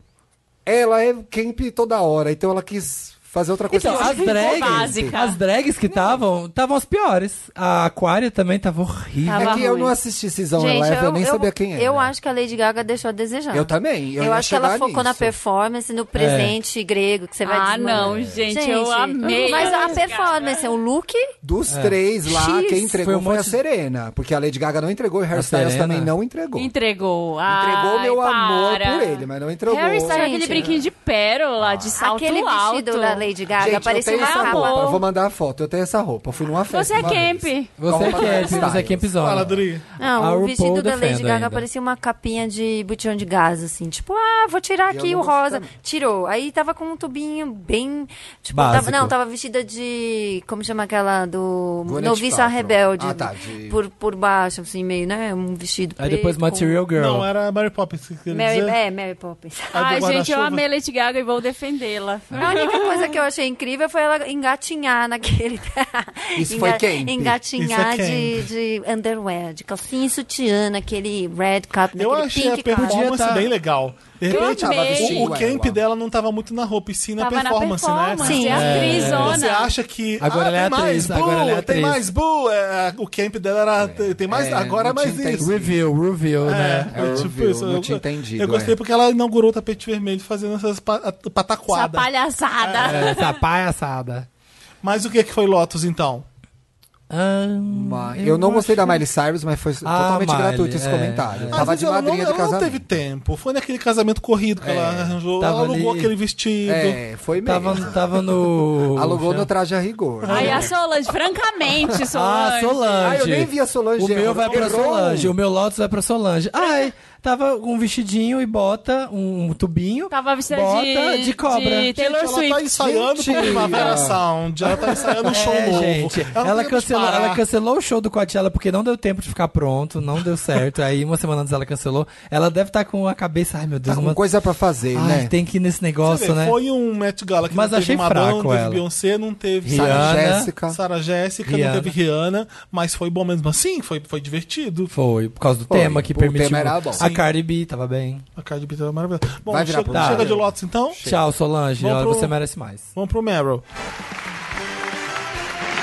B: ela é camp toda hora, então ela quis fazer outra coisa.
D: Então,
B: Eu
D: as
B: acho
D: drags,
C: básica.
D: as drags que estavam, estavam as piores. A Aquária também tava horrível.
B: É
E: Tava
B: que eu
E: ruim.
B: não assisti Season
E: Gente,
B: 11, é, eu, nem sabia quem era.
E: Eu acho que a Lady Gaga deixou a desejar.
B: Eu também. Eu,
E: Eu,
B: ia
E: acho que ela
B: chegar
E: focou na
B: nisso.
E: performance, no presente grego que você vai
C: Ah,
E: desmanchar.
C: não, gente, eu amei.
E: Mas
C: a
E: a performance, o look,
B: Dos três lá,
E: X.
B: quem entregou foi,
D: É. Foi um
B: a
D: monte de-
B: Serena. Porque a Lady Gaga não entregou e o Harry
D: A
B: Styles
D: Serena?
B: também não entregou.
C: Entregou.
B: Entregou
C: Então, Ai,
B: meu amor
C: para. É,
B: por ele, mas não entregou.
C: Harry Styles com aquele
E: Gente, Ah,
C: brinquinho de pérola, de salto
E: aquele
C: alto.
E: vestido da Lady Gaga
B: Gente, eu
E: parecia
B: tenho
E: uma
B: essa
E: capa.
B: roupa. Eu vou mandar a foto. Eu tenho essa roupa. Eu fui numa festa.
C: Você é
B: uma vez.
C: camp.
D: Você é
B: Roupa da Harry
D: Kemp, você é
B: Styles.
D: Kempzona.
A: Fala, Adri.
E: Não,
D: A
E: o
D: RuPaul
E: vestido da
D: defendo
E: Lady Gaga
D: ainda.
E: parecia uma capinha de botijão de gás, assim. Tipo, ah, vou tirar
B: Eu
E: aqui
B: não
E: o
B: gosto
E: rosa.
B: também.
E: Tirou. Aí tava com um tubinho bem. Tipo,
D: Básico.
E: tava, não, tava vestida de. Como chama aquela? Do.
B: Gwyneth
E: Noviça
B: Paltrow.
E: Rebelde.
B: Ah, tá, de-
E: por, por baixo, assim, meio, né? Um vestido.
D: Aí depois
E: preto com-
D: Material Girl.
A: Não, é. era Mary Poppins que eu queria
E: Mary,
A: dizer.
E: é, Mary Poppins.
A: A do
C: Ai, gente, eu
A: guarda-chuva.
C: amei Lady Gaga e vou defendê-la.
E: A única coisa que eu achei incrível foi ela engatinhar naquele.
B: Isso foi camp.
E: Engatinhar
A: Isso é
E: de, de underwear, de calcinha e sutiã, naquele red cap, naquele
A: Eu achei a
E: pink cap.
A: performance
D: Podia tá-
A: bem legal. De repente,
C: amei.
A: o, o
B: Sim,
A: camp
B: ela.
A: dela não tava muito na roupa, e sim na
C: Tava
A: performance,
C: na
A: né?
C: performance,
E: Sim.
C: é atrizona.
A: Você acha que.
D: Agora
A: ah,
D: ela é
A: tem
D: atriz,
A: mais
D: agora ela é
A: bu, tem
D: atriz.
A: mais bu. é, o camp dela era. tem- Tem mais.
B: É,
A: agora é
B: não
A: mais
B: tinha
A: isso. Tipo
B: entendido.
D: Review, review, né?
B: É, eu vi, eu não tinha entendido,
A: Eu gostei
B: é.
A: porque ela inaugurou o tapete vermelho fazendo essas pa-
C: Essa
A: pataquadas.
C: palhaçada.
D: É, Essa palhaçada.
A: Mas o que, que foi Lotus então?
D: Ah,
B: Mas Eu não gostei da Miley Cyrus, mas foi totalmente
D: Miley,
B: gratuito esse
D: é.
B: comentário.
D: Às
B: Tava
A: Às vezes
B: de
A: ela não-
B: madrinha do
A: ela não
B: casamento.
A: teve tempo. Foi naquele casamento corrido que ela arranjou. Ela
D: Tava
A: alugou
D: ali.
A: aquele vestido.
B: É, foi mesmo.
D: Tava, tava no.
B: Alugou no traje a rigor.
C: Ai, a Solange, francamente, Solange.
D: Ah, Solange.
B: Ah, eu nem vi a Solange.
D: O meu vai pra
B: Errou.
D: Solange, o meu Lotus vai pra Solange. Ai,
A: tá-
D: tava com um vestidinho e bota, um tubinho.
C: Tava vestida
D: bota
C: de,
D: de cobra.
C: de Taylor
A: ela tá
C: Swift.
A: ensaiando
D: Mentira.
A: Primavera Sound, ela tá ensaiando um show
D: É,
A: novo.
D: gente,
A: não
D: ela,
A: tem
D: cancelou,
A: onde parar.
D: ela é cancelou o show do Coachella porque não deu tempo de ficar pronto, não deu certo. Aí uma semana antes ela cancelou. Ela deve estar com a cabeça, ai meu
B: Tá
D: Deus,
B: com
D: uma...
B: coisa pra fazer,
D: ai,
B: né?
D: tem que ir nesse
A: Você vê,
D: negócio, né?
A: Foi um Met Gala que
D: Mas
A: não teve
D: achei
A: Madonna,
D: fraco
A: não teve
D: ela.
A: Beyoncé, não teve
B: Sarah
D: Rihanna.
B: Jéssica.
A: Sarah Jéssica, não
D: Rihanna.
A: teve Rihanna, mas foi bom mesmo assim, foi, foi divertido.
D: Foi, por causa do
B: Foi,
D: tema que
B: o
D: permitiu.
B: tema era bom.
D: A Cardi B tava bem.
A: A Cardi B tava maravilhosa. Bom,
B: Vai virar
A: chega,
B: pro
A: chega
D: Meryl.
A: de Lotus então.
D: Tchau, Solange.
A: Vamos
D: Olha,
A: pro-
D: Você merece mais.
A: Vamos pro Meryl.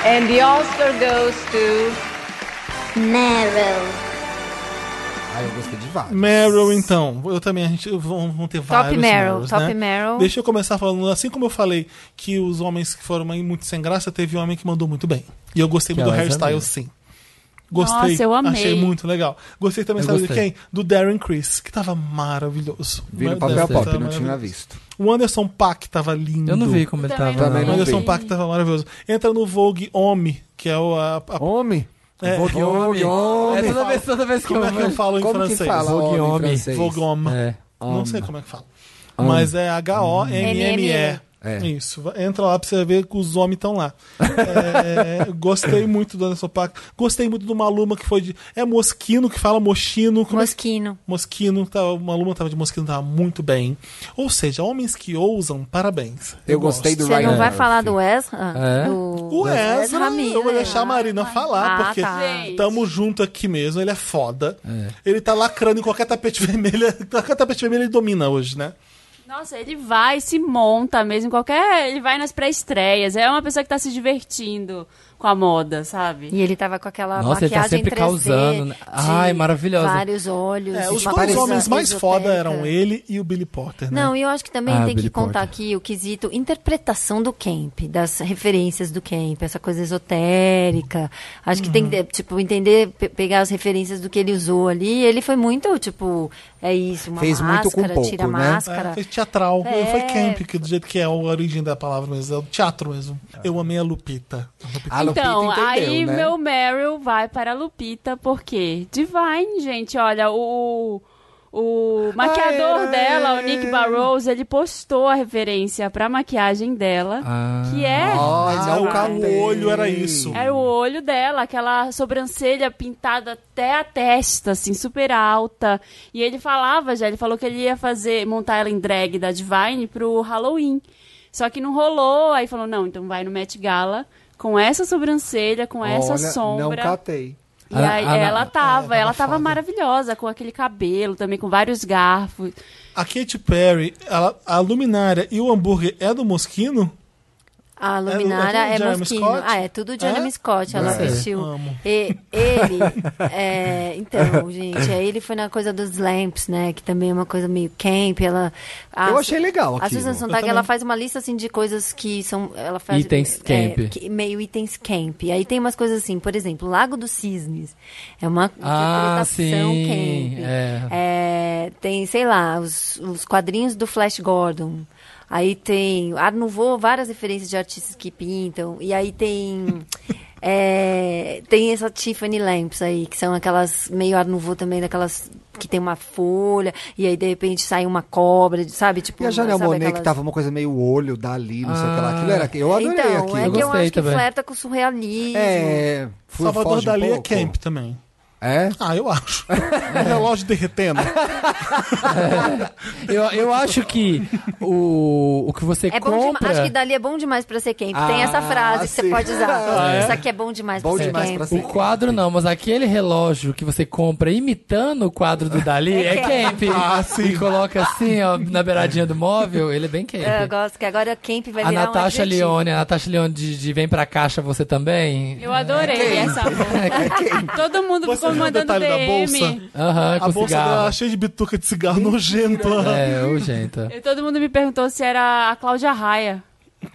F: And the Oscar goes to
G: Meryl.
B: Ah, eu gostei de vários.
A: Meryl, então. Eu também, a gente vão, vão ter vários.
E: Meryl,
A: Meryls, né?
E: top Meryl.
A: Deixa eu começar falando, assim como eu falei que os homens que foram aí muito sem graça, teve um homem que mandou muito bem. E eu gostei
D: Que
A: muito do
D: elas
A: hairstyle,
D: amei.
A: sim. Gostei.
C: Nossa, eu amei.
A: Achei muito legal. Gostei também,
D: Eu
A: sabe
D: gostei.
A: de quem? Do Darren Chris, que tava maravilhoso.
B: Vi no
A: Meu
B: papel
A: Deus,
B: pop,
A: tava
B: não tinha
A: maravilhoso.
B: visto.
A: O Anderson Pack tava lindo.
D: Eu não vi como ele
C: também
B: não.
D: tava.
A: O
D: não.
B: Também
A: Anderson
B: vi.
A: Pack tava maravilhoso. Entra no Vogue Homem, que é o, a, a
B: Homem?
A: É.
B: Vogue homem.
D: É toda
A: fala-
D: vez, toda vez que
A: Como é
D: eu
A: que eu falo em
B: Como que
A: francês?
B: fala
D: Vogue
B: homem em
D: homem,
B: francês?
A: Vogue homme.
D: É.
A: Não
B: Homme.
A: sei como é que fala.
B: Homme.
A: Mas é H-O-M-M-E.
B: É.
A: Isso. Entra lá pra você ver que os homens estão lá. É, gostei muito do Anderson Paak. Gostei muito do Maluma, que foi de. É Mosquino que fala Mochino. Como é que-
E: Mosquino.
A: Mosquino, tá, o Maluma tava de Mosquino, tava muito bem. Ou seja, homens que ousam, parabéns.
B: Eu gostei do
E: Você
B: Ryan
E: não vai
B: Murphy.
E: falar do Ezra?
D: É?
E: Do...
A: O Ezra,
E: Miller.
A: eu vou deixar a Marina falar,
E: Ah,
A: porque
E: tá.
C: Gente.
A: tamo junto aqui mesmo, ele é foda. Ele tá lacrando em qualquer tapete vermelho, qualquer tapete vermelho ele domina hoje, né?
C: Nossa, ele vai, se monta mesmo, qualquer. Ele vai nas pré-estreias. É uma pessoa que tá se divertindo com a moda, sabe?
E: E ele tava com aquela
D: Nossa, ele tá
E: maquiagem
D: sempre
E: 3D,
D: causando, né?
E: de
D: Ai, maravilhosa.
E: Vários olhos.
A: É, os
E: uma
A: dois
E: coisa
A: homens mais foda
E: tá esotérica.
A: eram ele e o Billy Potter, né?
E: Não, e eu acho que também
B: Ah,
E: tem
B: Billy
E: que contar
B: Porter.
E: aqui o quesito interpretação do camp, das referências do camp, essa coisa esotérica. Acho que
B: Uhum.
E: tem que, tipo, entender, pe- pegar as referências do que ele usou ali. Ele foi muito, tipo, é isso, uma
B: Fez
E: máscara,
B: muito com pouco,
E: tira a
B: né?
E: máscara.
A: É, foi teatral.
E: É.
A: Foi camp, que do jeito que é a origem da palavra mesmo. É o teatro mesmo. Eu amei a Lupita. A Lupita
B: A Lupita
C: Então,
B: Ah, entendeu,
C: aí
B: né?
C: meu Meryl vai para a Lupita, porque Divine, gente, olha, o, o maquiador
B: Ai,
C: dela,
B: ai,
C: o Nick
B: ai.
C: Barrows, ele postou a referência para a maquiagem dela,
D: Ah.
C: que é
B: Olha,
A: Ah,
B: o
A: o
B: cabelo.
A: olho era isso.
C: era É o olho dela, aquela sobrancelha pintada até a testa, assim, super alta. E ele falava já, ele falou que ele ia fazer, montar ela em drag da Divine pro Halloween. Só que não rolou, aí falou, não, então vai no Met Gala com essa sobrancelha, com essa
B: Olha, Não
C: sombra.
B: catei.
C: E
D: Ah,
C: aí
D: ah,
C: ela
D: ah,
C: tava,
A: é,
C: ela
A: tava
C: tava
A: foda.
C: maravilhosa, com aquele cabelo também, com vários garfos.
A: A Katy Perry, ela- a luminária e o hambúrguer é do Mosquino?
E: A
A: tudo
E: luminária é,
A: Jeremy
E: Mosquino.
A: Scott?
E: Ah, é tudo Jeremy
A: É?
E: Scott. Ela
D: Gostei.
E: assistiu.
A: Amo.
E: E, ele. é, então, gente, aí ele foi na coisa dos lamps, né? Que também é uma coisa meio camp. Ela, a-
B: Eu achei legal
E: A
B: aquilo.
E: Susan
A: Eu
E: Sontag,
A: também.
E: ela faz uma lista assim de coisas que são. Ela faz.
D: Itens
E: é,
D: camp.
E: que- meio itens camp. Aí tem umas coisas assim, por exemplo, Lago dos Cisnes. É uma
D: Ah,
E: interpretação
D: sim,
E: camp.
D: é.
E: É, tem, sei lá, os, os quadrinhos do Flash Gordon. Aí tem Ar Nouveau, várias referências de artistas que pintam. E aí tem. é, tem essa Tiffany Lamps aí, que são aquelas meio Ar Nouveau também, daquelas que tem uma folha, e aí de repente sai uma cobra, sabe? Tipo,
B: E a Janelle
E: sabe
B: Monet, que
E: aquelas-
B: tava uma coisa meio olho dali, não sei o que lá.
D: Ah.
B: Aquilo era. Eu adorei
E: então,
B: aquilo.
E: é que
D: Eu
E: eu
D: gostei
E: acho que
D: também.
E: flerta com o surrealismo.
B: É. fu-
A: Salvador
B: foge um
A: Dali é
B: pouco.
A: camp também.
B: É?
A: Ah, eu acho. O relógio derretendo.
D: Eu, eu acho que o, o que você
E: É bom
D: compra.
E: dema- Acho que dali é bom demais pra ser camp.
B: Ah,
E: Tem essa frase que
B: sim.
E: você pode usar.
B: Ah, é?
E: Isso aqui é bom demais
B: Bom
E: pra ser
B: demais
E: camp.
B: pra ser
D: O
B: Sim.
D: quadro não, mas aquele relógio que você compra imitando o quadro do Dali é, camp.
A: Ah, sim.
D: E coloca assim, ó, na beiradinha do móvel, ele é bem camp.
E: Ah, Eu gosto que agora camp vai
D: a
E: virar
D: Natasha
E: um adjetivo.
D: Leone, a Natasha Leone de, de Vem Pra Caixa, você também?
C: Eu adorei essa roupa. Todo mundo
A: É, Você
C: ficou
A: viu o
C: mandando
A: detalhe da
C: DM.
A: bolsa?
D: Aham,
A: A
D: com
A: bolsa
D: cigarro.
A: dela é cheia de bituca de cigarro nojenta.
D: É, urgenta.
C: E todo mundo me perguntou se era a Cláudia Raia.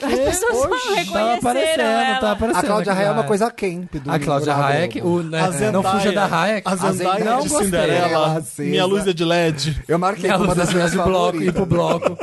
C: As pessoas não
D: Tava
C: reconheceram
D: tá aparecendo, tá,
C: ela.
D: tava aparecendo.
B: A Cláudia Raia é uma
D: Raia.
B: coisa camp do
D: A Cláudia
B: da
D: Raia,
B: Globo.
D: que, o, né,
A: A Zendaya,
D: não fuja da Raia.
A: A Zendaya
D: Não
A: de
D: gostei.
A: Cinderela.
B: Acesa.
A: Minha luz é de LED.
B: Eu marquei
D: Ela
B: como é uma das
D: usa
B: minhas
D: de bloco, ir
B: favoritas.
D: pro bloco.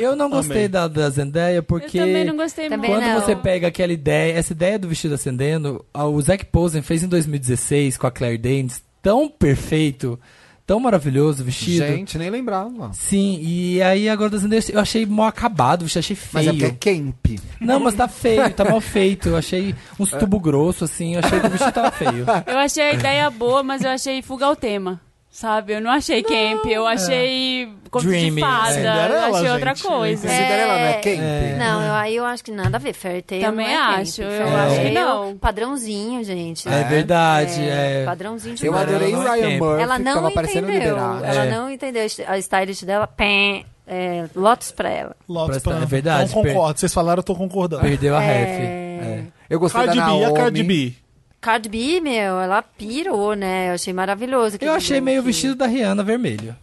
D: Eu não gostei
A: Amei.
D: da, da Zendaya
C: Eu
D: porque...
C: também não gostei
E: Também
C: muito.
D: Quando
E: não.
D: você pega aquela ideia, essa ideia do vestido acendendo, a- o Zac Posen fez em 2016 com a Claire Danes, tão perfeito, tão maravilhoso o vestido.
B: Gente, nem lembrava.
D: Sim, e aí agora das Zendaya eu achei mal acabado, o vestido, achei
B: Mas é
D: feio.
B: porque é camp.
D: Não, mas tá feio, tá mal feito. Eu achei uns
B: É.
D: tubo grosso, assim, eu achei que o vestido tava feio.
C: Eu achei a ideia boa, mas eu achei fuga ao tema. Sabe? Eu não achei camp, eu
D: É.
C: achei conto
D: Dreamy,
C: de fada.
A: Cinderela,
C: eu achei outra
A: gente.
C: coisa.
E: É.
B: Cinderela não é camp?
D: É.
E: Não, eu, aí eu acho que nada a ver. Fairy Tail
C: Também
E: não é camp.
C: acho, eu
E: Fairy
D: acho
E: Tail, é
C: que não.
E: Padrãozinho, gente.
D: É verdade, é.
E: Padrãozinho de
B: Eu
E: Madonna.
B: adorei o
D: Não é
B: Ryan
D: camp.
B: Murphy,
E: Ela
B: que tava
E: não
B: parecendo
E: entendeu.
B: liberado.
E: Ela
D: É.
E: não entendeu a stylist dela. Pé, é, Lotus pra ela.
A: Lotus
D: Parece-
A: pra...
D: é verdade,
A: Não
D: per-
A: concordo. Vocês falaram, eu tô concordando.
D: Perdeu a
E: É.
D: ref. É.
B: Eu gostei
A: Cardi
B: da
A: B,
B: Naomi.
A: a Cardi B.
E: Cardi B, meu, ela pirou, né? Eu achei maravilhoso. aquele
D: Eu achei meio o
E: look.
D: vestido da Rihanna vermelho.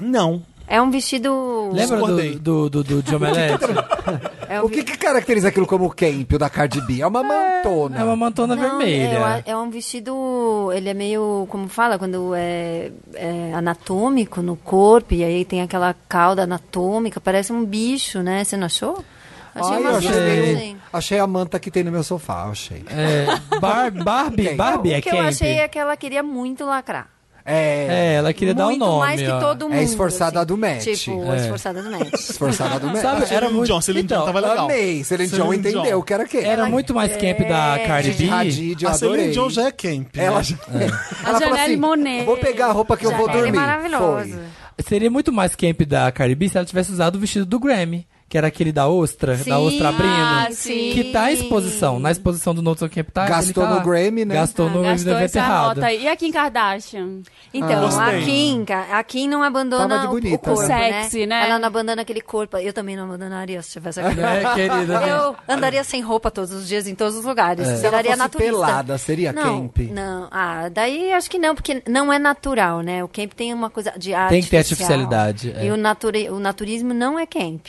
A: Não.
E: É um vestido.
D: Lembra
A: Discordei.
D: do, do, do, do de Omelete?
E: É um
B: O que, que caracteriza aquilo como camp, o da Cardi B? É uma mantona.
D: É uma mantona
E: Não,
D: vermelha.
E: eu a- É, um vestido. Ele é meio. Como fala? Quando é, é anatômico no corpo, e aí tem aquela cauda anatômica, parece um bicho, né? Você não achou? Achei
B: Ai,
E: uma assim.
B: eu achei,
E: viagem.
B: achei a manta que tem no meu sofá, eu achei.
D: É, Bar- Barbie,
B: Quem?
D: Barbie é
E: o que eu
D: camp.
E: achei é que ela queria muito lacrar.
B: É,
D: É, ela queria dar o
E: muito
D: nome.
E: mais que
D: ó.
E: todo mundo.
B: esforçada do match.
E: Tipo,
D: É.
E: esforçada do match.
B: esforçada do médico.
D: Sabe, era
A: Celine
D: muito...
A: Dion, Celine Dion
D: então,
A: tava é legal.
B: Amei, Celine John
A: Celine Dion.
B: entendeu o que era quem.
D: Era muito mais camp
E: É.
D: da Cardi B.
B: Hadid, eu
A: A Celine
B: adorei.
A: Dion já é camp. né?
B: Ela já... Ela falou assim,
C: Janelle Monáe.
B: Vou pegar a roupa que eu vou
E: Janelle
B: dormir.
E: é maravilhosa.
B: Foi.
D: Seria muito mais camp da Cardi B se ela tivesse usado o vestido do Grammy, que era aquele da ostra,
E: Sim.
D: da ostra abrindo.
C: Ah, sim.
D: Que tá à exposição. Na exposição do Notes on Camp tá.
B: Gastou
D: ele tá
B: no
D: lá.
B: Grammy, né?
D: Gastou
E: Ah,
D: no
C: Gastou
D: evento
C: essa
D: errado.
C: nota aí. E a Kim Kardashian?
E: Então, a
A: Gostei.
E: Kim, ca- a Kim não
B: Tava
E: abandona
B: de
E: o-
B: bonita,
E: o corpo,
C: né? Sexy, né?
E: Ela não abandona aquele corpo. Eu também não abandonaria se tivesse aquele corpo.
D: É, querida.
E: Eu andaria sem roupa todos os dias, em todos os lugares.
B: né? É. Se ela
E: Viraria
B: fosse
E: naturista.
B: pelada, seria
E: não,
B: camp?
E: Não, ah, daí acho que não, porque não é natural, né? O camp tem uma coisa de arte.
D: Tem que ter artificialidade, é.
E: E o, naturi- o naturismo não é camp.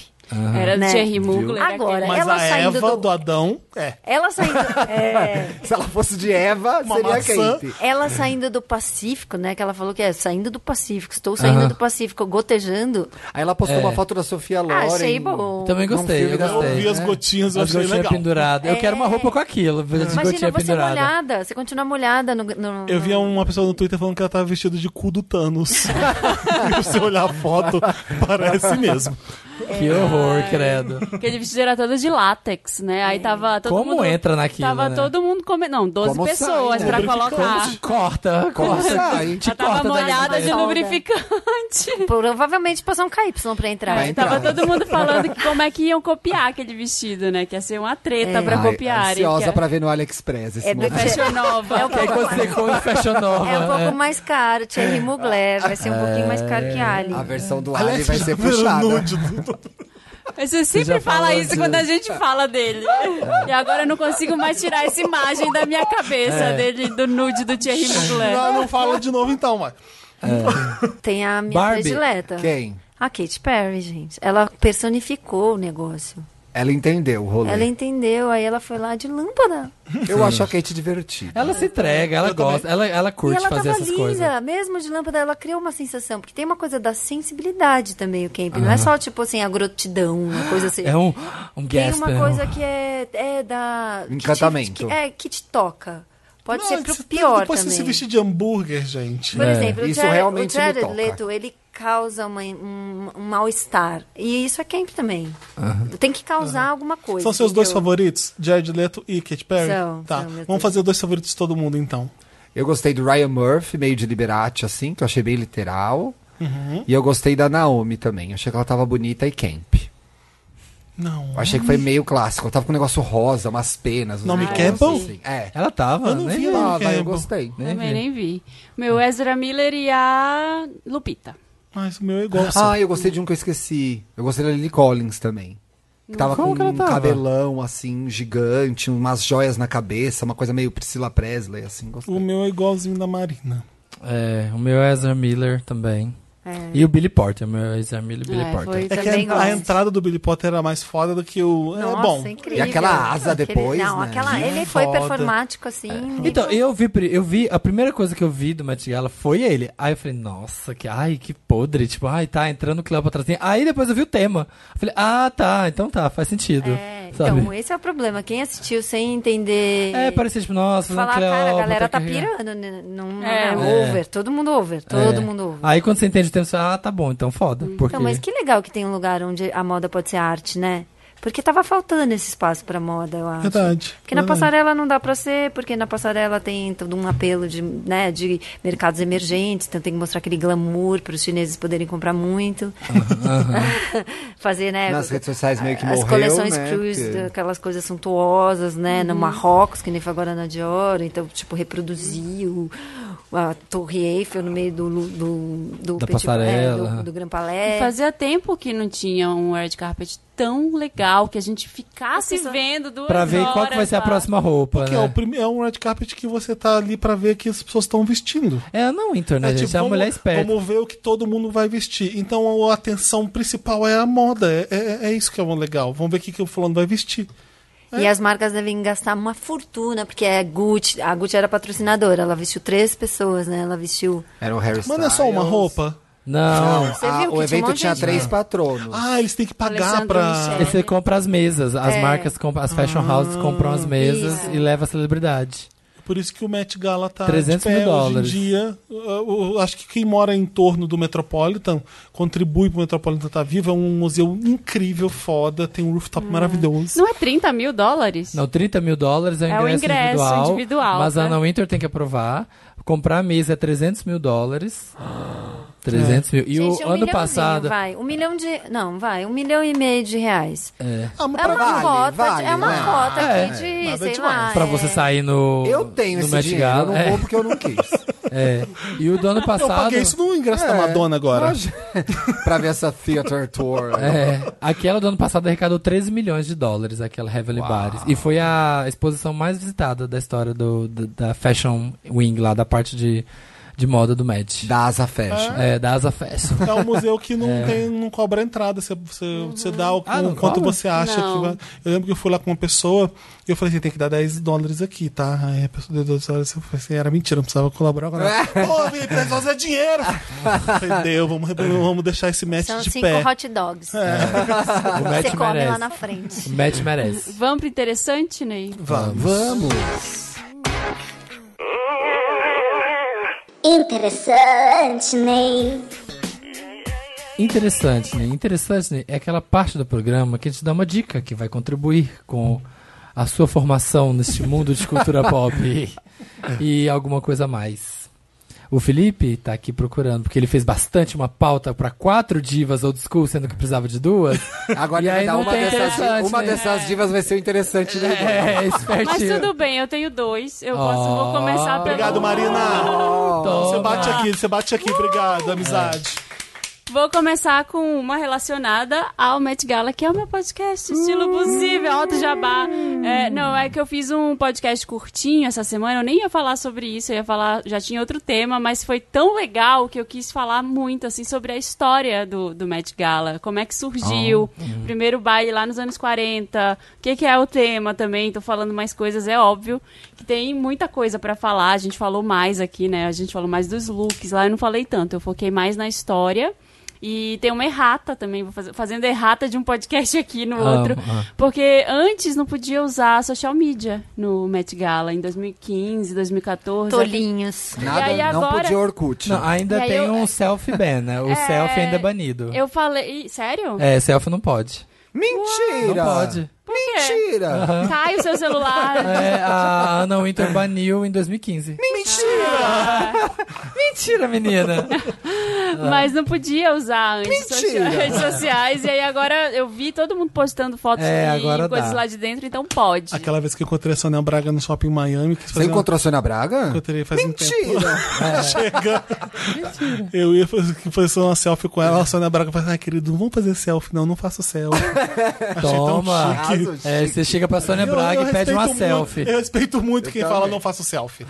C: Era
E: Né?
C: Thierry Mugler. era
E: Agora,
C: aquele-
A: Mas
E: ela
A: a
E: saindo
A: Eva
E: do-
A: do... Adão é.
E: Ela saindo. é,
B: Se ela fosse de Eva,
A: Uma
B: seria
A: maçã.
B: Kate.
E: Ela saindo do Pacífico, né? Que ela falou que é saindo do Pacífico. Estou saindo
D: Aham.
E: do Pacífico, gotejando.
B: Aí ela postou
D: É.
B: uma foto da Sofia
E: Ah,
B: Loren.
E: achei bom.
D: Também
B: Num
D: gostei,
B: filme
D: eu
B: da-
D: gostei.
A: Eu vi as
D: né?
A: gotinhas, eu
D: As
A: achei
D: gotinhas
A: legal.
D: penduradas. Eu quero uma roupa com aquilo, as
E: É. Imagina
D: gotinhas
E: você
D: penduradas.
E: molhada, você continua molhada no. no-
A: Eu vi
E: no-
A: uma pessoa no Twitter falando que ela tava vestida de cu do Thanos. e se olhar a foto, parece mesmo.
D: Que horror, credo.
C: Aquele vestido era todo de látex, né? Aí tava todo
D: Como
C: mundo...
D: entra naquilo,
C: Tava
D: né?
C: todo mundo comendo... Não, 12
B: Como sai,
C: pessoas
B: né?
C: pra
A: Lubrificante.
C: colocar.
D: Corta, corta.
B: sai?
D: Te
C: Ela tava
D: corta daí,
C: molhada
D: daí.
C: de
B: né?
E: Solda.
C: lubrificante.
E: Provavelmente passou um KY pra entrar.
B: Vai entrar.
C: Tava todo mundo falando que como é que iam copiar aquele vestido, né? Que ia ser uma treta pra
B: Ai,
C: copiarem.
B: ansiosa
C: que é-
B: pra ver no AliExpress esse
E: É do
B: momento.
C: Fashion Nova.
E: É um
D: Aí
E: pouco,
D: quando você come fashion nova.
E: é um pouco
D: é.
E: mais caro, Thierry Mugler. Vai ser um pouquinho mais caro que Ali.
B: A versão do Ali
A: Aliás,
B: vai ser
A: já viram
B: puxada.
A: nude do- do-
C: Mas Você sempre
D: já
C: fala
D: falou
C: isso
D: de-
C: quando a gente fala dele. E agora eu não consigo mais tirar essa imagem da minha cabeça
D: É.
C: dele, do nude do Thierry Mugler.
A: Não, não fala de novo então, mas.
E: Tem a minha
D: Barbie.
E: predileta.
B: Quem?
E: A Katy Perry, gente. Ela personificou o negócio.
B: Ela entendeu o rolê.
E: Ela entendeu, aí ela foi lá de lâmpada.
B: Eu acho a Kate divertida.
D: Ela se entrega, ela gosta, ela, ela
E: e
D: curte
E: ela
D: fazer
E: tava
D: essas
E: linda,
D: coisas.
E: mesmo de lâmpada, ela criou uma sensação. Porque tem uma coisa da sensibilidade também, o camping. Não é só, tipo assim, a grotidão, uma coisa assim.
D: É um, um
E: Tem
D: gasp.
E: uma
D: né?
E: coisa que é, é da. que te-
B: Encantamento.
E: que- é, que te toca. Pode
A: Não,
E: ser pro
A: se-
E: pior
A: Depois
E: também.
A: você se vestir de hambúrguer, gente.
E: Por
D: É.
E: exemplo,
B: Isso
E: o Jared,
B: realmente
E: o Jared
B: me toca.
E: Leto, ele causa uma- um, um mal-estar. E isso é camp também. Tem que causar alguma coisa.
A: São seus dois
E: é, entendeu?
A: favoritos? Jared Leto e Katy Perry?
E: São,
A: tá.
E: são meus dois.
A: Vamos fazer dois favoritos de todo mundo então.
B: Eu gostei do Ryan Murphy, meio de Liberati, assim, que eu achei bem literal.
A: Uhum.
B: E eu gostei da Naomi também. Achei que ela tava bonita e camp.
A: Não.
B: Eu achei que foi meio clássico. Ela tava com um negócio rosa, umas penas. uns
A: Naomi
B: negócios
A: Campbell?
B: assim. É.
D: Ela tava,
A: Eu não
D: né?
A: vi ela.
B: Tava, eu
A: Campbell.
B: gostei.
C: Também nem vi. Meu Ezra Miller e a Lupita.
A: Mas o meu é igual. só.
B: Ah, eu gostei de um que eu esqueci. Eu gostei da Lily Collins também. Que tava
D: Como
B: com
D: que ela
B: um
D: tava?
B: cabelão, assim, gigante, umas joias na cabeça, uma coisa meio Priscila Presley, assim, gostei.
A: O meu é igualzinho da Marina.
D: É, o meu é Ezra Miller também.
E: É.
D: E o Billy Porter, o meu é Ezra Miller e Billy
C: É,
D: Porter.
C: foi
A: É que
E: Também
A: a, a
E: gosto.
A: entrada do Billy Potter era mais foda do que o. é
E: Nossa,
A: bom.
E: incrível.
B: E aquela asa
E: Aquele-
B: depois,
E: Não,
B: né? É.
E: aquela,
A: Que
E: ele foi
A: foda.
E: performático assim.
D: Então, eu vi, pri- eu vi, a primeira coisa que eu vi do Met Gala foi ele. Aí eu falei, nossa, que, ai, que podre. Tipo, ai, tá entrando o Cleo pra trás. Aí depois eu vi o tema. Eu falei, ah, tá, então tá, faz sentido.
E: É,
D: sabe?
E: então, esse é o problema. Quem assistiu sem entender.
D: É, parecia tipo, nossa,
E: Falar,
D: Cleo,
E: cara, a galera tá
D: que-
E: pirando, né? Não,
C: É.
E: não,
D: É.
E: over, todo mundo over, todo
D: É.
E: mundo over.
D: Aí quando você entende o tempo, você fala, ah, tá bom, então foda. Porque...
E: Então, mas que legal que tem um lugar onde a moda pode ser arte, né? Porque tava faltando esse espaço pra moda, eu acho.
A: Verdade.
E: Porque na
A: verdade.
E: passarela não dá pra ser, porque na passarela tem todo um apelo de, né, de mercados emergentes, então tem que mostrar aquele glamour para os chineses poderem comprar muito. Fazer, né?
B: Nas redes sociais meio que
E: As
B: morreu,
E: coleções
B: né,
E: cruz,
B: porque- Uhum.
E: aquelas coisas suntuosas, né? No Marrocos, que nem foi agora na Dior, então, tipo, reproduziu a Torre Eiffel no meio do. lu- do, do
D: Da
E: Petit- é,
D: passarela.
E: do, do Grand
C: E
B: É.
E: Palais.
C: fazia tempo que não tinha um red carpet tão legal que a gente ficasse
E: As pessoas-
C: vendo duas
D: Pra ver qual que vai
C: horas
D: ser a
C: lá.
D: próxima roupa,
A: Que
D: né?
A: é, o prime... é um red carpet que você tá ali pra ver que as pessoas estão vestindo. tipo,
D: É, não, internet, gente, é
B: tipo,
D: uma mulher esperta.
A: vamos ver o que todo mundo vai vestir. Então a atenção principal é a moda. É, é- é isso que é o legal. Vamos ver o que, que o fulano vai vestir.
E: E as marcas devem gastar uma fortuna, porque é Gucci, a Gucci era patrocinadora, ela vestiu três pessoas, né? Ela vestiu.
B: Era o Harry Styles.
A: Mas não é só uma roupa.
D: Não.
E: Você
B: Ah, o
E: viu que tinha um
B: evento
E: monte de
B: tinha
E: gente?
B: três patronos.
A: Ah, eles têm que pagar
C: Alexandre
A: pra.
C: Michel.
D: Você compra as mesas, as
E: É.
D: marcas, compram, as fashion houses
B: Ah.
D: compram as mesas
E: isso.
D: e leva a celebridade.
A: Por isso que o Met Gala tá
D: 300
A: de pé
D: mil dólares.
A: hoje em dia. Eu- eu acho que quem mora em torno do Metropolitan, contribui pro Metropolitan tá vivo, é um museu incrível, foda, tem um rooftop
B: Hum.
A: maravilhoso.
C: Não é 30 mil dólares?
D: Não, 30 mil dólares é o ingresso,
C: É o ingresso
D: individual,
C: individual,
D: Mas a
C: né?
D: Ana Winter tem que aprovar. Comprar a mesa é 300 mil dólares. 300 mil. E
E: Gente, é
D: o
E: um
D: ano
E: milhãozinho,
D: passado.
E: Vai. Um milhão de. Não, vai. Um milhão e meio de reais.
A: Ah, mas
E: É
A: pra-
E: uma
B: vale,
E: cota.
B: vale,
E: é uma
B: né?
E: cota
D: É.
E: aqui
A: Nada
E: de. Sei
A: demais.
E: lá.
D: Pra
E: é-
D: você sair no.
B: Eu tenho
D: no
B: esse
D: Met
B: dinheiro, eu
D: Gala.
B: não
D: É,
B: vou porque eu não quis.
D: é. E o do ano
A: Eu
D: passado.
A: paguei isso no ingresso da
B: É.
A: Madonna agora.
B: Imagina. pra ver essa theater tour. né,
D: É, aquela do ano passado arrecadou 13 milhões de dólares, aquela Heavenly Bodies. E foi a exposição mais visitada da história do, do- da Fashion Wing, lá da parte de, de moda do Met.
B: Da Asa Fashion.
D: É, da Asa Fashion.
A: É um museu que não, tem, não cobra entrada. Você, você, você dá o,
D: Ah,
A: o
D: não
A: quanto
D: cobra?
A: você acha
C: Não.
A: que vai. Eu lembro que eu fui lá com uma pessoa e eu falei assim: tem que dar 10 dólares aqui, tá? Aí a pessoa deu 12 dólares. Eu falei assim: era mentira, não precisava colaborar agora. Ô, Felipe, 10 dólares é dinheiro! Eu falei, deu, vamos, re- vamos deixar esse match
E: é, São
A: de
E: cinco
A: pé.
E: hot
D: O
E: dogs. Você
D: Met
E: come lá
D: merece.
E: na
D: O
E: frente.
D: Met merece.
C: Vamos pro interessante, Ney?
A: Vamos.
B: Vamos.
G: Interessante, Ney.
D: Interessante, né? Interessante né? é aquela parte do programa que te dá uma dica que vai contribuir com a sua formação neste mundo de cultura pop e alguma coisa a mais. O Felipe tá aqui procurando, porque ele fez bastante uma pauta para quatro divas old school, sendo que precisava de duas.
B: Agora
D: É.
B: ele
D: E
B: vai
D: aí
B: dar
D: não
B: uma
D: tem
B: dessas,
D: interessante,
B: uma
D: né?
B: dessas divas vai ser o interessante dele.
D: É,
C: Mas
D: espertinho.
C: tudo bem, eu tenho dois. Eu posso, vou começar pelo.
A: Obrigado, Marina! Você
D: Toma.
A: bate aqui, você bate aqui, obrigado, amizade.
C: Vou começar com uma relacionada ao Met Gala, que é o meu podcast, estilo possível, alto jabá. É, não, é que eu fiz um podcast curtinho essa semana, eu nem ia falar sobre isso, eu ia falar, já tinha outro tema, mas foi tão legal que eu quis falar muito, assim, sobre a história do, do Met Gala, como é que surgiu,
D: Ah, uhum.
C: primeiro baile lá nos anos 40, o que, que é o tema também, tô falando mais coisas, é óbvio, que tem muita coisa pra falar, a gente falou mais aqui, né, a gente falou mais dos looks, lá eu não falei tanto, eu foquei mais na história, e tem uma errata também, vou fazer, fazendo errata de um podcast aqui no
D: Ah,
C: outro.
D: ah.
C: Porque antes não podia usar social media no Met Gala, em 2015, 2014.
E: Tolinhos.
B: Nada,
C: E aí
B: não
C: agora-
B: podia Orkut.
D: Não, ainda
C: E aí
D: tem
C: eu-
D: um selfie ban, né? O
C: É,
D: selfie ainda é banido.
C: Eu falei. Ih, Sério?
D: É, selfie não pode. Não
B: Mentira!
D: pode.
C: Por quê?
B: Mentira!
C: Cai o seu celular.
D: É, a Ana Winter baniu em 2015.
C: Ah.
D: Mentira, menina!
C: Mas não podia usar antes
B: Mentira!
C: socia- redes sociais. E aí agora eu vi todo mundo postando fotos
D: É,
C: e
D: agora
C: coisas
D: dá.
C: lá de dentro, então pode.
A: Aquela vez que eu encontrei a Sônia Braga no shopping em Miami, que um,
B: Você encontrou a Sônia Braga?
A: Encontrei faz um tempo.
B: Mentira!
A: Chega. Eu ia fazer fazer uma selfie com ela, a Sônia Braga falou: assim, ai, querido, não vamos fazer selfie, não, não faça selfie.
D: Toma!
A: Achei tão
B: Arraso,
A: chique.
D: É, você chega pra Sônia
A: Eu-
D: Braga
A: eu
D: e pede
A: respeito
D: uma
A: muito-
D: selfie.
A: Eu respeito muito quem fala
B: também.
A: não faça selfie.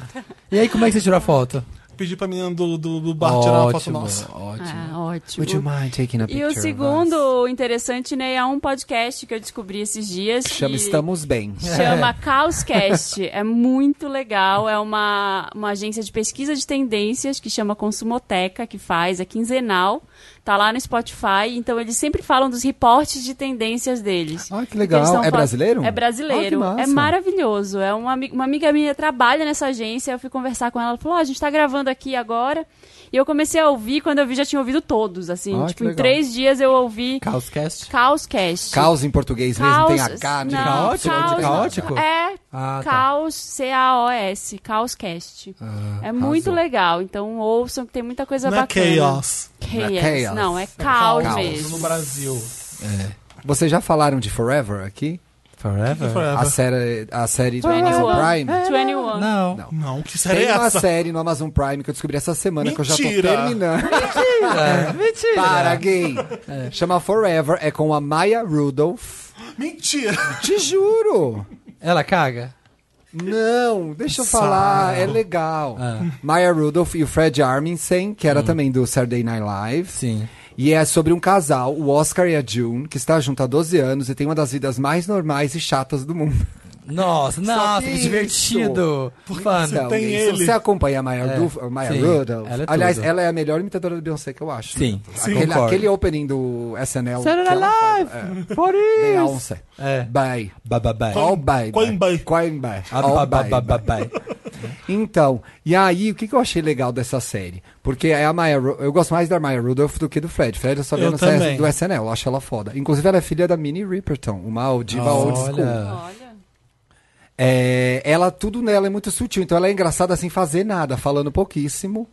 D: E aí, como é que você tirou a foto?
A: Pedi pra menina do, do, do bar tirar uma foto
D: Ótimo,
A: nossa.
D: ótimo.
C: Ah, ótimo.
B: Would you mind taking a
C: E
B: picture
C: o
B: of us?
C: segundo interessante, né, é um podcast que eu descobri esses dias.
B: Chama
C: que- É.
B: Estamos Bem.
C: Chama Caoscast. É muito legal. É uma, uma agência de pesquisa de tendências que chama Consumoteca, que faz, é quinzenal. Tá lá no Spotify. Então, eles sempre falam dos reportes de tendências deles.
B: Ah, que
C: Eles
B: legal.
C: estão
B: É
C: falando-
B: brasileiro?
C: É
B: Ah, que
C: brasileiro.
B: massa.
C: é maravilhoso. É uma, ami- uma amiga minha trabalha nessa agência. Eu fui conversar com ela. Ela falou: "Ó, a gente tá gravando aqui agora. E eu comecei a ouvir. Quando eu vi, já tinha ouvido todos. Assim,
B: Ah, que
C: tipo, em
B: legal.
C: três dias eu ouvi
D: Caoscast?
C: Caoscast.
B: Caos em português mesmo, tem a K de
C: não,
D: caótico, de
C: caos-
D: caótico?
C: É,
D: Ah, tá.
C: caos, C-A-O-S, Caoscast. é muito
B: Ah, arrasou.
C: legal, então ouçam que tem muita coisa
A: Não é
C: bacana.
A: chaos.
B: Não
C: Chaos.
B: é chaos.
C: Não, é caos,
A: No
B: caos.
C: mesmo.
A: Brasil.
B: Vocês já falaram de Forever aqui?
D: Forever?
B: A série, a série do
C: Forever. É.
B: Amazon Prime?
C: 21.
D: Não.
B: Não.
A: Não, que série
B: Tem
A: é
B: uma
A: essa?
B: série no Amazon Prime que eu descobri essa semana que eu já tô
A: Mentira.
B: terminando.
D: É, mentira!
B: Para, gay. Chama Forever, é com a Maya Rudolph.
A: Mentira.
D: Então.
B: Te juro.
D: Ela caga?
B: Não, deixa eu falar, é legal.
D: Ah.
B: Maya Rudolph e o Fred Armisen, que era também do Saturday Night Live.
D: Hum. Sim.
B: E é sobre um casal, o Oscar e a June, que está junto há 12 anos e tem uma das vidas mais normais e chatas do mundo.
D: Nossa, nossa,
B: que
D: que
B: isso.
D: divertido. Fun.
B: Então,
A: tem
B: se
A: ele.
B: você acompanha a Maya,
D: É,
B: Rudolph, a Maya
D: sim,
B: Rudolph,
D: ela é tudo.
B: aliás, ela é a melhor imitadora do Beyoncé que eu acho. né?
D: Sim, sim,
B: aquele,
D: concordo.
B: aquele opening do SNL.
D: Saturday
B: que ela
D: Night
B: faz,
D: Por
B: é,
D: isso.
B: Beyoncé.
D: É.
B: Bye.
D: Bababá.
B: All bye.
A: Coin bye.
B: Coin bye.
D: Ah,
B: All
D: babá,
B: bye,
D: babá,
B: bye.
D: babá.
B: Então, e aí, o que, que eu achei legal dessa série? Porque é a Maya, Ru- eu gosto mais da Maya Rudolph do que do Fred. Fred eu só vi
A: Eu
B: no CS
A: também.
B: do SNL, eu acho ela foda. Inclusive, ela é filha da Minnie Riperton, uma diva old school.
D: Olha.
C: Olha.
B: É, ela, tudo nela é muito sutil, então ela é engraçada sem fazer nada, falando pouquíssimo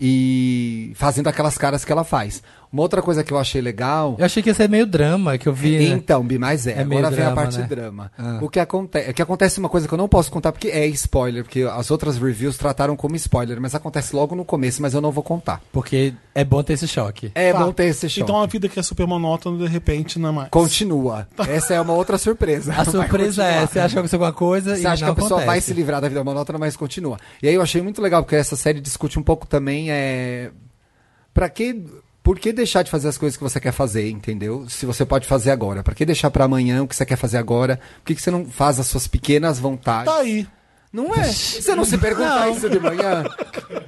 B: e fazendo aquelas caras que ela faz. Uma outra coisa que eu achei legal
D: Eu achei que ia ser meio drama que eu vi. né?
B: Então, B mais é.
D: É meio
B: Agora vem a
D: drama,
B: parte
D: né?
B: drama.
D: Ah.
B: O que acontece? É que acontece uma coisa que eu não posso contar porque é spoiler, porque as outras reviews trataram como spoiler, mas acontece logo no começo, mas eu não vou contar.
D: Porque é bom ter esse choque.
B: É
A: Tá.
B: bom ter esse show.
A: Então a vida que é super monótona, de repente, não é mais.
B: Continua. Essa é uma outra surpresa.
D: A surpresa é, você acha que aconteceu alguma coisa
B: Você
D: e
B: acha que
D: não
B: a pessoa
D: acontece.
B: vai se livrar da vida monótona, mas continua. E aí eu achei muito legal, porque essa série discute um pouco também é... Pra que... Por que deixar de fazer as coisas que você quer fazer, entendeu? Se você pode fazer agora. Pra que deixar pra amanhã o que você quer fazer agora? Por que, que você não faz as suas pequenas vontades?
A: Tá aí.
B: Não é? Você não se pergunta isso de manhã?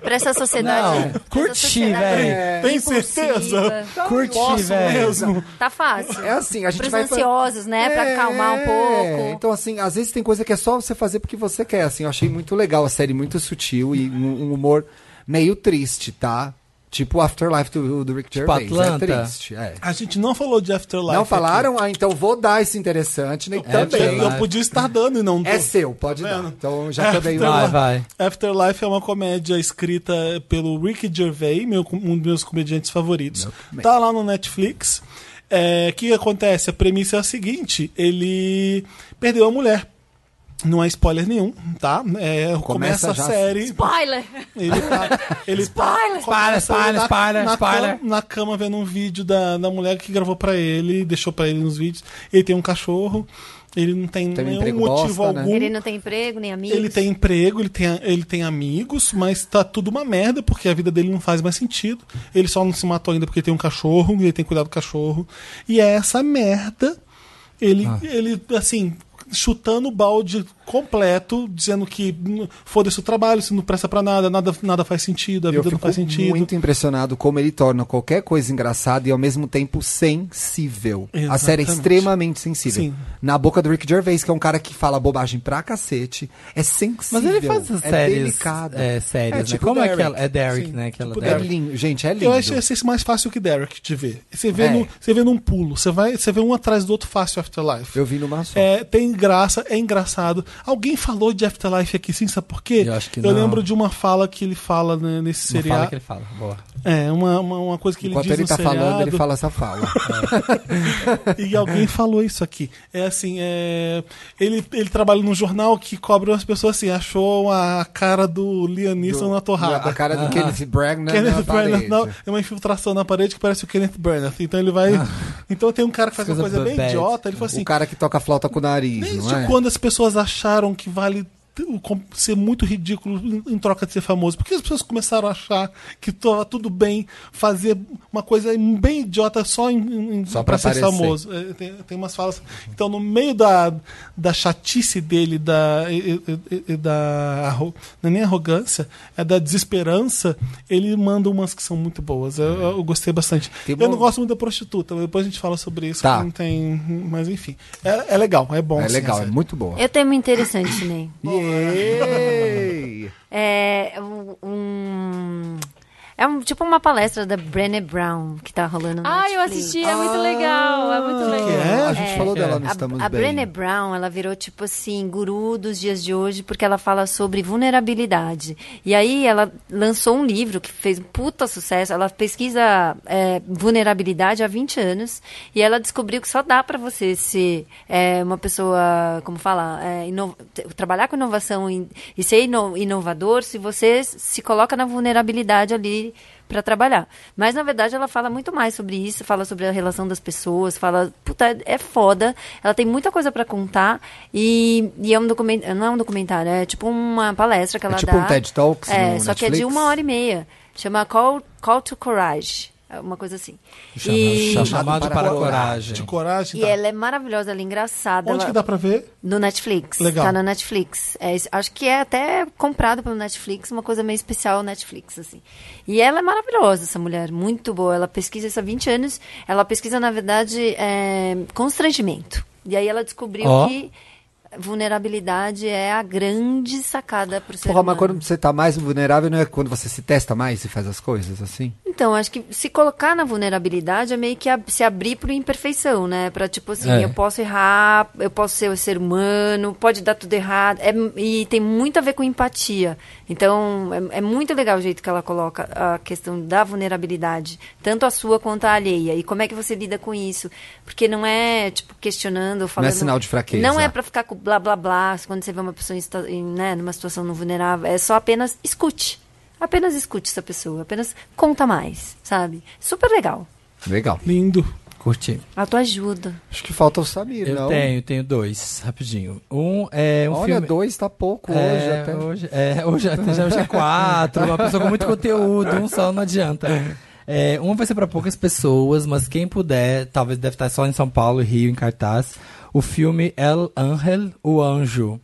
E: Pra essa
D: Não,
E: sociedade. pra essa
D: curti,
E: sociedade
D: velho.
A: Tem
E: impulsiva.
A: certeza?
D: Curti,
A: Posso
D: velho.
A: mesmo.
E: Tá fácil.
B: É assim, a gente
E: Pros
B: vai...
E: ansiosos, né? Pra
B: É,
E: acalmar um pouco.
B: Então, assim, às vezes tem coisa que é só você fazer porque você quer. Assim, eu achei muito legal a série, muito sutil e um, um humor meio triste, tá? Tipo o Afterlife do, do Rick Gervais.
D: Atlanta.
B: É triste, é.
A: A gente não falou de Afterlife.
B: Não
A: aqui.
B: falaram? Ah, então vou dar esse interessante, né?
A: é Eu,
B: também.
A: eu podia estar dando e não
B: É
A: dou.
B: seu, pode dar. Então já também
D: Vai, vai.
A: Afterlife é uma comédia escrita pelo Ricky Gervais, meu- um dos meus comediantes favoritos. Tá lá no Netflix. É, O que acontece? A premissa é a seguinte: ele perdeu a mulher. Não é spoiler nenhum, tá? É, começa,
B: Começa
A: a
B: já-
A: série.
E: Spoiler!
A: Ele tá. Ele tá-
E: Spoiler!
A: começa
D: Spoiler,
A: ele na-
D: spoiler,
A: na
D: spoiler.
A: cama- na cama vendo um vídeo da, da mulher que gravou pra ele, deixou pra ele nos vídeos. Ele tem um cachorro, ele não tem,
B: Tem um
A: nenhum
B: emprego
A: motivo
B: bosta, né?
A: algum.
E: Ele não tem emprego, nem amigos.
A: Ele tem emprego, ele tem, ele tem amigos, mas tá tudo uma merda, porque a vida dele não faz mais sentido. Ele só não se matou ainda porque tem um cachorro, e ele tem que cuidar do cachorro. E é essa merda. Ele,
B: Ah.
A: ele assim, chutando o balde completo, dizendo que hum, foda-se o trabalho, isso não presta pra nada, nada, nada faz sentido, a
B: Eu
A: vida não
B: fico
A: faz sentido.
B: muito impressionado como ele torna qualquer coisa engraçada e ao mesmo tempo sensível. A série é
A: Exatamente.
B: extremamente sensível.
A: Sim.
B: Na boca do Rick Gervais, que é um cara que fala bobagem pra cacete, é sensível.
D: Mas ele faz as
B: é
D: séries.
B: delicado.
D: É, séries,
B: É
D: né?
B: tipo
D: Como é
B: Derek.
D: aquela? É Derek, né? Aquela
A: tipo
B: É
D: Derek.
B: lindo, gente, é lindo.
A: Eu assim, acho esse mais fácil que Derek de ver. Você vê,
B: É.
A: no, você vê num pulo, você, vai, você vê um atrás do outro fácil Afterlife.
B: Eu vi numa só.
A: É, tem graça, é engraçado. Alguém falou de Afterlife aqui, sim, sabe por quê?
D: Eu acho que não.
A: lembro de uma fala que ele fala né, nesse
D: Uma fala
A: seriado.
D: que ele fala. Boa.
A: É, uma, uma, uma coisa que ele
B: Enquanto
A: diz
B: ele
A: no
B: tá
A: seriado.
B: falando, ele fala essa fala.
A: E alguém falou isso aqui. É assim, é... Ele, ele trabalha num jornal que cobra as pessoas assim, achou a cara do Lianisson na torrada. Ah.
B: A cara do Kenneth Branagh
A: Kenneth
B: na
A: Branagh
B: parede.
A: não, é uma infiltração na parede que parece o Kenneth Branagh. Então ele vai. Então tem um cara que faz uma
D: Coisa
A: coisa bem
D: bad.
A: idiota. Ele fala assim:
B: o cara que toca flauta com o nariz,
A: Desde
B: não é?
A: quando as pessoas acharam que vale t- o com- ser muito ridículo em- em troca de ser famoso? Por que as pessoas começaram a achar que estava tudo bem fazer uma coisa bem idiota só, em- em-
B: Só
A: pra
B: pra
A: ser
B: aparecer.
A: famoso? É, tem, tem umas falas. Então, no meio da, da chatice dele, da, e- e- e- e da arro- não é nem arrogância, é da desesperança, ele manda umas que são muito boas. Eu,
B: É.
A: eu gostei bastante.
B: Tem
A: eu
B: uma-
A: não gosto muito da prostituta, mas depois a gente fala sobre isso.
B: Tá.
A: que Não tem, mas enfim, é, é legal, é bom.
B: É
A: sim,
B: legal,
A: essa-
B: é muito boa.
E: Eu tenho uma interessante, Ney.
B: Yay!
E: É um- um. É um, tipo uma palestra da Brené Brown que tá rolando no
C: Ah, eu
E: Netflix.
C: assisti, é muito legal, é muito
B: Ah,
C: legal.
A: é?
B: A gente falou dela no
E: A-
B: Estamos
E: a, é
B: Bem.
E: Brené Brown, ela virou tipo assim, guru dos dias de hoje, porque ela fala sobre vulnerabilidade. E aí ela lançou um livro que fez um puta sucesso. Ela pesquisa é, vulnerabilidade há 20 anos e ela descobriu que só dá pra você ser é, uma pessoa, como fala, é, ino- te- trabalhar com inovação e, e ser ino- inovador se você se coloca na vulnerabilidade ali para trabalhar. Mas na verdade ela fala muito mais sobre isso, fala sobre a relação das pessoas, fala, puta, é- é foda. Ela tem muita coisa para contar e, e é um documentário, não é um documentário, é tipo uma palestra que ela
B: tipo
E: dá.
B: um TED Talks
E: É,
B: no
E: só que é de
B: Netflix?
E: uma hora e meia. Chama Call, Call to Courage. uma coisa assim.
B: Chama-
E: e,
B: chama-
D: Chamado para, a coragem.
A: De coragem.
E: e
A: tá.
E: ela é maravilhosa, ela é engraçada.
A: Onde
E: ela-
A: que dá pra ver?
E: No Netflix.
A: Legal.
E: Tá na Netflix. É, isso- acho que é até comprado pelo Netflix, uma coisa meio especial Netflix, assim. E ela é maravilhosa, essa mulher, muito boa. Ela pesquisa isso há 20 anos. Ela pesquisa, na verdade, é, constrangimento. E aí ela descobriu
D: Ó.
E: que vulnerabilidade é a grande sacada pro ser
B: Porra,
E: humano.
B: mas quando você tá mais vulnerável, não é quando você se testa mais e faz as coisas assim?
E: Então, acho que se colocar na vulnerabilidade é meio que ab- se abrir para imperfeição, né? Para tipo assim,
D: É.
E: eu posso errar, eu posso ser um ser humano, pode dar tudo errado. É m- e tem muito a ver com empatia. Então, é, é muito legal o jeito que ela coloca a questão da vulnerabilidade, tanto a sua quanto a alheia. E como é que você lida com isso? Porque não é, tipo, questionando ou falando.
B: sinal de fraqueza.
E: Não é pra ficar com blá blá blá quando você vê uma pessoa em, situa- em, né, numa situação não vulnerável. É só apenas escute. Apenas escute essa pessoa. Apenas conta mais, sabe? Super legal.
B: Legal.
A: Lindo.
D: Curti.
E: Autoajuda.
B: Acho que falta o Samir,
D: Eu
B: não?
D: tenho, tenho dois, rapidinho. Um é um
B: Olha,
D: filme...
B: dois tá pouco hoje
D: É,
B: até.
D: hoje, é, hoje, até já hoje é quatro, uma pessoa com muito conteúdo, um só não adianta. É, um vai ser pra poucas pessoas, mas quem puder, talvez deve estar só em São Paulo e Rio, em cartaz. O filme El Ángel, o Anjo.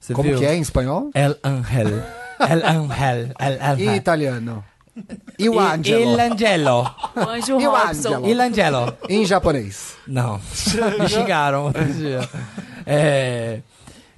D: Você
B: Como
D: viu?
B: que é em espanhol?
D: El Ángel. El Ángel. El
B: E
D: Ángel.
B: italiano? E tá o Tá
D: E- é Il
B: Angelo?
D: Angelo.
C: O Anjo
B: E o
C: Robson.
B: Angelo?
D: Il Angelo.
B: Em japonês.
D: Não. Me xingaram outro dia. É,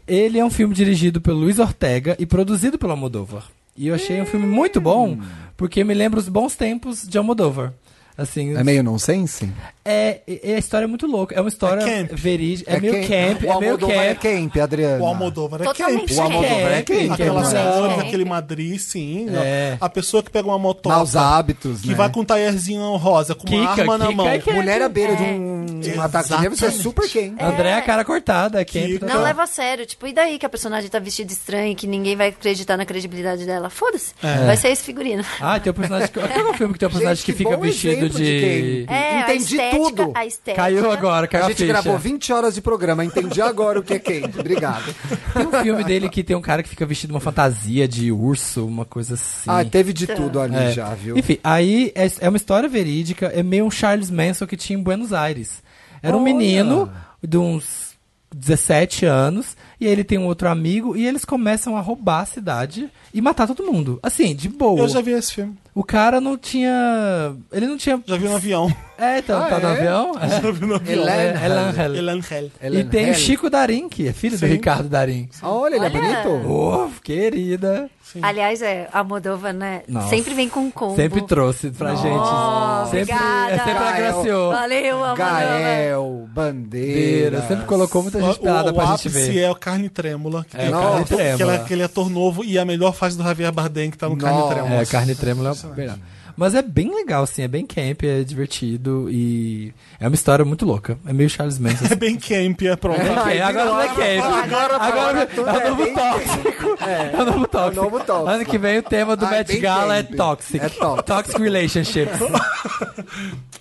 D: ele é um filme dirigido pelo Luiz Ortega e produzido pelo Almodóvar. E eu achei um filme muito
B: Hum.
D: bom, porque me lembra os bons tempos de Almodóvar. Assim,
B: É meio nonsense?
D: é, é- a história é muito louca. É uma história
A: É camp.
D: verídica. É, meio
B: quem-
D: camp,
B: O
D: é meio
B: Almodóvar é
D: camp.
B: camp, Adriano.
A: O Almodóvar é
E: Totalmente
A: quem?
B: O Almodóvar é
D: Camp,
B: camp.
A: Aquelas
B: não é?
A: cores,
E: Camp.
A: aquele Madrid, sim.
D: É.
A: A pessoa que pega uma moto
B: Maus hábitos,
A: que
B: né?
A: vai com um taierzinho rosa, com uma
D: Kika,
A: arma na
D: Kika
A: mão.
D: é camp.
B: Mulher à beira de um, de um ataque de nervos, você é super quem?
D: André é a cara cortada, é
A: Que-
D: camp.
E: Não
A: Tá.
E: leva a sério. Tipo, e daí que a personagem tá vestida estranha e que ninguém vai acreditar na credibilidade dela? Foda-se.
B: É.
E: Vai ser esse figurino.
D: Ah, tem um personagem. que- Qual é o filme que tem um personagem que fica vestido de.
E: É, a
B: Entendi
E: estética,
B: tudo.
E: A estética.
D: Caiu agora, caiu
B: A
D: É a,
B: gente
D: ficha.
B: gravou 20 horas de programa, entendi agora o que é quem. Obrigado.
D: Tem um filme dele que tem um cara que fica vestido uma fantasia de urso, uma coisa assim.
B: Ah, teve de tudo ali
D: É.
B: já, viu?
D: Enfim, aí é, é uma história verídica, é meio um Charles Manson que tinha em Buenos Aires. Era um menino de uns 17 anos, e ele tem um outro amigo, e eles começam a roubar a cidade e matar todo mundo. Assim, de boa.
A: Eu já vi esse filme.
D: O cara não tinha. Ele não tinha.
A: Já vi no avião.
D: É, então,
B: Ah,
D: tá no
B: é?
D: avião?
A: Já vi no avião.
B: Ele é-
D: É, é Lanhel.
A: El Angel.
B: Ela é
D: E tem o
B: Helen.
D: Chico Darim, que é filho
A: Sim.
D: do Ricardo Darim.
B: Ah, olha, ele é bonito.
D: Oh, querida.
E: Aliás, é, a Moldova, né?
D: Nossa.
E: Sempre vem com combo.
D: Sempre trouxe pra gente. Sempre,
E: obrigada.
D: é sempre agraciou.
E: Valeu, Moldova.
B: Gael,
D: Bandeira,
B: Bandeira.
D: sempre colocou muita gente pelada
A: O, o
D: pra
A: ápice
D: gente ver.
A: é o Carne Trêmula. Que tem
D: É,
A: o
B: Carne
A: ator-
D: Trêmula.
A: Que ele, é- que ele é ator novo e a melhor fase do Javier Bardem que tá no Carne
B: Nossa.
A: Trêmula.
D: É, carne trêmula é o melhor. Mas é bem legal, assim, é bem camp, é divertido e é uma história muito louca. É meio Charles Manson.
A: É bem camp, é pronto.
D: É,
B: Ai,
D: agora não é camp.
B: Agora,
D: Agora
B: agora tudo
D: é o novo
B: bem-
D: tóxico. É o novo tóxico.
B: novo tóxico.
D: Ano que vem o tema do
B: Ai,
D: Met
B: bem
D: Gala é
B: camp.
D: Toxic.
B: É tóxico.
D: Toxic Relationships.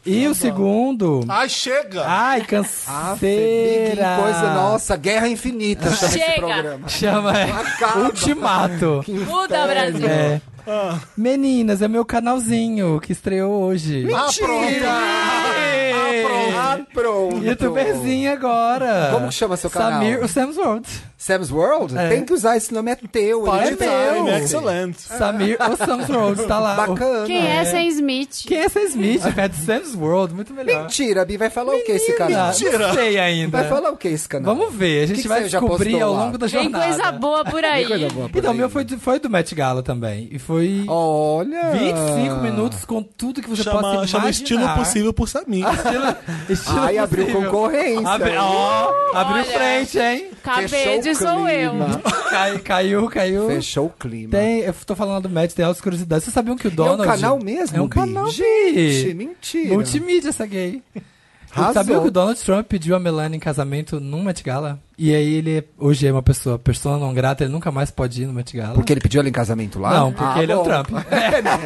D: e o segundo...
A: Ai, chega!
D: Ai,
B: Ah, Fê, Big,
D: canseira.
B: coisa nossa, guerra infinita chama esse
C: Chega.
B: programa.
D: Chama é,
B: Acaba.
D: Ultimato.
C: Muda, Brasil.
D: É.
B: Ah.
D: Meninas, é meu canalzinho que estreou hoje.
B: Mentira! Ah, pronto.
D: Youtuberzinho agora.
B: Como que chama seu canal?
D: Samir, o Sam's World.
B: Sam's World?
D: É.
B: Tem que usar, esse nome é teu.
D: Pode é
B: ele
D: ser.
A: É
B: design.
D: Meu.
A: Excelente.
D: Samir, o Sam's World, tá lá.
B: Bacana.
C: Quem é Sam Smith?
D: O- Quem é Sam Smith? É do Sam's World, muito melhor.
B: Mentira, Bi, vai falar o que esse
D: Ah,
B: canal?
D: Não sei ainda.
B: Vai falar o que esse canal?
D: Vamos ver, a gente
B: Que que
D: vai
B: você já
D: descobrir
B: postou
D: ao
B: lá?
D: longo da
C: Tem
D: jornada.
C: coisa boa por aí.
B: Que coisa boa por
D: Então, o
B: aí.
D: meu foi, do- foi do Met Gala também. E foi
B: Olha!
D: 25 minutos com tudo que você possa
A: Chama,
D: imaginar. Ah,
A: chama Estilo Possível por Samir.
D: Estilo, estilo
B: Aí abriu
D: é possível.
B: concorrência.
D: Abre, Ah, ó, abriu
C: Olha.
D: frente, hein?
C: Cabede sou eu.
D: Cai- caiu, caiu.
B: Fechou o clima.
D: Tem, eu tô falando do Matt, tem altas curiosidades. Vocês sabiam que
B: É
D: o Donald...
B: um canal mesmo,
D: É um
B: Bi?
D: canal,
B: Gente,
D: Bi.
B: mentira.
D: Multimídia essa gay.
B: Arrasou.
D: Sabiam que o Donald Trump pediu a Melania em casamento num Met Gala? E aí ele é- hoje é uma pessoa, persona não grata, ele nunca mais pode ir no Met Gala.
B: Porque ele pediu ela em casamento lá?
D: Não, porque
B: Ah,
D: ele é o
B: bom. né?
D: Trump.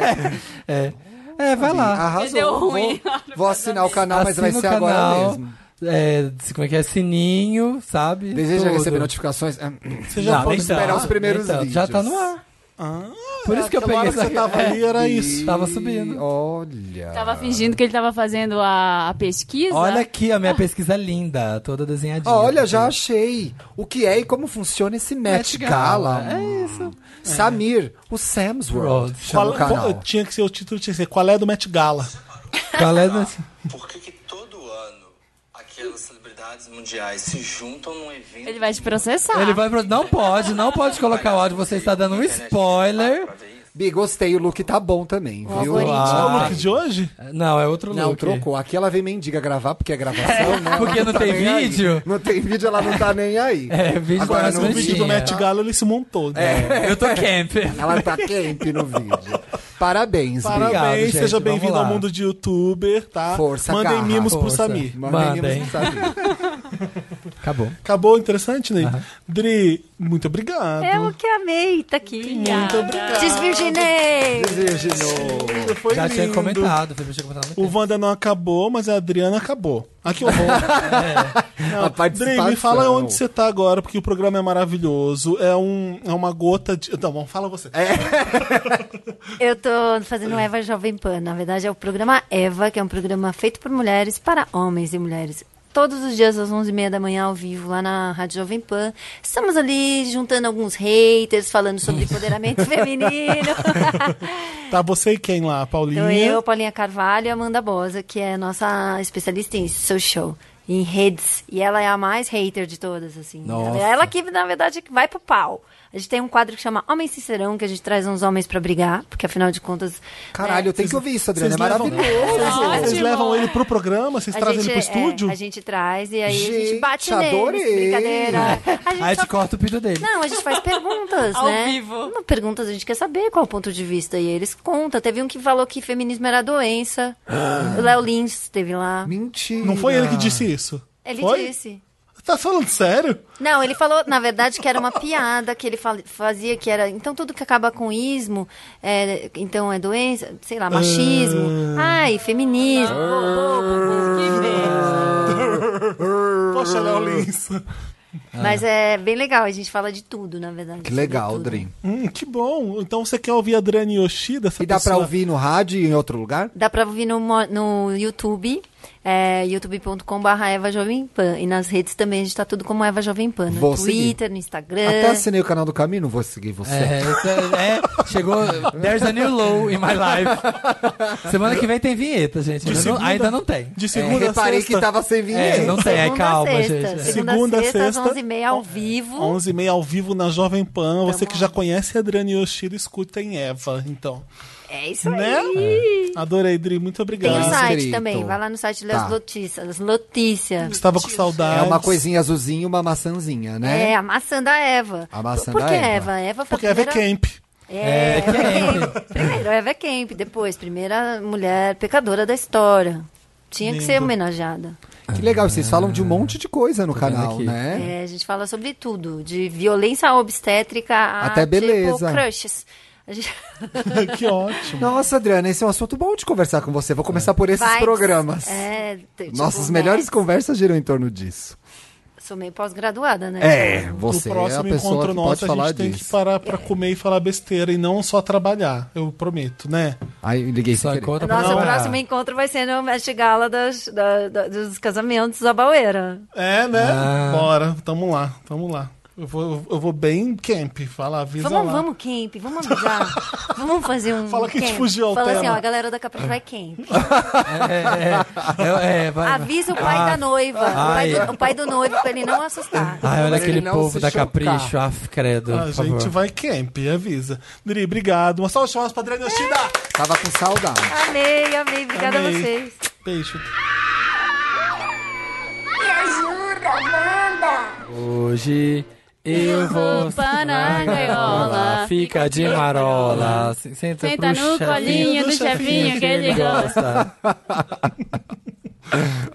D: É, é vai lá.
B: Arrasou.
C: Deu ruim.
B: Vou, vou assinar o canal, Ah, mas vai
D: Assina
B: ser
D: o
B: agora
D: canal,
B: mesmo.
D: É, como é que é? Sininho, sabe?
B: Deseja
D: Tudo.
B: receber notificações? Ah,
A: Você já
D: Não,
A: pode
D: nem
A: esperar
D: tanto,
B: os primeiros
D: nem tanto. Então, Já
B: vídeos.
D: tá no ar.
A: Ah,
D: Por isso que eu
A: aquela hora que
D: peguei essa
A: você tá tava ali era
B: é.
A: isso.
D: Tava subindo.
B: Olha.
C: Tava fingindo que ele tava fazendo a, a pesquisa.
D: Olha aqui, a minha pesquisa linda, toda desenhadinha.
B: Ah, Olha, já achei o que é e como funciona esse Met
D: Met Gala.
B: Gala. É isso. Samir, o Sam's World.
D: World.
B: Chama o
A: Qual-
B: canal.
A: qual- tinha que ser o título tinha que ser Qual é do Met Gala?
D: Qual é do-
H: Por que, que todo ano aquelas celebridades mundiais se juntam num evento?
C: Ele vai te processar.
D: Ele vai pro... Não pode, não pode colocar o áudio. Você está dando um spoiler.
H: Pra ver isso?
B: Bi, gostei, o look tá bom também, viu?
A: É o
C: algoritmo.
D: Ah.
A: look de hoje?
D: Não, é outro
B: Não,
D: look.
B: trocou. Aqui ela vem mendiga gravar, porque é gravação, né? Ela
D: porque não tem
B: nem aí.
D: vídeo.
B: Não tem vídeo, ela não tá nem aí.
D: É, vídeo
B: Agora,
A: Mas
D: das
B: no
A: no
D: Não
A: vídeo do
D: tinha.
A: Met Gala ele se montou. né?
D: Eu tô camp.
B: Ela tá camp no vídeo. Parabéns, Bi.
D: Obrigado,
A: Parabéns,
D: gente,
A: seja
D: vamos
A: bem-vindo
D: lá.
A: ao mundo de youtuber, tá?
B: Força,
A: Mandem
B: garra.
A: mimos pro
D: Força.
A: Samir.
B: Mandem.
D: Mandem.
B: mimos pro Samir.
D: Acabou.
A: Acabou, interessante, Ney? Dri, muito obrigado.
E: Eu que amei, tá aqui.
A: Muito obrigado.
E: Desvirginei!
B: Virginou.
A: Você Foi
D: Já tinha
A: lindo.
D: comentado, o Felipe tinha comentado. há muito
A: O Wanda não acabou, mas a Adriana acabou. Aqui eu vou.
B: A
A: Dri,
B: participação.
A: me fala onde você tá agora, porque o programa é maravilhoso. É, um, é uma gota de. Não, bom, fala você.
D: É.
E: Eu tô fazendo Eva Jovem Pan. Na verdade, é o programa Eva, que é um programa feito por mulheres para homens e mulheres. Todos os dias às 11h30 da manhã, ao vivo, lá na Rádio Jovem Pan. Estamos ali juntando alguns haters, falando sobre empoderamento feminino.
A: Tá você e quem lá? A Paulinha?
E: então, eu, Paulinha Carvalho e Amanda Bosa, que é nossa especialista em social, em redes. E ela é a mais hater de todas, assim.
B: Nossa.
E: Ela, ela que, na verdade, que vai pro pau. A gente tem um quadro que chama Homem Sincerão, que a gente traz uns homens pra brigar, porque afinal de contas.
B: Caralho, eu tenho que ouvir isso, Adriana. É
A: Vocês levam-
B: maravilhoso.
A: Vocês
C: Ótimo.
A: levam ele pro programa? Vocês trazem ele pro
E: é,
A: estúdio?
E: a gente traz e aí a gente
B: Gente,
E: bate
B: adorei.
E: neles, brincadeira. A
D: tempo.
E: gente
D: Aí
E: só-
D: te corta o pedido dele.
E: Não, a gente faz perguntas,
C: Ao
E: né?
C: vivo.
E: Não, Perguntas, a gente quer saber qual é o ponto de vista. E eles contam. Teve um que falou que feminismo era doença. o Léo Lins esteve lá.
B: Mentira.
A: Não foi ele que disse isso?
E: Ele
A: Foi?
E: disse.
A: Tá falando sério?
E: Não, ele falou, na verdade, que era uma piada que ele fal- fazia, que era. Então tudo que acaba com ismo, é, então é doença, sei lá, machismo.
B: Ah.
E: Ai, feminismo.
A: Poxa, Léo Lins.
E: Mas é bem legal, a gente fala de tudo, na verdade.
B: Que
E: sobre
B: legal,
E: tudo.
B: Dri.
A: Hum, que bom. Então você quer ouvir a Adriane Yoshida? Essa
B: E dá pra
A: pessoa?
B: ouvir no rádio e em outro lugar?
E: Dá pra ouvir no, mo- no YouTube, é, youtube.com.br Eva Jovem Pan. E nas redes também a gente tá tudo como Eva Jovem Pan. No
B: Vou
E: Twitter,
B: seguir.
E: no Instagram.
B: Até assinei o canal do Caminho, não vou seguir você.
D: É, isso é, é, chegou. There's a new low in my life. Semana que vem tem vinheta, gente. Ainda, não,
A: segunda-
D: ainda não tem.
A: De
B: É,
A: segunda a
B: reparei
A: sexta.
B: que tava sem vinheta.
D: É, não tem. Aí
E: Segunda a
D: calma,
E: sexta.
D: gente. É.
E: Segunda,
A: Segunda a
E: a sexta, às
A: sexta,
E: 11h30 ao vivo.
A: 11h30 ao vivo na Jovem Pan.
E: Tá
A: Você que já conhece a Adriane Yoshida, escuta em Eva, então.
E: É isso
A: Né? um
E: aí. É.
A: Adorei, Dri. Muito
E: Tem o
A: obrigado.
B: Graças
E: site
B: Cristo.
E: também. Vai lá no site
B: Tá.
E: das notícias. Das notícias.
A: Estava com saudade.
B: É uma coisinha azulzinha e uma maçãzinha, né?
E: É, a maçã da Eva.
B: A maçã
E: Por
B: da
E: que
B: Eva?
E: Eva? Eva foi
A: Porque
E: a
A: é
E: primeira...
A: Camp.
E: É,
D: É,
E: Eva
D: Camp.
E: Camp. Primeiro, Eva Camp. Depois, primeira mulher pecadora da história. Tinha que ser
A: Lindo.
E: homenageada.
B: Que legal, vocês
A: Ah.
B: falam de um monte de coisa no
D: vendo
B: canal,
D: aqui.
B: né?
E: É, a gente fala sobre tudo. De violência obstétrica a
B: Até beleza.
E: tipo crushes. A gente...
A: que ótimo.
B: Nossa, Adriana, esse é um assunto bom de conversar com você. Vou começar por esses
E: Vibes.
B: programas.
E: É, t-
B: Nossas
E: tipo,
B: melhores
E: né?
B: conversas giram em torno disso.
E: Sou meio pós-graduada, né?
B: É, você
A: no
B: é a
A: próximo
B: pessoa
A: encontro
B: que
A: nosso,
B: pode
A: a
B: falar
A: gente tem
B: disso.
A: que parar pra comer e falar besteira e não só trabalhar. Eu prometo, né?
B: Aí eu liguei
D: Só
B: sem querer.
D: conta pra
E: Nosso
D: Não, é.
E: próximo encontro vai ser no Mestre Gala das- da- da- dos casamentos da Baueira.
A: É, né?
D: Ah.
A: Bora, tamo lá, tamo lá. Eu vou, eu vou bem camp, fala, avisa
E: Vamos,
A: lá.
E: vamos, camp, vamos avisar. vamos fazer um.
A: Fala que a gente
E: camp.
A: fugiu ao
E: Fala assim,
A: tema.
E: ó, a galera da Capricho vai camp.
D: É, é, é, é, vai-
E: Avisa o pai
B: Ah.
E: da noiva, o pai,
D: Ai.
E: do, o pai do noivo, pra ele não assustar.
D: Ai, olha
B: Mas ele
D: aquele
B: não se
D: povo da
B: chocar.
D: capricho. Af, credo.
A: A
D: por
A: Ah, gente
D: favor.
A: vai camp, avisa. Dri, obrigado. Uma salva de palmas pra Adriana Yoshida.
B: Tava com saudade.
E: Amei, amei. É, Obrigada
A: Amei.
E: a vocês.
A: Beijo.
G: Me ajuda, Wanda!
D: Hoje eu vou.
C: Opa, na gaiola.
D: Ah, Fica de marola. Se- Senta,
C: Senta
D: pro
C: no
D: chefinho
C: colinho do chefinho que ele gosta.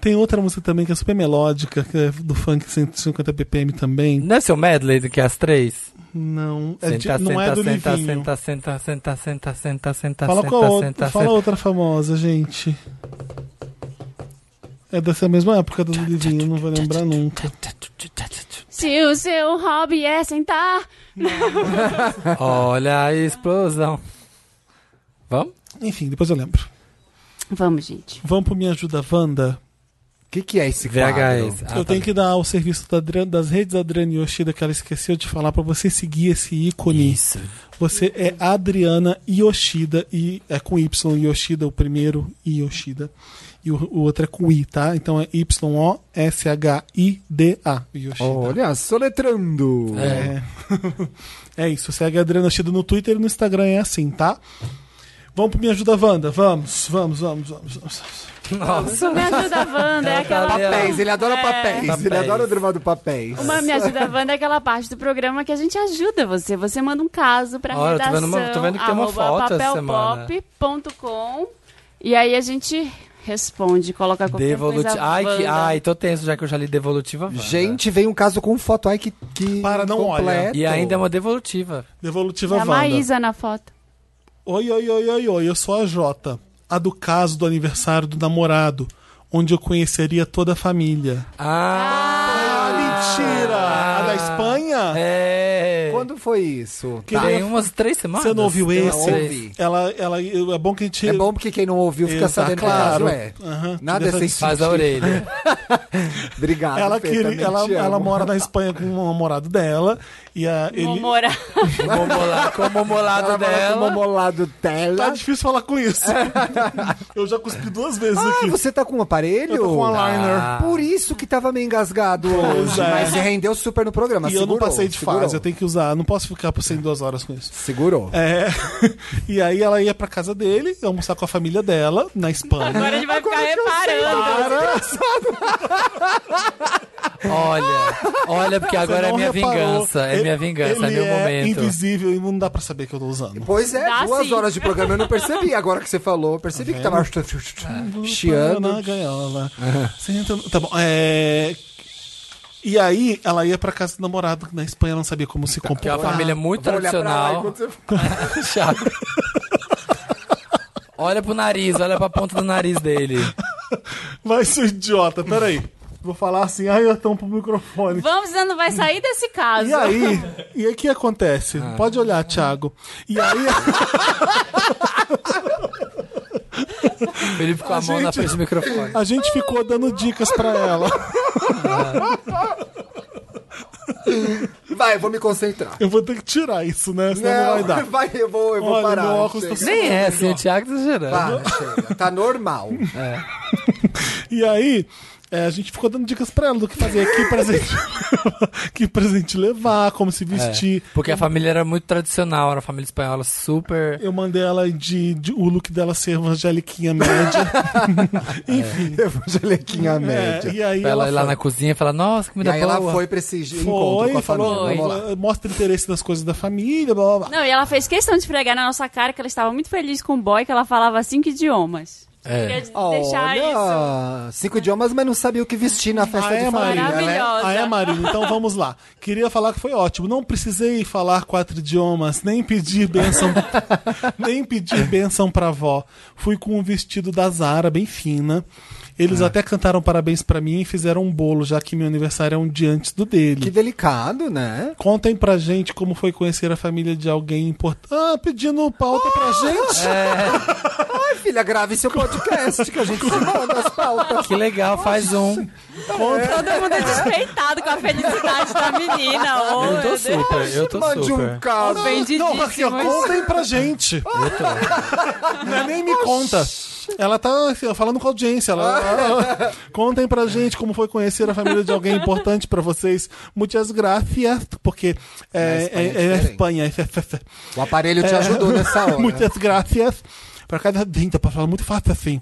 A: Tem outra música também que é super melódica, que é do funk 150 ppm também.
D: Não é seu medley do que as três?
A: Não, é
D: Senta,
A: de-
D: senta,
A: não é do
D: senta,
A: Livinho.
D: senta, senta, senta, senta, senta, senta,
A: Fala
D: senta,
A: qual outra,
D: senta,
A: fala
D: senta.
A: outra famosa, gente. É dessa mesma época
D: Tá,
A: do Livinho, não vou lembrar nunca.
C: Se o seu hobby é sentar
D: Olha a explosão. Vamos?
A: Enfim, depois eu lembro.
C: Vamos, gente.
A: Vamos pro Me Ajuda Wanda?
B: O que, que é esse quadro?
D: VHS. Ah,
A: eu tenho
D: tá bem.
A: que dar o serviço da Adriana- das redes da Adriane Yoshida que ela esqueceu de falar pra você seguir esse ícone.
D: Isso.
A: Você é Adriana Yoshida e é com Y Yoshida o primeiro e Yoshida e o, o outro é com I, tá? Então é Y O S H I D A Yoshida.
B: Olha, soletrando.
A: É. é isso, segue a Adriana Yoshida no Twitter e no Instagram é assim, tá? Vamos pro Me Ajuda Wanda, vamos, vamos, vamos, vamos. vamos.
D: Nossa. tá
C: Me ajuda, Wanda. É aquela
B: Papéis, ele adora
C: É.
B: papéis. Ele
D: Papéis.
B: adora o drama do papéis.
C: Uma Me Ajuda Wanda é aquela parte do programa que a gente ajuda você. Você manda um caso pra
D: Olha, tô
C: redação.
D: vendo uma- tô vendo que tem uma
C: arroba
D: foto essa
C: papelpop.com E aí a gente responde, coloca qualquer
D: Devolutiva.
C: coisa
D: Ai, que,
C: Wanda.
D: ai, tô tenso já que eu já li Devolutiva. Wanda.
B: Gente, vem um caso com foto aí que, que
A: Para, não olha.
B: completo.
D: E ainda é uma devolutiva.
A: Devolutiva
C: É a
A: Wanda.
C: Maísa na foto.
A: Oi, oi, oi, oi, oi, eu sou a Jota, a do caso do aniversário do namorado, onde eu conheceria toda a família.
D: Ah,
A: Ah, mentira! a da Espanha?
D: é.
B: Quando foi isso? Tá.
A: Que
D: Tem umas três semanas.
A: Você não ouviu
D: Tem
A: esse?
D: umas três.
B: ouvi.
A: Ela, ela, é bom que a gente.
B: É bom porque quem não ouviu fica
A: Exato,
B: sabendo
A: claro.
B: que o caso é.
A: Aham,
B: Nada é
A: deixa-
B: sensível.
D: Faz a orelha.
B: Obrigado,
A: Ela,
B: Fê,
A: queria,
B: também
A: ela,
B: te
A: ela
B: amo.
A: mora na Espanha com o namorado dela. E a, ele.
C: Momora.
D: Com o mola- com o
B: Ela
D: momolado
B: mora com o
D: dela.
B: mamolado dela.
A: Tá difícil falar com isso. eu já cuspi duas vezes
B: Ah,
A: aqui.
B: você tá com um aparelho?
A: Eu tô com um liner.
D: Ah.
B: Por isso que tava meio engasgado hoje.
A: é.
B: Mas rendeu super no programa.
A: e eu
B: segurou,
A: não passei de
B: segurou.
A: fase, eu tenho que usar. Não posso ficar por sem duas horas com isso.
B: Segurou.
A: É, e aí ela ia pra casa dele, ia almoçar com a família dela, na Espanha.
C: Agora a gente vai ficar reparando.
D: Olha, olha, porque
A: Você
D: agora é
A: não
D: minha
A: reparou.
D: vingança. É
A: Ele-
D: minha vingança, é
A: ele
D: meu momento.
A: invisível e não dá pra saber que eu tô usando.
B: Pois é,
C: Dá
B: duas
C: sim.
B: horas de programa eu não percebi. Agora que você falou, eu percebi que tava
A: Na Uhum.
B: chiando.
A: gaiola. Senta no- Tá bom, é... E aí, ela ia pra casa do namorado, que na Espanha ela não sabia como se
D: Que é
A: comportar.
D: uma família muito
B: Vou olhar pra lá
D: tradicional.
B: enquanto você-
D: Chato. Olha pro nariz, olha pra ponta do nariz dele.
A: Vai ser idiota, peraí. Vou falar assim, ai, eu tampo o microfone.
C: Vamos, você não vai sair desse caso.
A: E aí, e aí o que acontece?
D: Ah.
A: Pode olhar, Thiago. E aí,
D: Ele ficou a, mão na frente do microfone.
A: a gente ficou dando dicas pra ela.
B: Vai, eu vou me concentrar.
A: Eu vou ter que tirar isso, né? Senão não, vai dar.
B: eu vou, eu vou
A: Olha,
B: parar.
A: meu óculos
B: chega.
A: tá su-
D: Nem é assim, o Thiago tá exagerando.
B: Para, chega. Tá normal.
A: E aí, é, a gente ficou dando dicas pra ela do que fazer, que presente, que presente levar, como se vestir.
B: É.
D: Porque a família era muito tradicional, era uma família espanhola super.
A: Eu mandei ela de, de- o look dela ser uma angeliquinha média. Enfim.
B: Evangeliquinha
A: É,
B: É, média.
A: e aí
D: Pra ela
A: ela,
D: ir lá
A: foi.
D: na cozinha e falar, nossa,
B: E
D: comida
B: aí
D: boa.
B: ela foi pra esse gi- encontro com
A: Foi,
B: a família.
A: falou,
B: Vamos lá.
A: mostra interesse nas coisas da família, blá blá blá.
C: Não, e ela fez questão de pregar na nossa cara que ela estava muito feliz com o boy, que ela falava cinco idiomas. Queria
D: É.
C: deixar isso.
B: Olha, cinco idiomas, mas não sabia o que vestir na festa
A: Ah, é,
B: de família, né?
C: Maravilhosa.
A: Ah, é, Marina? Então vamos lá. Queria falar que foi ótimo. Não precisei falar quatro idiomas, nem pedir benção, nem pedir benção pra avó. Fui com um vestido da Zara, bem fina. Eles até cantaram parabéns pra mim e fizeram um bolo, já que meu aniversário é um dia antes do dele.
B: Que delicado, né?
A: Contem pra gente como foi conhecer a família de alguém importante. Ah, pedindo pauta pra gente.
B: Ai, filha, grave seu podcast, que a gente se manda as pautas.
D: Que legal, faz um.
C: Todo mundo é desrespeitado com a felicidade da menina. Oh,
D: Eu
C: meu
D: tô
C: Deus.
D: super, eu tô
B: Mande um
D: super.
B: caso.
A: Não, aqui, ó, contem pra gente. Não é nem me conta. Ela tá assim, ó, falando com a audiência. Ela, ela- contem pra gente como foi conhecer a família de alguém importante pra vocês. Muitas gracias, porque é,
B: Na Espanha é
A: é- é Espanha.
B: diferente. Ah,
A: É, é- é-
B: O aparelho te ajudou nessa hora.
A: Muitas gracias. Pra cada vinda, pra falar muito fácil assim.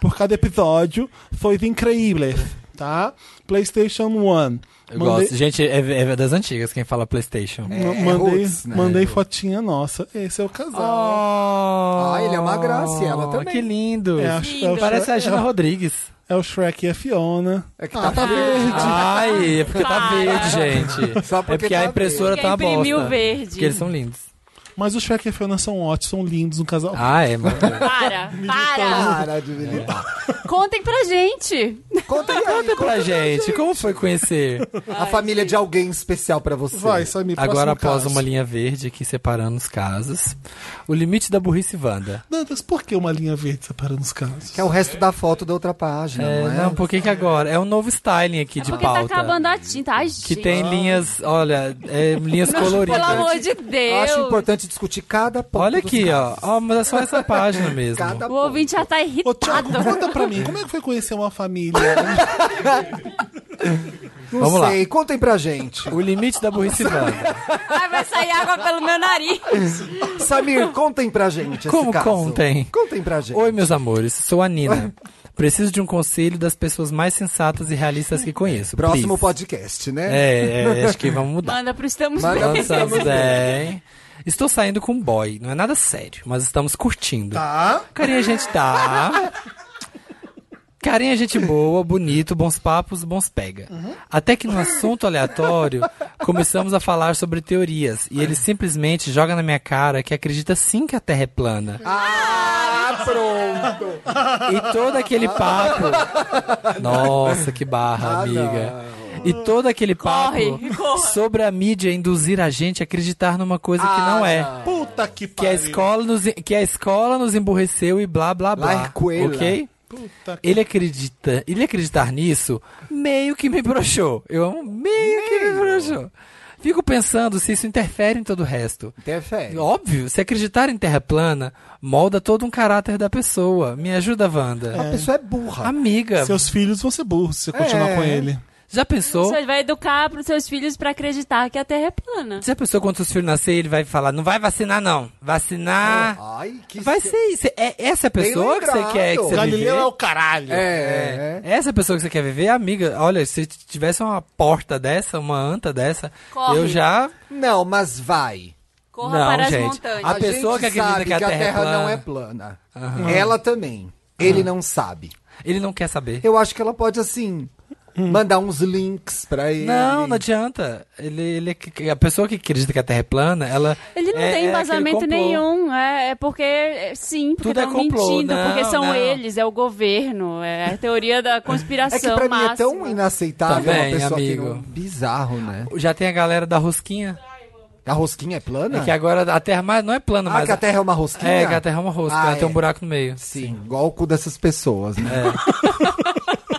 A: Por cada episódio, foi incrível, tá? PlayStation 1.
D: Eu gosto. Gente, é, é das antigas quem fala Playstation.
A: ma-
B: É,
A: mandei,
B: roots, né?
A: mandei fotinha nossa. Esse é o casal.
D: Ah,
B: Ah, ele é uma graça, e ela também.
D: Que lindo.
A: É, acho- é o
D: Parece a
A: Shrek-
D: Gina Rodrigues.
A: É o Shrek e a Fiona.
B: É que tá,
D: Ai, é porque tá
C: Para.
D: verde, gente.
B: Só porque
D: é porque
B: tá
D: a impressora
C: verde.
D: tá uma
C: Porque imprimiu
D: bosta.
C: verde.
D: Porque eles são lindos.
A: Mas o Shrek e a Fiona são ótimos, são lindos no casal.
D: Ah, é, mano.
C: Para, para.
B: Para de militar.
C: Contem pra gente.
B: Conta aí,
D: Conta pra gente, como foi conhecer?
B: a família de alguém especial pra você.
A: Vai, Samir,
D: Agora,
A: próximo
D: após
A: caso.
D: uma linha verde aqui separando os casos, o limite da burrice Wanda.
A: Dantas, por que uma linha verde separando os casos?
B: Que é o resto da foto da outra página,
D: É,
B: não é?
D: não, por que que agora? É um novo styling aqui de
C: Porque tá
D: pauta.
C: acabando a tinta. Ai, gente.
D: que tem linhas, olha, é, linhas coloridas.
C: Pelo amor de
B: Eu
C: Deus.
B: acho importante discutir cada ponto
D: Olha
B: dos
D: aqui, ó.
B: casos.
D: ó. Mas é só essa página mesmo.
B: Cada
C: O ouvinte já tá
A: Ô, Thiago,
C: irritado.
A: conta pra mim, como é que foi conhecer uma família?
B: Não
D: Vamos lá.
B: sei, contem pra gente.
D: O limite da burrice Wanda.
C: Ai, vai sair água pelo meu nariz.
B: Samir, contem pra gente esse
D: Como
B: caso.
D: contem?
B: Contem pra gente.
D: Oi, meus amores, sou a Nina. Preciso de um conselho das pessoas mais sensatas e realistas que conheço.
B: Próximo
D: please.
B: podcast, né?
D: É, é, acho que vamos mudar.
C: Manda pro Estamos
B: Manda
C: Bem.
B: pro
D: Vamos aos 10. Estou saindo com um boy, não é nada sério, mas estamos curtindo.
A: Tá?
D: Carinha, gente tá. Carinha, gente boa, bonito, bons papos, bons pega. Até que num assunto aleatório, começamos a falar sobre teorias. E ele simplesmente joga na minha cara que acredita sim que a Terra é plana.
B: Ah, pronto.
D: E todo aquele papo. Nossa, que barra, amiga. E todo aquele papo
C: Corre, corra.
D: sobre a mídia induzir a gente a acreditar numa coisa que não é.
A: Puta que
D: Que a,
A: pariu.
D: escola nos, que a escola nos emburreceu e blá blá blá.
B: Larcoela.
D: Ok?
A: Puta que...
D: Ele acredita, ele acreditar nisso, meio que me broxou. Eu amo meio que me broxou. Fico pensando se isso interfere em todo o resto.
B: Interfere.
D: Óbvio, se acreditar em terra plana, molda todo um caráter da pessoa. Me ajuda, Wanda.
B: A pessoa é burra.
D: Amiga,
A: Seus filhos vão ser burros se você continuar
B: É.
A: com ele.
D: já pensou?
C: Você vai educar pros seus filhos pra acreditar que a Terra é plana.
D: Já pensou quando seus filhos nascerem, ele vai falar, não vai vacinar, não. Vacinar.
B: Ai, Ah, que
D: vai
B: se-
D: ser isso. É essa a
B: Bem
D: pessoa que você
B: lembrado.
D: quer que você viver?
A: Galileu é o caralho.
B: É, é.
D: Essa pessoa que você quer viver, é amiga, olha, se tivesse uma porta dessa, uma anta dessa,
C: Corre.
D: eu já.
B: Não, mas vai.
C: Corra
D: Não,
C: para as
D: gente.
C: montanhas.
D: A pessoa
B: gente
D: que acredita
B: sabe
D: que a Terra é plana.
B: não é plana. Ela também. Ele não sabe.
D: Ele não quer saber.
B: Eu acho que ela pode, assim, mandar uns links pra ele.
D: Hum. Não, não adianta. Ele, ele- a pessoa que acredita que a Terra é plana, ela.
C: Ele não
D: é-
C: tem
D: é
C: embasamento
D: aquele complô.
C: nenhum. É, é porque, é, sim, porque
D: Tudo é
C: estão
D: complô.
C: mentindo.
D: Não,
C: porque são
D: não.
C: eles, é o governo, é a teoria da conspiração
B: É que pra mim é tão
C: máxima.
B: inaceitável
D: Também,
B: uma pessoa
D: amigo.
B: que não... Bizarro, né?
D: Já tem a galera da rosquinha,
B: A rosquinha é plana?
D: é que agora a Terra mais- não é plana,
B: Ah,
D: mas.
B: que a Terra é uma rosquinha?
D: É, que a Terra é uma rosca,
B: Ah,
D: ela tem
B: é.
D: um buraco no meio.
B: Sim, igual o cu dessas pessoas, né?
D: É.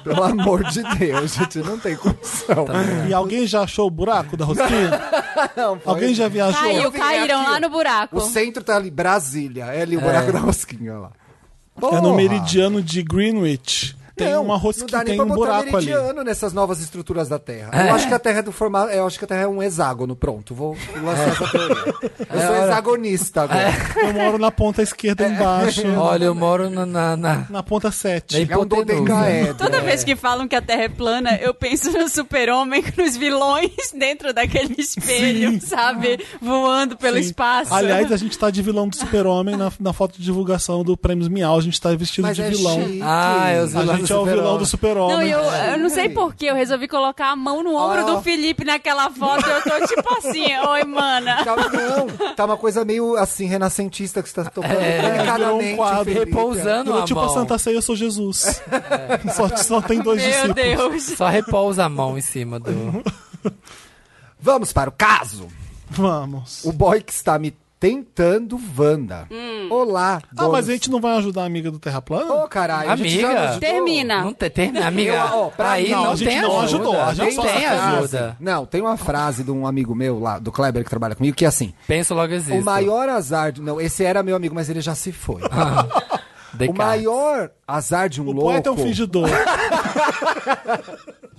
B: Pelo amor de Deus, gente, não tem condição.
D: Tá
A: E alguém já achou o buraco da rosquinha?
B: Não, foi-
A: alguém já viajou?
C: Caiu,
B: Eu vi, é
C: caíram
B: aqui,
C: lá
B: ó.
C: no buraco.
B: O centro tá ali, Brasília. É ali o buraco da rosquinha, lá.
A: É no
B: Porra!
A: meridiano de Greenwich. Tem
B: Não,
A: uma
B: não
A: rosquinha,
B: dá nem
A: tem
B: pra
A: um
B: botar
A: buraco ali.
B: meridiano nessas novas estruturas da Terra.
D: É.
B: Eu acho que a Terra é do formato. Eu acho que a Terra é um hexágono. Pronto, vou
D: É.
B: lançar essa teoria. Eu sou hexagonista agora.
A: Eu moro na ponta esquerda
B: É.
A: embaixo.
D: Olha, eu moro na. na, na-
A: Na ponta 7.
D: na
B: É, um
D: hipotenusa.
B: dodecaedro.
C: Toda vez que falam que a Terra é plana, eu penso no super-homem, nos vilões dentro daquele espelho, sabe? Voando pelo espaço.
A: Aliás, a gente tá de vilão do super-homem na, na foto de divulgação do Prêmios Miau. A gente tá vestido
B: Mas
A: de
B: é
A: vilão.
B: chique.
D: Ah, eu
A: A gente é o vilão do
C: não,
A: super-homem.
C: e eu, eu não sei porquê, eu resolvi colocar a mão no ombro
B: Ah, Ó.
C: do Felipe naquela foto e eu tô tipo assim, oi, mana.
B: Tá, não, tá uma coisa meio assim, renascentista que você tá tocando.
D: É,
A: virou um
B: delicadamente,
A: quadro
B: Felipe.
D: Repousando
A: Virou
D: a
A: tipo
D: mão.
A: a Santa Ceia, eu sou Jesus. Só, só tem dois
C: Meu
A: discípulos.
C: Deus.
D: Só repousa a mão em cima do.
B: Vamos para o caso.
A: Vamos.
B: O boy que está me tentando, Wanda. Olá,
A: Ah,
B: donos.
A: mas a gente não vai ajudar a amiga do Terra Plana?
B: Ô, caralho, a gente já
D: Amiga.
B: ajudou.
C: Termina.
D: Não tem, termina, amiga.
B: Eu, ó, pra
D: aí
B: mim,
D: não,
A: a gente
D: tem
A: não
D: ajuda.
A: ajudou, a gente
D: não
A: só
D: tem
A: faz
D: ajuda.
B: Não, tem uma frase de um amigo meu lá, do Kleber, que trabalha comigo, que é assim:
D: Penso logo existe.
B: O maior azar. De... Não, esse era meu amigo, mas ele já se foi.
D: Ah,
B: o maior azar de um
A: O
B: louco.
A: poeta é um fingidor.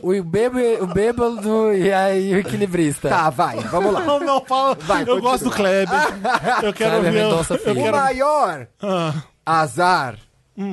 D: O bêbado, o bêbado e aí o equilibrista.
B: Tá, vai, vamos lá.
A: Não, não, fala.
B: Vai,
A: eu
B: continua.
A: gosto do Kleber. Eu quero
D: Kleber
A: ver.
D: Mendonça
A: Eu
D: Filho.
B: O
A: quero... Hum.
B: maior
A: Ah,
B: azar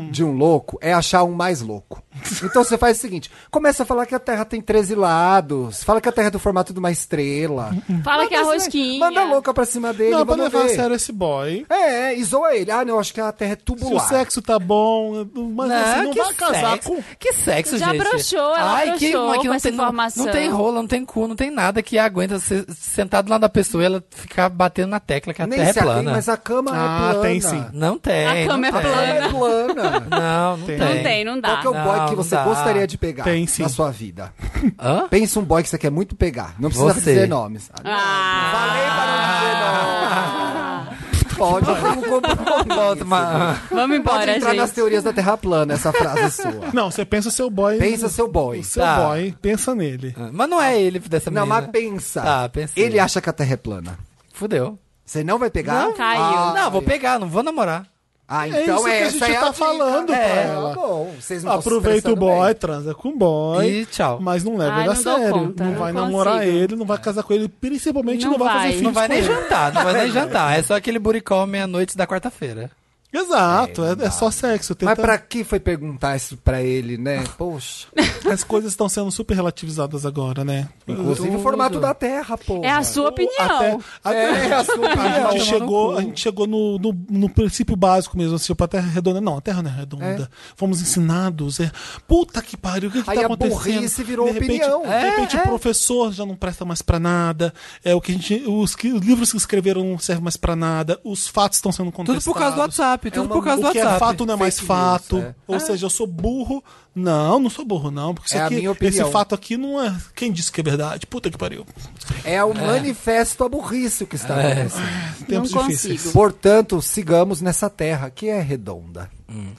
B: de um louco é achar um mais louco. Então você faz o seguinte: começa a falar que a Terra tem 13 lados, fala que a Terra é do formato de uma estrela.
C: Fala que é a
B: Manda- assim,
C: rosquinha.
B: Manda louca pra cima dele.
A: Hum, não, pra
B: vamos
A: levar a
B: ver.
A: sério esse boy.
B: É, é, e zoa ele. Ah, não, acho que a Terra é
A: Se o
B: tubular.
A: sexo tá bom, mas assim, não
D: que
A: vai casar
D: sexo.
A: com.
D: Que sexo,
C: Já
D: gente.
C: broxou, ela
D: Ai, que,
C: broxou
D: mas que
C: com
D: não
C: essa
D: tem, não-
C: informação.
D: Não, tem rola, não tem cu, não tem nada que aguenta ser sentado lá da pessoa e ela ficar batendo na tecla que a
B: Nem
D: terra é
B: se atém,
D: plana.
B: mas a cama é
A: Ah,
B: plana.
A: tem sim.
D: Não tem.
C: A cama
D: não
C: é
D: tem.
B: A cama é plana.
D: Não, não tem.
C: Não tem, não
B: né? Qual
C: dá.
B: que é o boy
D: não,
B: que
D: não
B: você
D: dá.
B: gostaria de pegar
A: Tem, sim.
B: na sua vida.
D: Hã?
B: Pensa um boy que você quer muito pegar. Não precisa
D: Você.
B: dizer nomes.
C: Ah.
B: Falei para não dizer nomes. Pode, eu tenho um compromisso.
D: Uma-
C: Vamos
B: Pode
C: embora,
B: é entrar nas
C: gente.
B: teorias da Terra plana, essa frase é sua.
A: Não, você pensa seu boy.
B: Pensa seu boy.
A: O seu
D: Tá.
A: boy, pensa né? nele.
D: Mas não é ele dessa
B: Não,
D: menina.
B: mas pensa.
D: Tá, pensei.
B: Ele acha que a Terra é plana.
D: Fudeu.
B: Você não Ah, vai pegar?
C: Caiu.
D: não, vou pegar, não vou namorar.
B: Ah,
A: É
B: então
A: isso que
B: é
A: a
B: essa
A: gente
B: é
A: tá
B: a dica.
A: falando pra
B: é,
A: ela.
B: Bom, vocês não tão se
A: Aproveita o
B: expressando
A: boy,
B: bem.
A: transa com o boy.
D: E tchau.
A: Mas não leva
C: Ai,
A: ele a
C: não dou
A: sério.
C: conta,
A: não
C: não
A: vai namorar
C: consigo.
A: ele, não vai casar com ele, principalmente não,
C: Não
A: vai,
C: vai.
A: fazer filhos
D: Não vai
A: com
D: nem
A: ele.
D: jantar, não vai nem jantar. É só aquele buricó meia-noite da quarta-feira.
A: Exato, é, é só sexo.
B: Mas
A: tenta-
B: pra que foi perguntar isso pra ele, né? Poxa.
A: As coisas estão sendo super relativizadas agora, né?
B: Inclusive o formato da Terra, pô.
C: É a sua opinião.
A: Até,
B: É, a sua
A: a
B: opinião.
A: gente chegou, a gente chegou no, no, no princípio básico mesmo, assim, tipo, a terra é redonda. Não, a terra não é redonda. Fomos ensinados. É... Puta que pariu, o que, que
B: Aí
A: tá
B: a
A: acontecendo?
B: burrice virou
A: de repente,
B: opinião.
A: De repente o professor já não presta mais pra nada. É, o que a gente, os, que- os livros que escreveram não servem mais pra nada. Os fatos estão sendo
D: Tudo
A: contestados.
D: por causa do WhatsApp, tudo por causa do
A: o que é
D: WhatsApp.
A: fato não é mais
B: Fake news,
A: fato.
B: é.
A: Ou seja, eu sou burro. Não, não sou burro, não. Porque isso
B: É a
A: aqui, esse
B: minha opinião.
A: fato aqui não é. Quem disse que é verdade? Puta que pariu.
B: É o manifesto à burrice o que está acontecendo.
A: Tempos
C: Não
A: difíceis.
C: consigo.
B: É. Portanto, sigamos nessa terra que é redonda.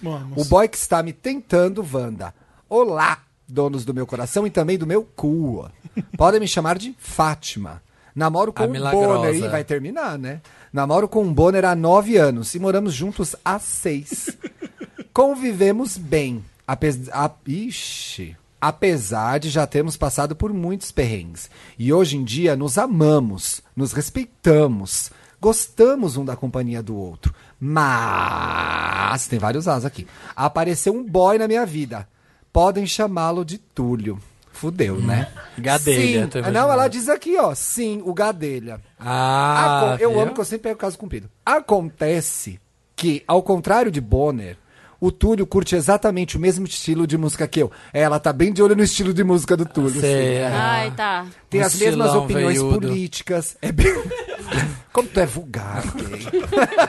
A: Vamos.
B: O boy que está me tentando, Wanda. Olá, donos do meu coração e também do meu cu. Podem me chamar de Fátima. Namoro com
D: A
B: um
D: milagrosa.
B: Bonner. E vai terminar, né? Namoro com um Bonner há nove anos e moramos juntos há seis. Convivemos bem. Apes... a- Ixi. Apesar de já termos passado por muitos perrengues. E hoje em dia nos amamos, nos respeitamos, gostamos um da companhia do outro. Mas. Tem vários as aqui. Apareceu um boy na minha vida. Podem chamá-lo de Túlio. Fudeu, né?
D: Gadelha, tô
B: Sim.
D: imaginando.
B: Não, ela diz aqui, ó. Sim, o Gadelha.
D: Ah,
B: Acon- eu
D: viu?
B: amo que eu sempre pego o caso cumprido. Acontece que, ao contrário de Bonner, o Túlio curte exatamente o mesmo estilo de música que eu. Ela tá bem de olho no estilo de música do Túlio.
D: Sei,
B: sim.
D: é.
C: Ai, tá.
B: Tem
D: Um
B: as mesmas
D: estilão
B: opiniões
D: veiudo.
B: políticas. É bem... Como tu é vulgar, gay.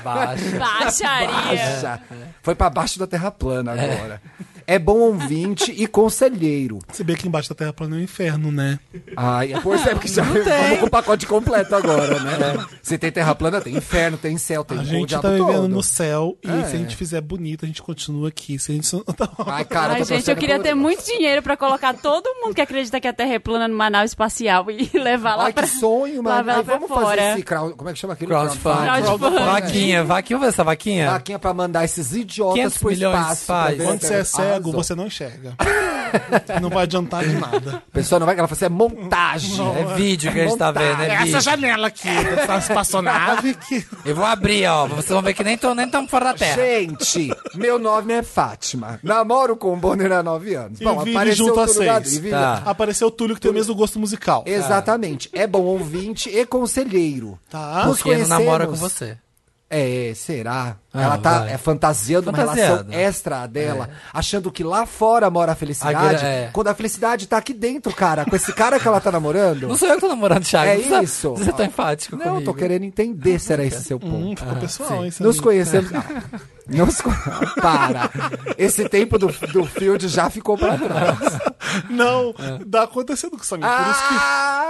D: Baixa. É.
C: Baixaria.
B: Acha. Foi pra baixo da terra plana agora. É bom ouvinte e conselheiro.
A: Se bem que embaixo da terra plana é o inferno, né?
B: Ai, pois é, porque já vamos com o pacote completo agora, né? Se tem terra plana, tem inferno, tem céu, tem
A: A
B: o
A: gente
B: diabo
A: tá vivendo
B: todo.
A: no céu e
B: É.
A: se a gente fizer bonito, a gente continua aqui. Se a gente não tá
B: Ai, cara,
C: Ai,
B: tô
C: gente, eu
B: torcendo
C: queria
B: pro-
C: ter muito dinheiro pra colocar todo mundo que acredita que a Terra é plana numa nave espacial e levar lá
B: Ai,
C: pra...
B: que sonho, mano.
C: lá- lá
B: Ai,
C: pra
B: vamos
C: fora.
B: fazer esse crowd... Como é que chama aquele?
D: Crowdfunding.
C: Crowdfunding.
D: Vaquinha, vaquinha. Vamos ver essa vaquinha?
B: Vaquinha pra mandar esses
D: 500
B: idiotas pro
D: milhões
B: espaço. pra
D: faz.
B: ver
A: Quando
B: se-
A: você é cego,
B: Arrasou.
A: você não enxerga. não vai adiantar de nada.
B: A pessoa não vai... Ela fala assim, é montagem.
D: É vídeo que a gente tá vendo, é vídeo.
A: janela aqui, essa espaçonave que.
D: Eu vou abrir, ó. Vocês vão ver que nem tô, nem tamo fora da terra.
B: Gente, meu nome é Fátima. Namoro com o Bonner há nove anos.
A: E
B: Bom,
A: vive
B: apareceu
A: junto a
B: tudo
A: seis.
B: lá-
A: Tá.
B: e vive-
D: Tá.
A: Ah. Apareceu o Túlio que tem o mesmo gosto musical.
B: Exatamente. É bom ouvinte e conselheiro.
A: Tá.
B: Nos
D: Porque não namora com
B: conhecemos-
D: você.
B: É, será?
D: Ah,
B: ela tá
D: vai.
B: é, fantasiando uma
D: Fantasiada.
B: relação extra dela, achando que lá fora mora a felicidade,
D: Agora, é.
B: quando a felicidade tá aqui dentro, cara, com esse cara que ela tá namorando.
D: Não sou eu que tô namorando, Thiago.
B: É
D: Não precisa-
B: isso.
D: não precisa ser tão tá enfático
B: Não,
D: comigo.
B: tô querendo entender se era esse seu ponto.
A: Hum, ficou pessoal, hein?
B: Nos
A: Samir?
B: conhecemos. Não, nos con- Para! Esse tempo do, do Field já ficou pra trás.
A: Não, tá acontecendo com o Samir. Por isso que.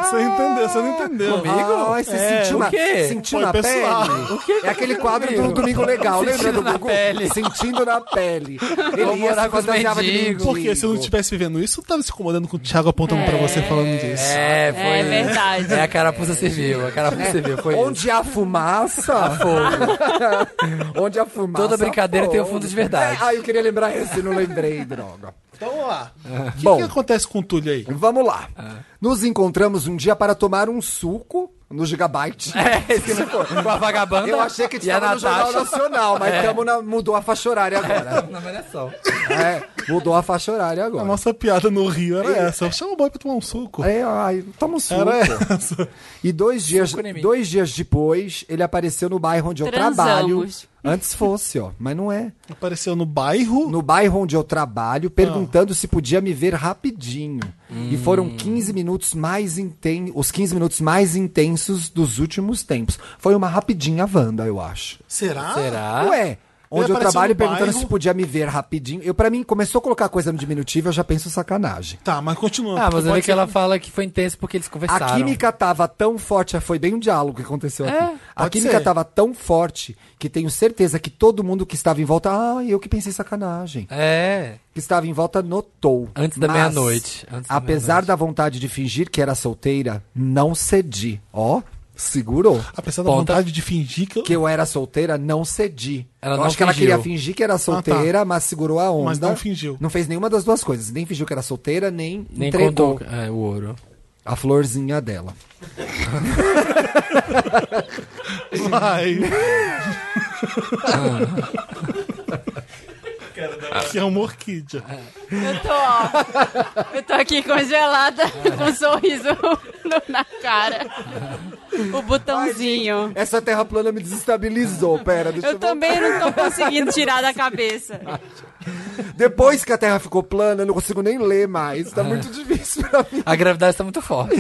A: Você entendeu, você não
B: Ah!
A: entendeu.
B: Comigo? Ai, você
A: É,
B: sentiu
A: o
B: na,
D: quê?
B: sentiu
A: Foi
B: na
A: pessoal.
B: pele?
D: que
B: é aquele quadro do
D: comigo?
B: Domingo Legal,
D: Sentindo
B: lembra do
D: na
B: Gugu?
D: pele.
B: Sentindo na pele.
D: Vou
B: Ele ia
D: morar
B: se
D: com os
B: fantasiava de
D: mendigos.
B: mendigo.
A: Porque se eu não estivesse vivendo isso, eu tava se incomodando com o Thiago apontando pra você falando disso.
D: É, foi.
C: É verdade.
D: É a carapuça civil. A carapuça civil. Foi isso.
B: Onde há fumaça,
D: Fogo.
B: onde há fumaça.
D: Toda brincadeira tem um
B: fogo.
D: fundo de verdade.
B: É, ah, eu queria lembrar esse, não lembrei, droga. É.
A: Então vamos lá. O que,
B: Bom.
A: que acontece com o Túlio aí?
B: Vamos lá.
D: É.
B: Nos encontramos um dia para tomar um suco no Gigabyte.
D: É, isso que foi. Com a vagabanda.
B: Eu achei que
D: e a
B: estava no Jornal
D: Natasha. É.
B: Nacional, mas tamo na- mudou a faixa horária agora.
D: Na malhação.
B: É, mudou a faixa horária
A: A
B: agora.
A: nossa piada no Rio era essa. Chama o boy pra tomar um suco.
B: É, ai, toma um suco.
A: Era essa.
B: E dois dias,
D: em mim.
B: dois dias depois, ele apareceu no bairro onde eu
C: Transamos.
B: trabalho. Antes fosse, ó, mas não é.
A: Apareceu no bairro.
B: No bairro onde eu trabalho, perguntando se podia me ver rapidinho. E foram 15 minutos mais intensos, os 15 minutos mais intensos dos últimos tempos. Foi uma rapidinha Wanda, eu acho.
A: Será?
D: Será?
B: Ué, Onde eu
A: apareceu
B: trabalho
A: no
B: perguntando
A: bairro.
B: se podia me ver rapidinho. Eu, para mim, começou a colocar coisa no diminutivo, eu já penso sacanagem.
A: Tá, mas continua.
D: Ah, mas
A: porque
D: eu vi
A: pode
D: que
A: ser-
D: ela fala que foi intenso porque eles conversaram.
B: A química tava tão forte, foi bem um diálogo que aconteceu
D: É,
B: aqui. a
A: pode
B: química
A: ser.
B: tava tão forte que tenho certeza que todo mundo que estava em volta. Ah, eu que pensei sacanagem.
D: É.
B: Que estava em volta notou.
D: Antes da
B: Mas,
D: meia-noite. Antes da
B: apesar
D: meia-noite.
B: da vontade de fingir que era solteira, não cedi. Ó, segurou.
A: Apesar da
D: Ponta.
A: vontade de fingir que eu...
B: Que eu era solteira, não cedi.
D: Ela
B: eu
D: não
B: acho que ela
D: fingiu. Ah, tá.
B: queria fingir que era solteira, mas segurou a onda.
A: Mas não fingiu.
B: Não fez nenhuma das duas coisas. Nem fingiu que era solteira, nem,
D: Nem
B: entregou
D: contou é, o ouro.
B: a florzinha dela.
A: Vai. que é uma orquídea.
C: Eu tô, ó, eu tô aqui congelada com um sorriso no- na cara. O botãozinho.
B: Essa terra plana me desestabilizou. Pera, deixa eu,
C: Eu também não tô conseguindo tirar da cabeça.
B: voltar. Depois que a terra ficou plana, eu não consigo nem ler mais. Tá muito difícil pra mim.
D: A gravidade tá muito forte.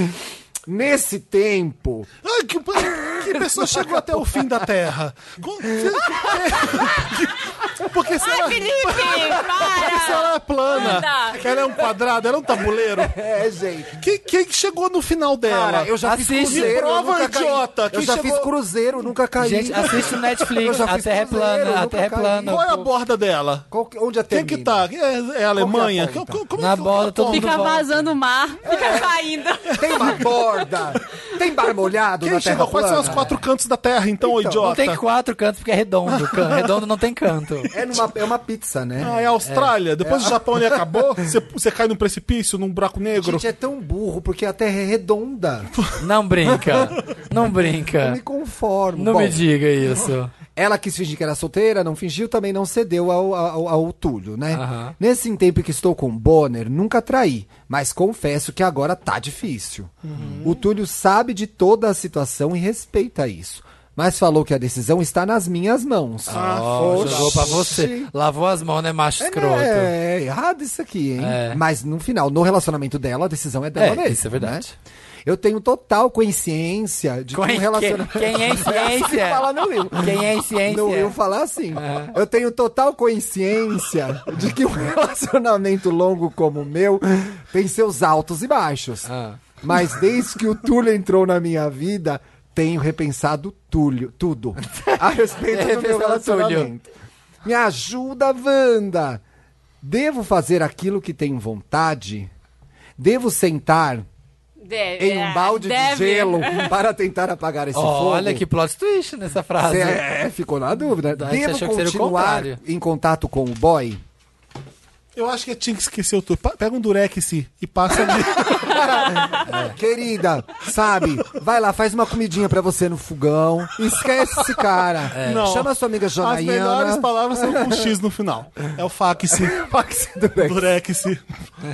B: Nesse tempo,
A: Ai, que, que pessoa chegou até o fim da Terra? Com- Porque se ela,
C: Felipe, para!
A: se ela é plana,
C: Anda.
A: ela é um quadrado, ela é um tabuleiro.
B: é, gente.
A: Quem, quem chegou no final dela?
B: Cara, eu já fiz
D: Assiste.
B: cruzeiro.
A: Me
B: eu
A: prova,
B: nunca caí.
A: idiota,
B: Eu
A: quem
B: já
A: chegou-
B: fiz cruzeiro, nunca caí.
D: Gente, assiste o
B: Eu
D: Netflix.
B: já
D: A
B: fiz
D: Terra é
B: cruzeiro,
D: plana. A
B: nunca
D: Terra é
B: caí.
D: plana.
A: Qual é a
D: pô.
A: dela? dela?
B: Qual que- onde a
A: Quem
B: termina?
A: que tá? É, é a Alemanha?
B: ponta?
A: Como- é como-
D: Na
A: como-
D: bola, todo mundo
C: Fica
D: volta.
C: vazando o mar,
B: É.
C: fica caindo.
B: Tem uma borda. Tem bar molhado
A: Quem
B: na terra
A: chegou? Quais
B: plana.
A: são os quatro cantos da Terra, então, ô
D: Não
A: idiota?
D: tem quatro cantos porque é redondo. Can- Redondo não tem canto.
B: É, numa, é uma pizza, né?
A: Ah, é a Austrália. Depois o Japão ele acabou, você, você cai num precipício, num buraco negro.
B: Gente, é tão burro porque a terra é redonda.
D: Não brinca. Não
B: É. Não me
D: brinca.
B: conformo.
D: Não
B: Bom,
D: me diga isso.
B: Ela quis fingir que era solteira, não fingiu, também não cedeu ao, ao, ao Túlio, né?
D: Aham.
B: Nesse tempo que estou com o Bonner, nunca traí, mas confesso que agora tá difícil.
D: Uhum.
B: O Túlio sabe de toda a situação e respeita isso. Mas falou que a decisão está nas minhas mãos. Ah,
D: Ó, jogou pra você. Lavou as mãos, né, macho
B: É,
D: escroto?
B: né? É, errado isso aqui, hein?
D: É.
B: Mas no final, no relacionamento dela, a decisão é dela
D: É,
B: mesmo.
D: isso é verdade.
B: né? Eu tenho total consciência de que um
D: Quem-
B: relacionamento.
D: quem- quem é ciência?
B: Fala no Will.
D: Quem é em ciência?
B: No Will falar assim. Eu tenho total consciência de que um relacionamento longo como o meu tem seus altos e baixos.
D: Ah.
B: Mas desde que o Túlio entrou na minha vida, tenho repensado Túlio, tudo a respeito do meu
D: Repensado
B: relacionamento. Me ajuda, Wanda! Devo fazer aquilo que tenho vontade? Devo sentar
C: Deve-
B: em um balde
C: É, deve.
B: de gelo para tentar apagar esse fogo?
D: Olha que plot twist nessa frase.
B: Cê, é, ficou na dúvida.
D: Daí você
B: Devo
D: achou que seria o
B: continuar
D: contrário.
B: em contato com o boy?
A: Eu acho que eu tinha que esquecer o tour. Pa- Pega um durex e passa ali.
D: É.
B: Querida, sabe? Vai lá, faz uma comidinha pra você no fogão. Esquece esse cara.
D: É.
A: Não.
B: Chama sua amiga
A: As melhores
B: Janaína.
A: palavras são com X no final. É o fax,
B: Pax do Beck.
A: durex.
B: É.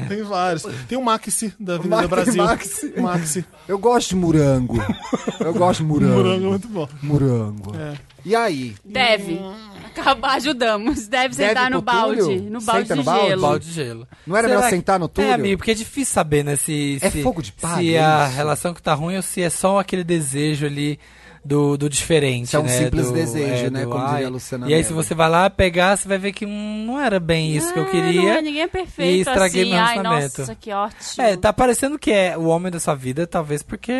A: Tem vários. Tem o maxi da Avenida
B: Maxi,
A: Brasil.
B: maxi.
A: Maxi.
B: Eu gosto de morango. Eu gosto de morango.
A: Morango é muito bom.
B: Morango.
D: É.
B: E aí?
C: Deve. Acabar, ajudamos. Deve sentar
B: pro
C: no balde.
B: Túlio?
C: No balde
B: Senta
C: de
B: no balde?
C: gelo.
D: Balde de gelo.
B: Não era
D: Será
B: melhor
D: que-
B: sentar no túlio?
D: É, amigo, porque é difícil saber, né? Se,
B: É
D: se-
B: fogo de palha,
D: Se
B: é
D: a
B: isso?
D: relação que tá ruim ou se é só aquele desejo ali do, do diferente.
B: Se é um
D: né?
B: simples
D: Do-
B: desejo,
D: é,
B: né?
D: do
B: Como diria
D: ai.
B: a Luciana
D: E aí, se
B: Mello.
D: você vai lá pegar, você vai ver que hum, não era bem isso que eu
C: Ah,
D: queria.
C: Não, ninguém é perfeito
D: E estraguei
C: assim.
D: meu
C: Ai,
D: relacionamento.
C: nossa, que ótimo.
D: É, tá parecendo que é o homem da sua vida, talvez porque,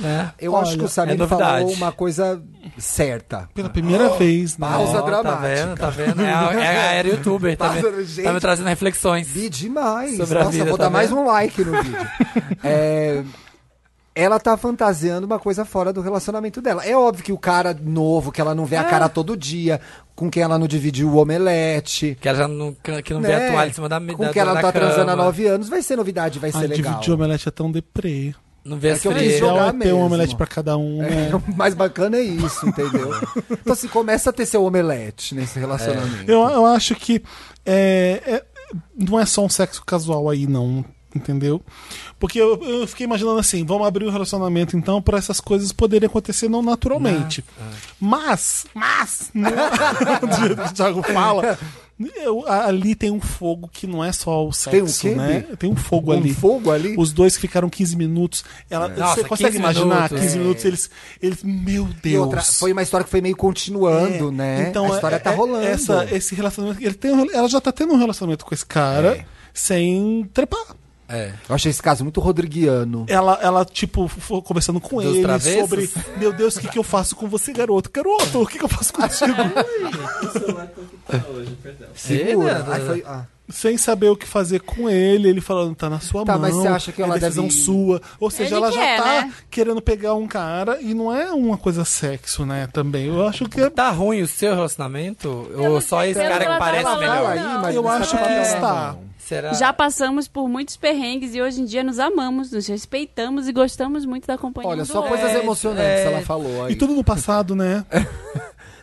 D: né?
B: Eu acho que o
D: Olha,
B: Samir
D: é novidade.
B: falou uma coisa certa.
A: Pela primeira
B: Ah,
A: vez, né?
B: pausa
D: Ó,
B: dramática.
D: Tá vendo, tá vendo? É, a- é, a era youtuber, tá, me,
B: Pássaro, gente.
D: tá me trazendo reflexões.
B: Vi demais.
D: Sobre a
B: Nossa,
D: vida,
B: vou
D: tá
B: dar mais
D: vendo?
B: um like no vídeo. É, ela tá fantasiando uma coisa fora do relacionamento dela. É óbvio que o cara novo, que ela não
D: É.
B: vê a cara todo dia, com quem ela não divide o omelete.
D: Que ela já não, que não vê
B: né?
D: a toalha em cima da mesa.
B: Com quem ela não tá transando há nove anos, vai ser novidade, vai ser
A: Ai,
B: legal.
A: dividir o omelete é tão deprê.
D: Não vê
B: É
D: as
B: que eu
D: frias.
B: quis jogar.
A: Ideal é ter um
B: mesmo.
A: omelete pra cada um. né?
B: É, o mais bacana é isso, entendeu? então, assim, começa a ter seu omelete nesse relacionamento.
A: Eu, eu acho que é, é, não é só um sexo casual aí, não. Entendeu? Porque eu, eu fiquei imaginando assim: vamos abrir o relacionamento então para essas coisas poderem acontecer não
B: Ah,
A: né? naturalmente. Mas, mas, não, do jeito que o Thiago fala, Eu- a- ali tem um fogo que não é só o
B: Tem um
A: sexo,
B: quê,
A: né?
B: Bi?
A: Tem um fogo
B: Um
A: ali.
B: fogo ali? É.
A: Os dois que ficaram 15 minutos. Ela, Você
D: Nossa,
A: consegue
D: 15
A: imaginar?
D: minutos,
A: 15
D: é.
A: minutos eles, eles. Meu Deus.
B: E outra, foi uma história que foi meio continuando,
A: É,
B: né? a história
A: é-
B: tá
A: é-
B: rolando.
A: essa- esse relacionamento. Ele tem, um- ela já tá tendo um relacionamento com esse cara
B: É.
A: sem trepar.
D: É.
B: Eu achei esse caso muito rodriguiano.
A: Ela, ela tipo, foi conversando com
D: Dos
A: ele
D: travessos?
A: sobre: Meu Deus, o que, que eu faço com você, garoto? Garoto, o que, que eu faço contigo?
D: É
B: Segura.
D: Eita,
B: Aí foi- ah.
A: sem saber o que fazer com ele, ele falando, tá na sua
B: Tá,
A: mão.
B: mas você acha que ela
A: é decisão
B: deve-
A: sua. Ou seja,
C: Ele
A: ela
C: quer,
A: já tá
C: né?
A: querendo pegar um cara e não é uma coisa sexo, né? Também. Eu acho que é.
D: Tá ruim o seu relacionamento? ou só esse
C: pelo
D: cara
C: que
D: que
C: ela
D: parece
C: fala,
D: É melhor?
C: não.
B: mas
A: Eu
B: não
A: acho
B: tá
A: que é
B: falando,
A: está.
B: não.
D: Será?
C: Já passamos por muitos perrengues e hoje em dia nos amamos, nos respeitamos e gostamos muito da companhia.
B: Olha,
C: um do
B: só
C: outro.
B: coisas
D: É,
B: emocionantes
D: é.
B: ela falou aí.
A: E tudo no passado, né?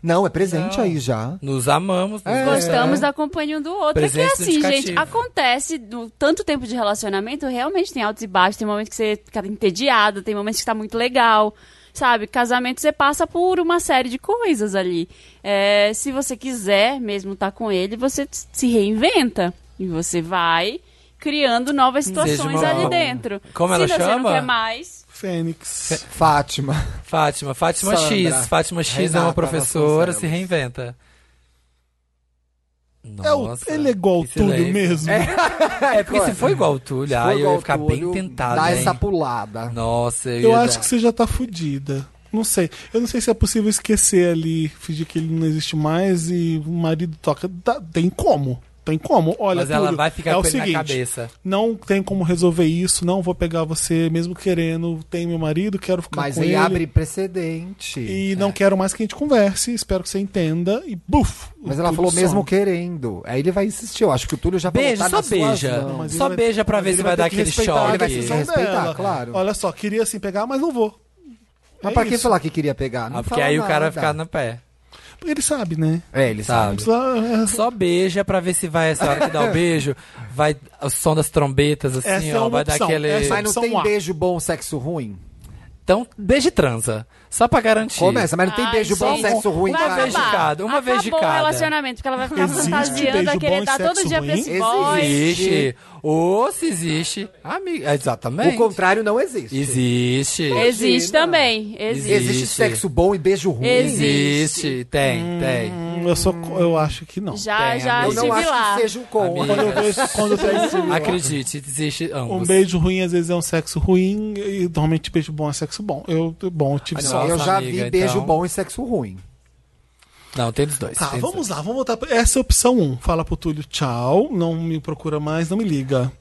B: Não, é presente
D: Não.
B: aí já.
D: Nos amamos. Nos
B: É.
C: Gostamos da companhia um do outro. é
D: Presente
C: que assim, gente,
D: identificativo.
C: acontece no tanto tempo de relacionamento, realmente tem altos e baixos, tem momentos que você fica entediado, tem momentos que tá muito legal. Sabe, casamento você passa por uma série de coisas ali. É, se você quiser mesmo estar com ele, você se reinventa. E você vai criando novas situações
D: uma-
C: ali dentro.
D: Como
C: se
D: ela
C: você não
D: chama?
C: quer mais.
A: Fênix.
B: Fátima.
D: Fátima, Fátima
B: Sandra.
D: X. Fátima X é
B: Renata
D: uma professora, se
B: Vasconcelos.
D: reinventa.
A: É o,
D: Nossa,
A: ele é igual o
D: que
A: Túlio
D: silêncio.
A: mesmo.
D: É porque se for igual o Túlio,
B: Foi
D: aí eu
B: igual
D: ia ficar
B: o
D: bem
B: Túlio,
D: tentado.
B: Dá
D: hein?
B: essa pulada.
D: Nossa, eu,
A: Eu
D: ia
A: acho
D: dar.
A: que você já tá fudida. Não sei. Eu não sei se é possível esquecer ali, fingir que ele não existe mais e o marido toca. Dá- tem como. Tem como. Olha,
D: Mas ela
A: Túlio,
D: vai ficar
A: é o
D: com ele
A: seguinte,
D: na cabeça.
A: Não tem como resolver isso, não vou pegar você mesmo querendo. Tem meu marido, quero ficar
B: Mas
A: com
B: aí
A: ele.
B: abre precedente.
A: E não quero mais que a gente converse, espero que você entenda. E buf!
B: Mas ela
A: tudo
B: falou mesmo
A: some.
B: querendo. Aí ele vai insistir. Eu acho que o Túlio já falou,
D: Beijo,
B: tá
D: só
B: nas suas
D: beija.
B: mãos.
A: Mas ele
D: Só beija pra
A: mas
D: ver
A: ele
D: se vai
A: ter
D: dar
A: que
D: aquele
A: respeitar
D: choque.
A: a
B: Ele vai se
A: decisão
B: respeitar,
A: dela.
B: claro.
A: Olha só, queria assim pegar, mas não vou.
B: Mas
A: É
B: pra que
A: isso.
B: falar que queria pegar? Não
D: Ah, porque
B: fala
D: aí o cara vai
B: nada.
D: ficar no pé.
A: Ele sabe, né?
B: É, ele sabe.
D: Sabe?
A: Precisa- é,
D: Só beija pra ver se vai essa hora que dá o beijo. Vai o som das trombetas, assim,
A: Essa é
D: ó.
A: uma
D: vai dar
A: opção.
D: aquele.
A: Essa-
B: Mas não
A: São
B: tem
D: um
A: A.
B: beijo bom, sexo ruim?
D: Então, beijo e transa. Só pra garantir.
B: Começa, mas não tem
C: Ai,
B: beijo bom,
C: gente,
B: sexo ruim, tá
C: vai
D: Uma
B: cara.
D: vez de
C: acabar.
D: cada, uma vez de
C: Acabou
D: cada.
C: o relacionamento, porque ela vai ficar
A: Existe
C: fantasiando,
A: beijo
C: vai
A: bom
C: querer
A: e
C: dar todo
A: sexo
C: dia pra
A: ruim?
C: esse boy.
D: Existe. Ou se existe. Amiga, exatamente.
B: O contrário não existe.
D: é Existe.
C: Existe também.
D: Existe.
C: Existe.
B: Existe sexo bom e beijo ruim.
D: Existe. Tem, tem.
A: Hum, Eu, sou, co- eu acho que não.
C: Já,
D: Tem,
C: já
D: amiga.
B: Eu
C: estive
B: não acho
C: lá.
B: que seja um com.
D: Amiga.
A: Quando eu vejo, quando eu tenho
D: Acredite, existe ambos.
A: um beijo ruim, às vezes é um sexo ruim, e normalmente beijo bom é sexo bom. Eu, bom, eu tive
D: Ah, não,
A: só.
B: eu já
D: amiga,
B: vi
D: então.
B: beijo bom e sexo ruim.
D: Não, tem dos dois.
A: Tá,
D: tem dos
A: vamos lá, vamos voltar. pra- Essa é a opção 1. Um. Fala pro Túlio tchau, não me procura mais, não me liga.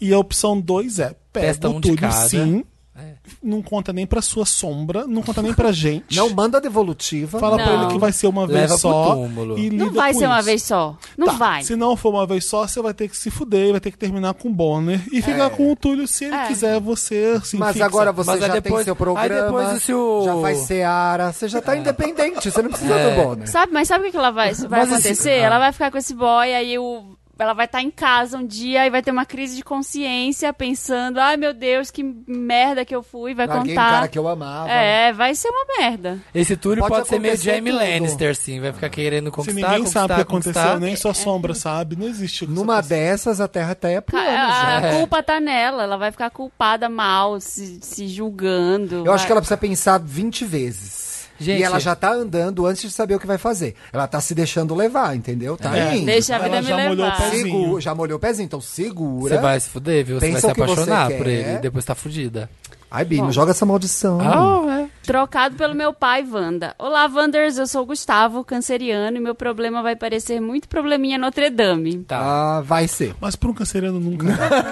A: E a opção 2 é pega
D: Testa
A: o
D: um de
A: Túlio
D: cada.
A: sim,
D: É.
A: não conta nem pra sua sombra, não conta nem pra gente.
B: Não manda devolutiva.
A: Fala pra
C: Não.
A: ele que vai ser uma vez
D: Leva pro
A: só.
D: túmulo.
A: E
C: Não
A: lida
C: vai
A: com
C: ser uma
A: isso.
C: vez só. Não
A: Tá,
C: vai.
A: Se não for uma vez só, você vai ter que se fuder, vai ter que terminar com o Bonner e ficar com o Túlio se ele
C: É.
A: quiser você. Assim,
B: Mas
A: fixa.
B: agora você
D: Mas aí
B: já tem
D: depois-
B: seu programa.
D: aí depois o seu- É.
B: Já faz Seara. Você já tá independente. Você não precisa do bônus.
C: Sabe, mas sabe o que que ela vai, vai
D: Mas esse-
C: acontecer?
D: Ah.
C: Ela vai ficar com esse boy, aí o, ela vai estar em casa um dia e vai ter uma crise de consciência, pensando, ai meu Deus, que merda que eu fui, vai
B: Larguei um
C: contar.
B: cara que eu amava.
C: É, vai ser uma merda.
D: Esse Túlio
B: Pode
D: pode, ser meio
B: acontecer
D: Jamie
B: tudo. Ah.
D: Lannister, sim. Vai ficar querendo
A: Se
D: conquistar,
B: tá,
A: ninguém
D: conquistar,
A: sabe o que aconteceu,
D: conquistar.
B: né?
C: tá?
A: nem
C: É.
A: sua sombra sabe, não existe.
B: Numa
A: Essa-
B: dessas, a terra até é
C: Ca-
B: plana.
C: a,
D: já.
C: culpa tá nela, ela vai ficar culpada mal, se, se julgando.
B: Eu acho
C: vai-
B: que ela precisa pensar 20 vezes.
D: Gente.
B: e ela já tá andando antes de saber o que vai fazer. Ela tá se deixando levar, entendeu? Tá
A: É.
B: indo.
C: Deixa a vida
A: Ela
C: me
A: já molhou o
C: levar.
A: pezinho.
B: Ah, Segura, já molhou o pezinho, então segura.
D: Você vai se fuder, viu? Você
B: Pensa
D: vai
B: o
D: se
B: que você
D: apaixonar
B: quer.
D: por ele e depois tá fudida.
B: Ai, Bi, não joga essa maldição.
D: Ah,
C: Trocado pelo meu pai, Wanda. Olá, Wanders, eu sou o Gustavo, canceriano, e meu problema vai parecer muito probleminha Notre Dame.
D: Tá.
B: Ah, vai ser.
A: Mas por um canceriano nunca.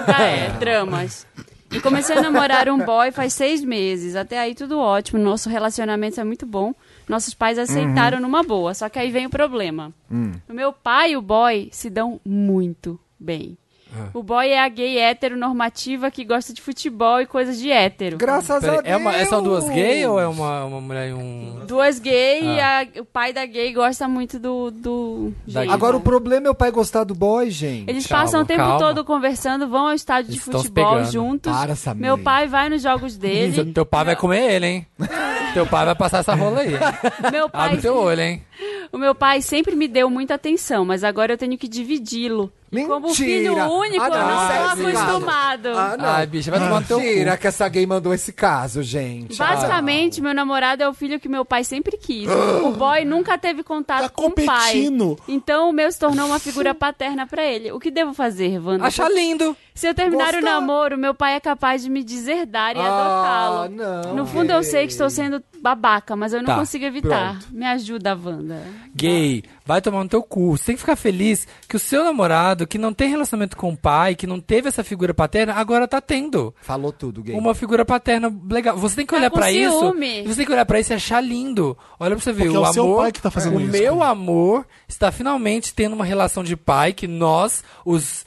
C: Ah, é, dramas. E comecei a namorar um boy faz seis meses. Até aí tudo ótimo. Nosso relacionamento é muito bom. Nossos pais aceitaram numa boa. Só que aí vem o problema. O meu pai e o boy se dão muito bem. O boy é a gay hétero normativa que gosta de futebol e coisas de hétero.
B: Graças
D: Peraí,
B: a Deus.
D: é uma, é só duas gays ou é uma, uma mulher e um.
C: Duas gay
B: Ah.
C: e a- o pai da gay gosta muito do. do
D: Da
C: gay.
D: gay. Ah,
B: Agora o problema é o pai gostar do boy, gente.
C: Eles
D: Calma,
C: passam o tempo
D: calma.
C: todo conversando, vão ao estádio de
D: Eles estão se
C: futebol
D: pegando.
C: juntos.
B: Para, Samir.
C: Meu pai vai nos jogos
D: Seu-
C: dele.
D: Teu pai vai comer ele, hein? teu pai vai passar essa rola aí.
C: Meu pai.
D: Abre teu olho, hein?
C: O meu pai sempre me deu muita atenção, mas agora eu tenho que dividi-lo. E Como filho
B: Mentira!
C: único,
B: Ah, não,
C: eu não
B: isso
C: estou
B: é errado.
C: acostumado.
B: Ah, não.
D: Ai, bicha, vai tomar no teu
B: Mentira que essa gay mandou esse caso, gente. Ah.
C: Basicamente, meu namorado é o filho que meu pai sempre quis. o boy nunca teve contato
A: Tá
C: com o pai.
A: competindo.
C: Então o meu se tornou uma figura paterna pra ele. O que devo fazer, Wanda?
D: Achar lindo.
C: Se eu terminar o
B: Gostar.
C: namoro, meu pai é capaz de me deserdar e
B: Ah,
C: adotá-lo.
B: não.
C: No fundo, eu sei que estou sendo babaca, mas eu não
D: Tá,
C: consigo evitar. Me ajuda, Wanda.
D: Gay, vai tomar no teu cu. Você tem que ficar feliz que o seu namorado, que não tem relacionamento com o pai, que não teve essa figura paterna, agora tá tendo.
B: Falou tudo, gay.
D: Uma figura paterna legal. Você tem que
C: Tá
D: olhar
C: com
D: pra isso.
C: ciúme.
D: Você tem que olhar pra isso e achar lindo. Olha pra você ver.
A: Porque
D: o
A: é o
D: amor,
A: seu pai que tá fazendo
D: o
A: isso,
D: meu
A: cara.
D: amor está finalmente tendo uma relação de pai que nós, os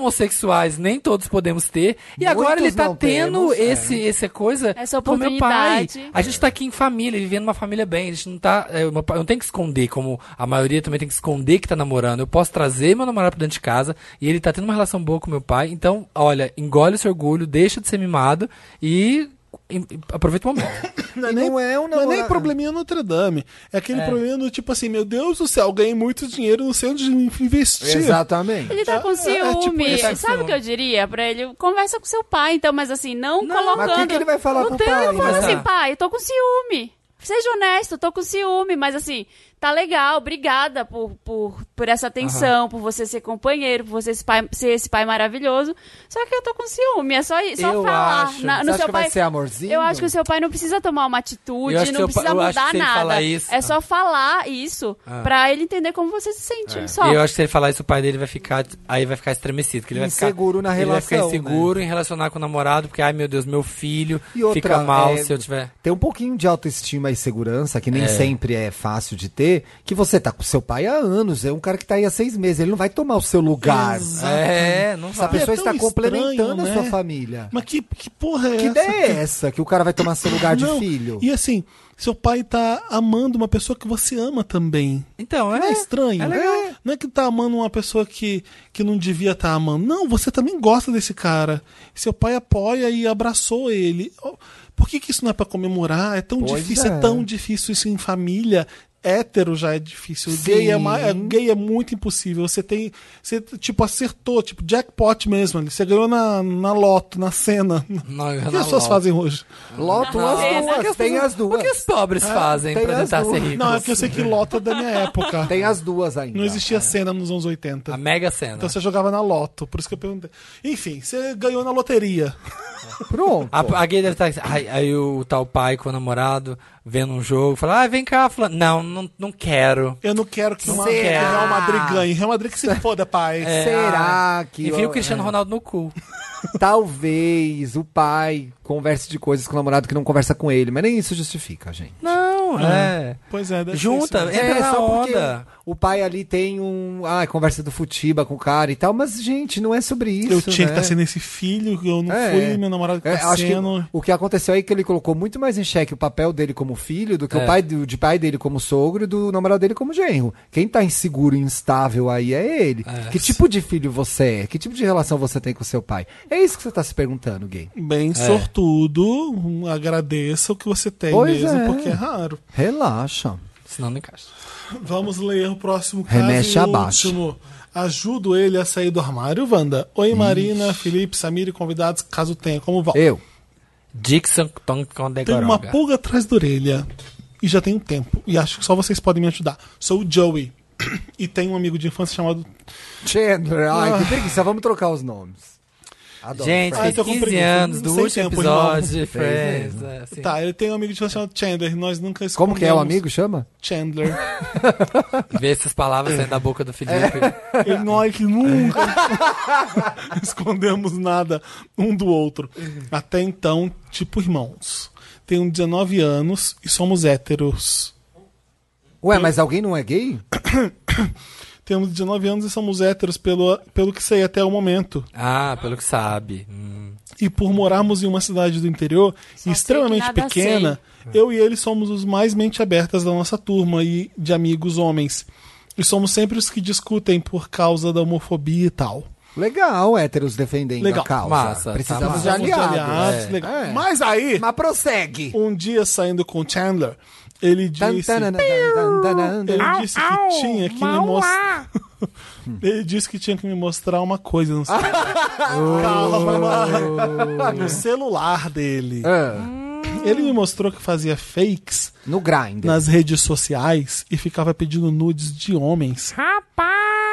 D: homossexuais, nem todos podemos ter. E agora
B: Muitos
D: ele tá
B: não
D: tendo
B: temos, é.
D: esse, essa coisa
C: Essa
D: com meu pai.
C: oportunidade.
D: A gente tá aqui em família, vivendo uma família bem. A gente não tá. é, uma- não tem que esconder, como a maioria também tem que esconder que tá namorando. Eu posso trazer meu namorado pra dentro de casa e ele tá tendo uma relação boa com meu pai. Então, olha, engole esse orgulho, deixa de ser mimado e, e- aproveita o momento.
A: Não é,
B: E
A: nem,
B: não é um
A: não é nem
B: namorado.
A: probleminha Notre Dame. É aquele probleminha do tipo assim, meu Deus do céu, ganhei muito dinheiro, não sei onde investir.
B: Exatamente.
C: Ele tá
A: É,
C: com
A: é, é tipo
C: ciúme.
A: isso.
D: Ele tá com
C: Sabe o que eu diria pra ele? Conversa com seu pai, então, mas assim, não, colocando...
B: Mas o que, que ele vai falar
C: Não
B: pro
C: tem,
B: pai?
C: eu falo
D: mas
C: assim,
D: tá.
C: pai, eu tô com ciúme. Seja honesto, eu tô com ciúme, mas assim, tá legal, obrigada por, por, por essa atenção, por você ser companheiro, por você esse pai- ser esse pai maravilhoso. Só que eu tô com ciúme, é só, só
D: Eu
C: falar.
D: acho.
C: Na-
B: Você acha que vai ser amorzinho?
C: Eu acho que o seu pai não precisa tomar uma atitude,
D: Eu acho que
C: não
D: seu
C: precisa
D: pai- eu acho
C: mudar
D: que se ele
C: nada.
D: falar isso-
C: É só falar isso pra ele entender como você se sente. Só.
D: E eu acho que se ele falar isso, o pai dele vai ficar. Aí vai ficar estremecido. Que ele vai
B: Inseguro
D: ficar,
B: na
D: Ele vai ficar
B: relação, né?
D: inseguro em relacionar com o namorado, porque, ai meu Deus, meu filho
B: E outra,
D: fica mal
B: é,
D: se eu tiver.
B: Tem um pouquinho de autoestima e segurança, que nem sempre é fácil de ter, que você tá com seu pai há anos, é um cara que tá aí há seis meses, ele não vai tomar o seu lugar.
D: É, não
B: Essa
A: E é
D: sabe.
B: pessoa
A: tão
B: está complementando
A: estranho,
B: a sua
A: né?
B: família.
A: Mas que, que porra é
B: Que
A: essa?
B: ideia é essa? Que o cara vai tomar seu lugar de
A: Não,
B: filho?
A: E assim, seu pai tá amando uma pessoa que você ama também.
D: Então,
A: Não é
D: é.
A: estranho?
D: é legal.
A: Não é que tá amando uma pessoa que, que não devia estar amando. Não, você também gosta desse cara. Seu pai apoia e abraçou ele. Oh, Por que, que isso não é pra comemorar? É tão
B: Pois
A: difícil, é.
B: é.
A: tão difícil isso em família. Hétero já é difícil.
B: Sim.
A: Gay é, ma- é- gay é muito impossível. Você tem. Você, tipo, acertou, tipo, jackpot mesmo ali. Você ganhou na, na loto, na cena.
D: Não, eu
A: O que
D: não
A: as pessoas
D: logo.
A: fazem hoje?
B: Loto as
D: Não, o que
B: duas, tem
D: pessoas-
B: as duas.
D: O que é os pobres fazem
B: tem
D: pra
B: as
D: tentar
B: duas.
D: ser ricos?
A: É, Não, é que eu sei que loto é da minha época.
B: Tem as duas ainda.
A: Não existia cena nos anos 80.
D: A mega cena.
A: Então você jogava na loto, por isso que eu perguntei. Enfim, você ganhou na loteria.
B: Pronto.
D: A, a gay deve estar. Aí, aí o tal pai com o namorado, vendo um jogo, fala: ah, vem cá, fulano. Não, não, não quero.
A: Eu não quero que o Ma-
D: Será?
A: que o Real Madrid
B: Ah.
A: ganhe. Real Madrid que se foda, pai.
B: É. Será que.
D: Enfia
B: eu-
D: é,
B: É.
D: o
A: é.
D: Cristiano Ronaldo no cu.
B: Talvez o pai converse de coisas com o namorado que não conversa com ele, mas nem isso justifica, gente.
D: Não, é.
A: Pois é, deve ser
D: Junta,
A: isso mesmo.
D: entra na onda.
B: o pai ali tem um. Ah, conversa do Futiba com o cara e tal, mas, gente, não é sobre isso.
A: Eu tinha que
B: né?
D: tá
A: estar sendo esse filho, eu não
B: É.
A: fui, meu namorado que
B: É,
A: tá
B: acho que
A: sendo.
B: o que aconteceu aí é que ele colocou muito mais em xeque o papel dele como filho do que
D: É.
B: o pai do, de pai dele como sogro e do namorado dele como genro. Quem tá inseguro e instável aí é ele. Que tipo de filho você é? Que tipo de relação você tem com seu pai? É isso que você tá se perguntando, gay.
A: Bem sortudo, hum, agradeça o que você tem
B: Pois
A: mesmo,
B: é.
A: porque é raro.
B: Relaxa.
D: Senão não encaixa.
A: Vamos ler o próximo caso.
B: Remexe
A: e
B: abaixo.
A: último. Ajudo ele a sair do armário, Wanda. Oi, Marina, Felipe, Samir e convidados, caso tenha, como vão?
B: Eu.
D: Dixon Tong
A: Tenho
D: Condegoroga.
A: uma pulga atrás da orelha e já tem um tempo. E acho que só vocês podem me ajudar. Sou o Joey. E tenho um amigo de infância chamado.
B: Chandler, ai, que preguiça, vamos trocar os nomes. Adoro.
D: Ah. Gente,
A: Ai,
D: fez
A: Ah, tô com
D: 15
A: preguiça.
D: anos do
A: Sem
D: último
A: tempo,
D: episódio
A: irmão.
D: de Friends. é, assim.
A: Tá, ele tem um amigo de infância chamado Chandler. Nós nunca
B: Como que é o
A: escondemos.
B: amigo? Chama?
A: Chandler.
D: Ver essas palavras saindo da boca do Felipe.
A: E nós é que nunca escondemos nada um do outro.
B: Uhum.
A: Até então, tipo irmãos. Tenho 19 anos e somos héteros.
B: Ué,
D: Hum.
B: mas alguém não é gay?
A: Temos 19 anos e somos héteros pelo, pelo que sei até o momento.
D: Ah, pelo que sabe. Hum.
A: E por morarmos em uma cidade do interior
C: sei
A: extremamente
C: que nada
A: pequena, eu e ele somos os mais mente abertas da nossa turma e de amigos homens. E somos sempre os que discutem por causa da homofobia e tal.
B: Legal, héteros defendendo
A: Legal,
B: a causa.
D: massa, tá
B: Precisamos
D: massa.
B: de
A: Somos
B: aliados.
A: aliados, legal.
B: É.
A: Mas aí,
B: Mas prossegue.
A: um dia saindo com o Chandler, Ele disse,
B: Tan, tan, tan, tan, tan, tan, tan.
A: ele disse que tinha que me mostrar. ele disse que tinha que me mostrar uma coisa no celular. Calma. no celular dele.
B: Ah,
A: Ele me mostrou que fazia fakes
B: No grind.
A: nas redes sociais e ficava pedindo nudes de homens. Rapaz!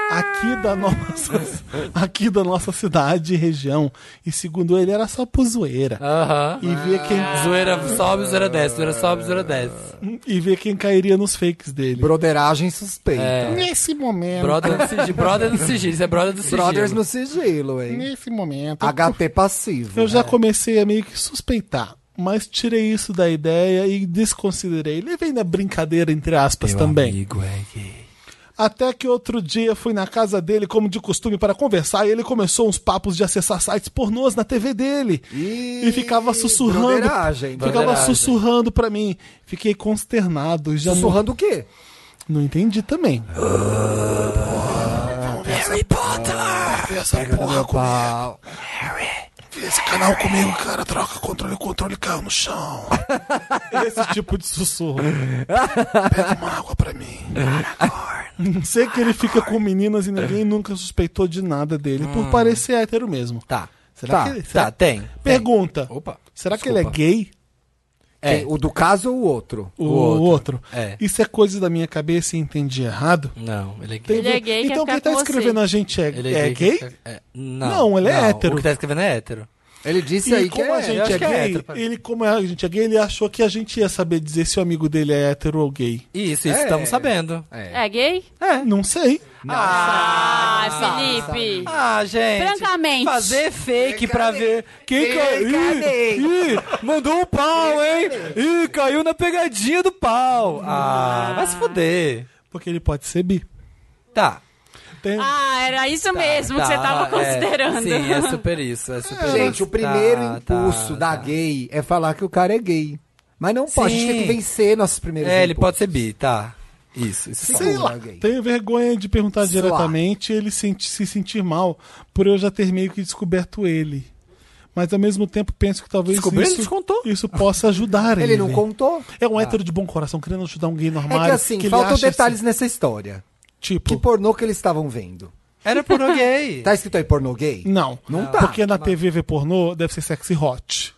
A: Aqui da nossa, aqui da nossa cidade e região. E segundo ele, era só por zoeira.
D: Aham.
A: E ver quem
D: Zoeira sobe, zoeira desce. Zoeira sobe, zoeira desce.
A: e ver quem cairia nos fakes dele.
B: Broderagem suspeita.
D: É.
A: Nesse momento,
D: Brother do sigilo. Brother do sigilo. Isso é brother do sigilo.
B: Brothers no sigilo, hein?
A: nesse momento,
B: HT passivo.
A: eu já comecei a meio que suspeitar. Mas tirei isso da ideia e desconsiderei. Levei na brincadeira, entre aspas,
D: Meu
A: também.
D: amigo é gay.
A: Até que outro dia fui na casa dele, como de costume, para conversar, e ele começou uns papos de acessar sites pornôs na TV dele.
B: Ih,
A: e ficava sussurrando.
B: broderagem,
A: Ficava
D: broderagem.
A: sussurrando pra mim. Fiquei consternado. Já não,
B: Sussurrando o quê?
A: não entendi também.
B: Harry Potter! Ah, Pega no meu pau.
A: Esse canal comigo, cara, troca controle, controle caiu no chão. Esse tipo de sussurro. Pega uma água pra mim. Sei que ele fica com meninas e ninguém nunca suspeitou de nada dele, por parecer hétero mesmo.
D: Tá.
A: Será
D: tá,
A: que ele- será-
D: tá, tem.
A: Pergunta:
D: Opa.
A: será que ele é
D: desculpa.
A: gay?
D: É.
B: Quem- O do caso ou o outro?
A: O,
D: outro.
A: outro.
D: É.
A: Isso é coisa da minha cabeça e entendi errado?
D: Não, ele é gay.
A: Tem
C: Ele é
A: ver-
C: gay, quer
A: Então
C: ficar
A: quem tá
C: com você.
A: escrevendo a gente é,
D: Ele
A: é gay?
D: É, não,
A: Não, ele é hétero.
D: O que tá escrevendo é hétero.
B: Ele disse
A: E
B: aí que
A: como a
B: é.
A: gente
D: acho
A: é
D: que é
A: gay,
D: hétero, parece.
A: ele, como a gente é gay, ele achou que a gente ia saber dizer se o amigo dele é hétero ou gay.
D: Isso, isso
B: É.
D: estamos sabendo.
B: É.
C: É gay?
A: É, não sei.
C: Ah, Felipe.
D: Ah, gente.
C: Francamente.
D: Fazer fake pra ver. Quem caiu?
B: Brincadeira.
D: Ih, ih, mandou o pau, hein? Ih, caiu na pegadinha do pau. Ah, vai se fuder.
A: Porque ele pode ser bi.
D: Tá.
A: Tem-
C: Ah, era isso mesmo
D: tá,
C: que você tava
D: é,
C: considerando.
D: sim, é super isso. É super
B: Gente,
D: isso.
B: o primeiro
D: Tá,
B: impulso da
D: tá, tá.
B: gay é falar que o cara é gay. Mas não pode, a gente tem
D: Sim.
B: que vencer nossos primeiros
D: É, ele
B: impulsos.
D: pode ser bi, tá. Isso, é isso.
B: um Sei
D: sim.
B: lá. gay.
A: Tenho vergonha de perguntar
B: Sei lá.
A: diretamente e ele senti- se sentir mal por eu já ter meio que descoberto ele. Mas ao mesmo tempo penso que talvez
D: Descobriu? Ele
A: isso,
D: descontou.
A: isso possa ajudar ele.
B: Ele não contou?
A: É um hétero de bom coração querendo ajudar um gay normal.
B: É que assim,
A: ele
B: faltam
A: acha
B: detalhes
A: assim,
B: nessa história.
A: tipo,
B: Que pornô que eles estavam vendo?
D: Era pornô gay.
B: Tá escrito aí pornô gay?
A: não.
B: Não tá.
A: Porque na TV ver pornô deve ser sexy hot.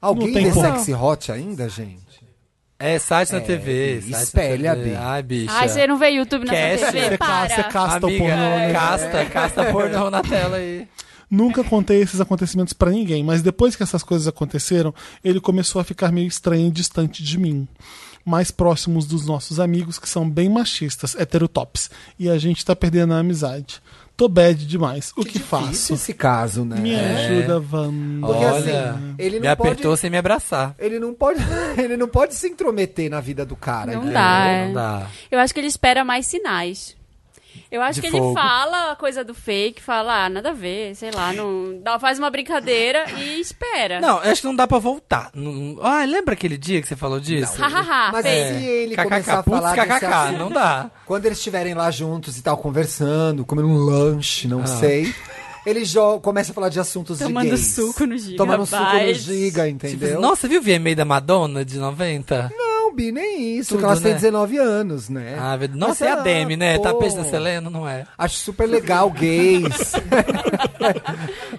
B: Alguém
A: não tem
B: vê
A: como.
B: sexy hot ainda, gente?
D: É, site na TV. site na
B: espelha,
D: TV.
B: Bi.
D: Ai, bicha.
C: Ai, você não vê YouTube na
D: Quer,
C: sua
D: você
C: TV?
A: Você, ca- você
C: Para.
A: casta o
D: Amiga, é,
A: pornô. né?
D: Casta,
B: É.
D: casta pornô na tela aí.
A: Nunca contei esses acontecimentos pra ninguém, mas depois que essas coisas aconteceram, ele começou a ficar meio estranho e distante de mim. Mais próximos dos nossos amigos, que são bem machistas, heterotops. E a gente tá perdendo a amizade. Tô bad demais. O que,
B: Isso
A: faço? é.
B: esse caso, né?
A: Me ajuda, Wanda.
B: Porque
D: Olha,
B: assim, ele não
D: me apertou
B: pode-
D: sem me abraçar.
B: Ele não pode, ele não pode se intrometer na vida do cara.
C: Não
B: entendeu?
C: dá,
D: É,
C: é.
D: Não dá.
C: Eu acho que ele espera mais sinais. Eu acho
D: De
C: que
D: fogo.
C: ele fala a coisa do fake, fala, ah, nada a ver, sei lá, não... dá- faz uma brincadeira e espera.
D: Não, eu acho que não dá pra voltar. Não- não- Ah, lembra aquele dia que você falou disso?
C: Hahaha,
B: Mas
D: é,
C: fake.
B: se ele
D: KKK,
B: começar a
D: putz,
B: falar desse
D: KKK,
B: assunto-
D: não dá.
B: Quando eles estiverem lá juntos e tal, conversando, comendo um lanche, não sei. Ele jo- começa a falar de assuntos
C: Tomando
B: de gays.
C: suco no Giga,
B: Tomando suco no
C: vai.
B: giga,
D: Tipo,
B: entendeu?
D: assim, nossa, viu o VMA da Madonna de 90?
B: Não, Bi, nem isso.
D: Tudo,
B: porque elas têm
D: né?
B: 19 anos, né?
D: Ah, verdade.
B: Mas
D: nossa, é a
B: sei lá,
D: Demi, né? Tá
B: pô,
D: peixe da Selena, não é?
B: Acho super legal gays.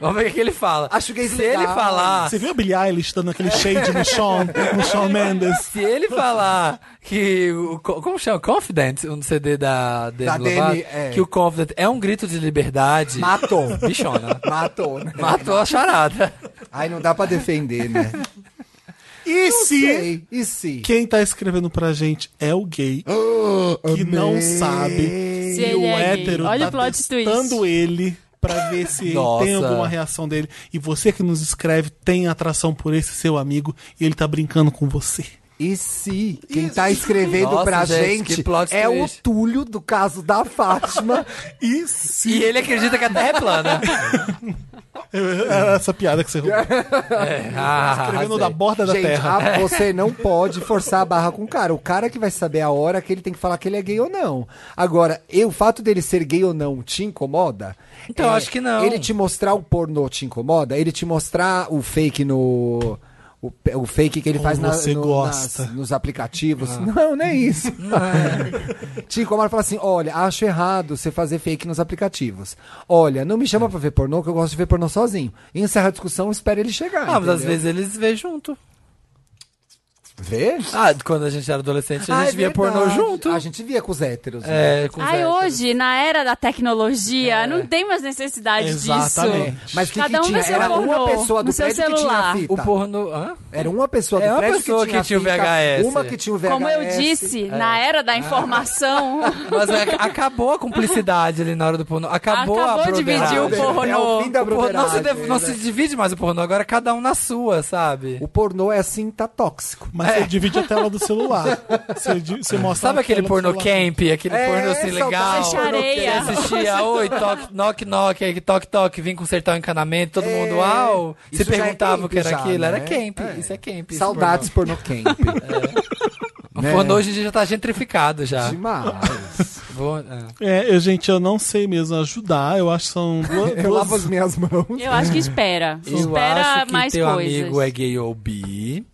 D: Vamos ver o que ele fala.
B: Acho gays
D: Se
B: legal.
D: ele falar...
A: Você viu a Billie Eilish dando aquele shade no Shawn, no Shawn Mendes?
D: Se ele falar que o. co- Como chama? Confident, um CD da Demi
B: Da Demi,
D: Lovato,
B: é.
D: Que o Confident é um grito de liberdade.
B: Matou.
D: Bichona.
B: Matou, né?
D: Matou a charada.
B: Ai, não dá pra defender, né?
A: E
B: Não
A: se
B: sei, E se?
A: quem tá escrevendo pra gente é o gay que não sabe
C: Se
A: se o
C: ele é gay.
A: hétero
C: Olha o
A: tá
C: plot
A: testando
C: twist.
A: ele pra ver se ele
D: Nossa.
A: tem alguma reação dele. E você que nos escreve tem atração por esse seu amigo e ele tá brincando com você.
B: E se quem tá escrevendo
D: Nossa,
B: pra
D: gente,
B: gente
D: que plot
B: é o
D: twist.
B: Túlio do caso da Fátima?
A: E se...
D: E ele acredita que a terra é plana.
A: Era essa piada que você roubou.
D: Ah,
A: Escrevendo
D: arrasei.
A: da borda da
B: gente,
A: terra.
B: ah, você não pode forçar a barra com o cara. O cara que vai saber a hora que ele tem que falar que ele é gay ou não. Agora, e o fato dele ser gay ou não te incomoda? É,
D: Então, acho que não.
B: Ele te mostrar o pornô te incomoda? Ele te mostrar o fake no. o, pe- o fake que ele
A: Como
B: faz na-
A: você
B: no-
A: gosta.
B: nas- nos aplicativos.
D: Ah.
B: Não, não é isso.
D: é.
B: Tico Amaro fala assim: olha, acho errado você fazer fake nos aplicativos. Olha, não me chama pra ver pornô, que eu gosto de ver pornô sozinho. Encerra a discussão, espera ele chegar.
D: Ah, mas às
B: entendeu?
D: vezes eles vê junto.
B: Vê?
D: Ah, quando a gente era adolescente, a gente
B: Ah, é
D: via pornô
B: verdade.
D: junto.
B: A gente via com os héteros. né?
D: É, com os
C: Ai,
D: héteros.
C: hoje, na era da tecnologia,
D: É.
C: não tem mais necessidade
A: Exatamente.
C: É disso.
B: Mas o que, que
C: Cada um
B: tinha?
C: vê seu
B: Era uma
C: pornô
B: pessoa do
C: no seu
B: prédio que tinha
C: celular.
B: fita.
D: O pornô. Hã?
B: Era uma pessoa do
D: É uma
B: prédio
D: pessoa
B: que tinha,
D: que tinha o
B: fita,
D: VHS.
B: Uma que tinha o VHS.
C: Como eu disse, na
D: é.
C: era da informação,
D: Mas é, acabou a cumplicidade ali na hora do pornô. Acabou, a
C: Acabou de
D: broderagem.
C: dividir o pornô.
B: É o fim da
D: O pornô não, se
B: broderagem,
D: dev- não se divide mais o pornô, agora é cada um na sua, sabe?
B: né? O pornô é assim, tá tóxico.
A: Mas você divide a tela do celular. Você, di- você mostra.
B: tá
D: É. Sabe
A: a
D: aquele
A: tela do
D: pornô
A: celular.
D: camp, aquele
B: É,
D: pornô
B: saudade
D: assim legal?
B: de
D: Você
B: pornô
C: Chareia. camp.
D: assistia, oi, toque, knock, knock, aí toque, toque, vim consertar o encanamento, todo
B: É.
D: mundo, uau.
B: Isso
D: Você
B: já é
D: perguntava o
B: camp
D: que era
B: já,
D: aquilo,
B: né?
D: era camp, isso é camp. esse
B: Saudades pornô camp.
D: pornô.
B: né?
D: O pornô hoje em dia já tá gentrificado já.
B: Demais.
D: Vou- é.
A: É, eu, gente, eu não sei mesmo ajudar. Eu acho que são duas.
B: Eu lavo as
A: duas...
B: minhas mãos.
D: Então,
C: eu acho que espera.
D: Eu
C: espera
D: acho que
C: mais
D: teu
C: coisas.
D: amigo é gay ou bi.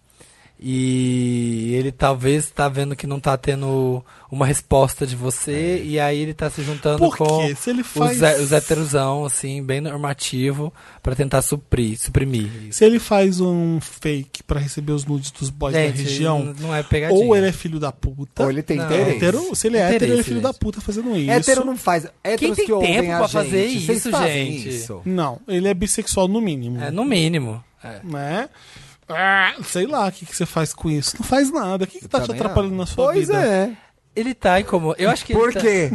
D: E ele talvez tá vendo que não tá tendo uma resposta de você. E aí ele tá se juntando
A: É. Por
D: com
A: quê? Se ele
D: os,
A: faz.
D: he- os heterosão, assim, bem normativo, pra tentar suprir, suprimir.
A: Se ele faz um fake pra receber os nudes dos boys da
D: Gente,
A: região,
D: n- não é pegadinha.
A: ou ele é filho da puta.
B: Ou ele tem
D: Não.
B: interesse.
A: hétero, se ele é
D: Interesse,
A: hétero, ele é filho
D: gente.
A: da puta fazendo isso.
B: Hétero não faz. Héteros
D: tem
B: que ouvem
D: tempo
B: a
D: pra
B: gente,
D: fazer
B: vocês
D: isso,
B: fazem
D: gente?
B: isso?
A: Não, ele é bissexual no mínimo.
D: É, no mínimo. É.
A: Né? Ah, Sei lá, o que, que você faz com isso? Não faz nada. O que, que tá te
B: Também
A: atrapalhando
B: acho.
A: na sua
B: pois
A: vida?
B: é.
D: Ele tá incomodado. Eu acho que
B: Por
D: ele tá-
B: quê?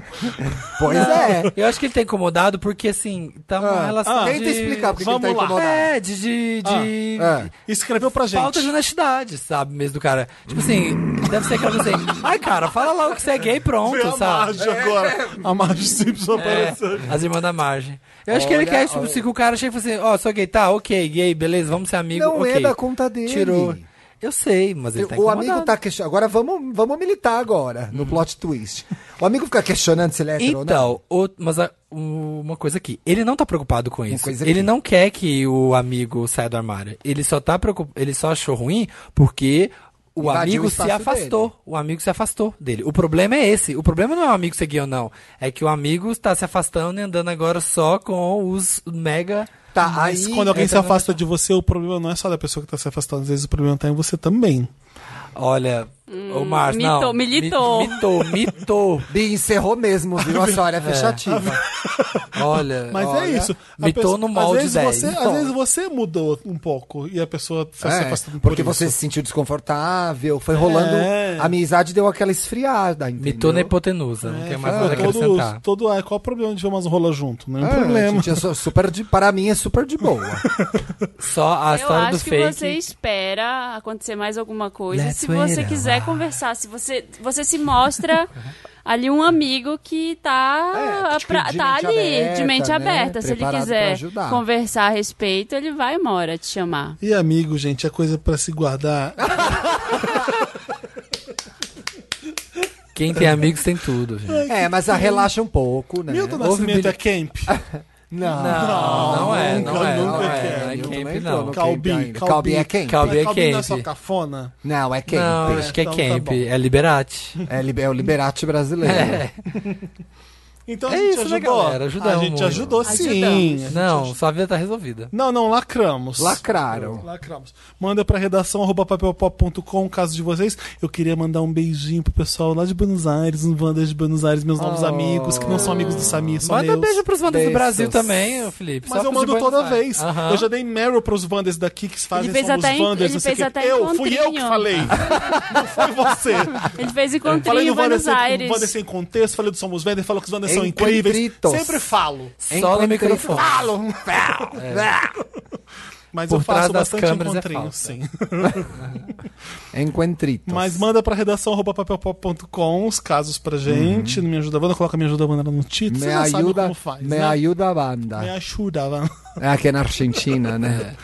B: pois
D: Não,
B: é.
D: Eu acho que ele tá incomodado porque, assim, tá uma
B: Ah,
D: relação.
A: ah,
D: de...
B: Tenta explicar porque
A: Vamos
B: ele tá
A: lá.
B: incomodado.
D: É, de. de, de-
A: é.
B: Ah,
A: Escreveu pra gente.
D: Falta de honestidade, sabe? Mesmo do cara. Tipo assim, deve ser aquela coisa assim. Ai, cara, fala logo que você é gay e
A: Foi
D: pronto,
A: a
D: sabe?
A: Marge agora. A Marge Simpson
D: É,
A: apareceu.
D: as irmãs da margem. Eu acho que ele
B: Olha,
D: quer, tipo,
B: olha.
D: se que o cara chega e fala assim, ó, sou gay, tá, ok, gay, beleza, vamos ser amigo,
B: Não
D: ok.
B: é da conta dele.
D: Tirou. Eu sei, mas ele tá
B: o
D: incomodado.
B: amigo tá questionando. Agora vamos, vamos militar agora,
A: Hum.
B: no plot twist. O amigo fica questionando se ele é hétero ou não.
D: Então, o- mas a- o- uma coisa aqui, ele não tá preocupado com isso.
B: coisa
D: Ele
B: aqui.
D: não quer que o amigo saia do armário. Ele só tá preocupado, ele só achou ruim porque o
B: Invadiu o
D: amigo se
B: espaço
D: afastou.
B: dele.
D: O amigo se afastou dele. O problema é esse. O problema não é o amigo seguir ou não. É que o amigo está se afastando e andando agora só com os mega.
B: Tá, aí.
A: Mas quando alguém se
D: entra na
A: afasta de você, o problema não é só da pessoa que tá se afastando, às vezes o problema tá em você também.
D: Olha, o Márcio.
C: Hum, mitou,
D: não,
C: militou.
D: Mi- Mitou, mitou.
B: Bi encerrou mesmo, viu? Nossa, olha, é fechativa.
D: Olha.
A: Mas
D: olha,
A: é isso. A
D: Mitou
A: pessoa-
D: no molde
A: às vezes
D: 10.
A: Você,
D: Então.
A: Às vezes você mudou um pouco e a pessoa tá se
B: É,
A: afastando por
B: porque
A: isso.
B: você se sentiu desconfortável, foi rolando.
A: É.
B: A amizade deu aquela esfriada, entendeu?
D: Mitou na hipotenusa, não tem mais
A: Ficou
D: nada a
A: É, todo,
D: acrescentar.
A: todo, ah, qual o problema de ver umas rolas junto? Não é um
B: Ah,
A: problema.
B: gente, eu sou super de, para mim é super de boa.
D: Só a
C: Eu
D: história do
C: acho que
D: fake.
C: você espera acontecer mais alguma coisa
D: Let's
C: se
D: wait
C: você
D: a
C: quiser
D: while.
C: conversar. Se você, você se mostra ali um amigo que tá,
B: É, tipo,
C: pra-
B: de
C: tá
B: mente
C: ali
B: aberta,
C: de mente
B: né?
C: aberta. Se ele
B: Preparado pra
C: quiser
B: ajudar.
C: conversar a respeito, ele vai embora te chamar.
A: E amigo, gente, é coisa pra se guardar.
D: É, Quem tem amigos tem tudo, gente.
B: é, mas a relaxa um pouco, né?
A: Milton
D: Houve
A: Nascimento
D: Billy-
A: é camp.
B: Não,
D: Não, não é, não
A: nunca,
D: é.
A: nunca
D: Não
A: quer.
D: é, não é camp, não.
A: Calbi,
B: Calbi.
A: Calbi.
B: Calbi é quem?
D: Calbi é
A: Calbi não é
D: camp.
A: só cafona?
B: Não, é quem?
D: Não, acho que é
A: Então tá
D: camp,
A: bom.
D: é liberate.
B: É, li- é o Liberati brasileiro.
A: É. Então a
D: É
A: gente
D: isso, né,
A: ajudou.
D: galera? Ajudamos.
A: a gente ajudou sim. A gente
D: Não, sua vida tá resolvida.
A: Não, não, lacramos.
B: Lacraram.
A: Lacramos. Manda pra redação arroba papelpop.com, o caso de vocês. Eu queria mandar um beijinho pro pessoal lá de Buenos Aires, os Wanders de Buenos Aires, meus novos
B: Oh.
A: amigos, que não são amigos do Samir, são
D: Manda
A: meus.
D: beijo pros bandas do
B: Beijos.
D: Brasil também, ô Felipe.
A: Mas
D: só
A: eu
D: pros é de
A: mando toda
D: Buenos Aires.
A: vez.
D: Aham.
A: Eu já dei Meryl pros Wanders daqui que fazem
C: Ele fez
A: somos
C: até en-
A: Wanders.
C: ele
A: não sei o
C: fui
A: quê.
C: até
A: eu, fui eu que
C: encontrinho.
A: falei. não foi você.
C: Ele fez
D: É.
C: encontrinho
A: Falei
C: em
A: do Wander
C: Buenos
A: sem,
C: Aires.
A: Wander sem contexto, falei do Somos Wanders, falei que os Wanders são
B: Encontritos.
A: incríveis. Sempre falo.
D: Só no microfone.
B: um
A: É.
B: né?
A: Mas
D: Por
A: eu
D: trás
A: faço
D: das
A: bastante
D: câmeras é
A: encontrinho,
D: falsa.
A: sim.
B: Enquentritos.
A: Mas manda pra redação arroba papelpop.com os casos pra gente. No Me Ajuda Banda, coloca Me Ajuda Banda no título.
B: Uhum. Me
A: Você já sabe
B: ajuda,
A: como faz,
B: me
A: né?
B: ajuda a banda.
A: Me ajuda. Wanda.
B: É aqui na Argentina, né?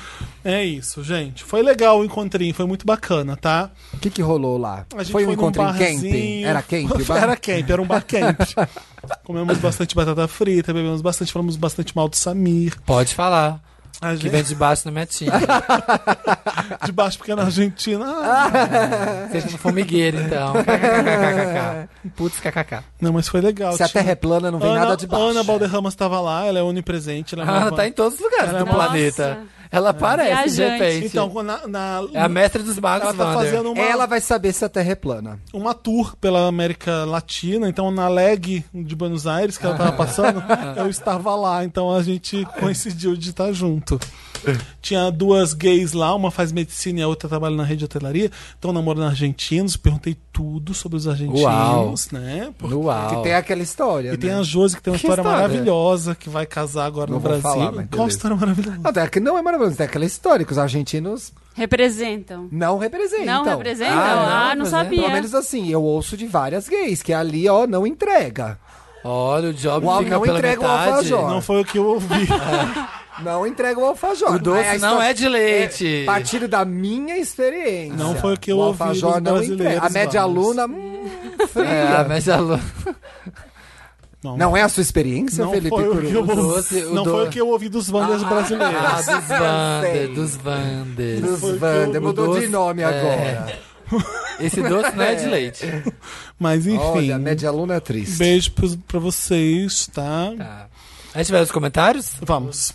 A: É isso, gente. Foi legal o encontrinho, foi muito bacana, tá?
B: O que que rolou lá?
A: A gente
B: Foi um
A: num
B: encontro em
A: barzinho.
B: camp? Era camp? o bar?
A: Era camp, era um bar camp. Comemos bastante batata frita, bebemos bastante, falamos bastante mal do Samir.
D: Pode falar.
A: A
D: Que
A: gente,
D: vem de baixo na minha tia.
A: De baixo, porque é na Argentina. Ah.
D: Seja no formigueiro, então. KKKKK. Putz, kkk.
A: Não, mas foi legal.
B: Se a
A: tinha-
B: terra é plana, não vem
A: Ana,
B: nada de baixo.
A: Ana Balderramas estava lá, ela é onipresente. Ela é
D: Ah,
A: uma-
D: tá em todos os lugares
A: Ela é
D: do
A: uma-
D: planeta.
C: Nossa.
D: Ela aparece, de
C: Viajante.
D: repente.
A: Então, na, na-
D: é a mestra dos magos,
A: ela tá
D: Wander.
A: fazendo uma,
B: Ela vai saber se a terra é plana.
A: uma tour pela América Latina, então na leg de Buenos Aires que ela tava passando, eu estava lá, então a gente coincidiu de estar junto. Tinha duas gays lá, uma faz medicina e a outra trabalha na rede de hotelaria, estão namorando argentinos, perguntei tudo sobre os argentinos,
D: Uau.
A: né? Porque-
D: Uau.
B: Que tem aquela história.
A: E tem
B: né?
A: a Josi, que tem uma
D: Que
A: história,
D: história?
A: maravilhosa, que vai casar agora
B: Não
A: no
B: vou
A: Brasil.
B: falar, mas
A: Qual
B: beleza.
A: história maravilhosa?
B: Não, tem aqu- não é maravilhoso, tem aquela história que os argentinos
C: Representam.
B: não representam.
C: Não representam?
D: Ah, não
C: Ah, não,
D: representam.
C: sabia.
B: Pelo menos assim, eu ouço de várias gays, que ali, ó, não entrega.
D: Olha, o Job
B: O Al-
D: fica
B: não
D: pela
B: entrega o
D: metade.
B: alfajor.
A: Não foi o que eu ouvi.
B: Ah, Não entrega o alfajor.
D: O doce
B: Mas a
D: não
B: história-
D: é de leite.
B: É, Partindo da minha experiência.
A: Não foi o que eu
B: O
A: ouvi
B: alfajor
A: dos
B: não
A: brasileiros
B: entrega. A média
A: vários.
B: aluna. hum,
D: É, a média
B: Ah,
D: lua.
B: não é a sua experiência,
A: não
B: Felipe
A: foi o
B: Cruz?
A: que eu ouvi.
D: Doce, o
A: não foi
D: doce.
A: o que eu ouvi dos Wanders brasileiros.
D: Ah, dos Wander,
B: sei.
D: dos Wander.
B: Dos
A: foi o que eu-
B: Vander,
A: o
B: mudou
D: doce-
B: de nome
D: é.
B: agora.
D: Esse doce não é de leite.
A: Mas enfim.
B: Olha, a média aluna é triste.
A: Beijo pros- pra vocês, tá?
D: Tá. A gente vai nos comentários?
A: Vamos.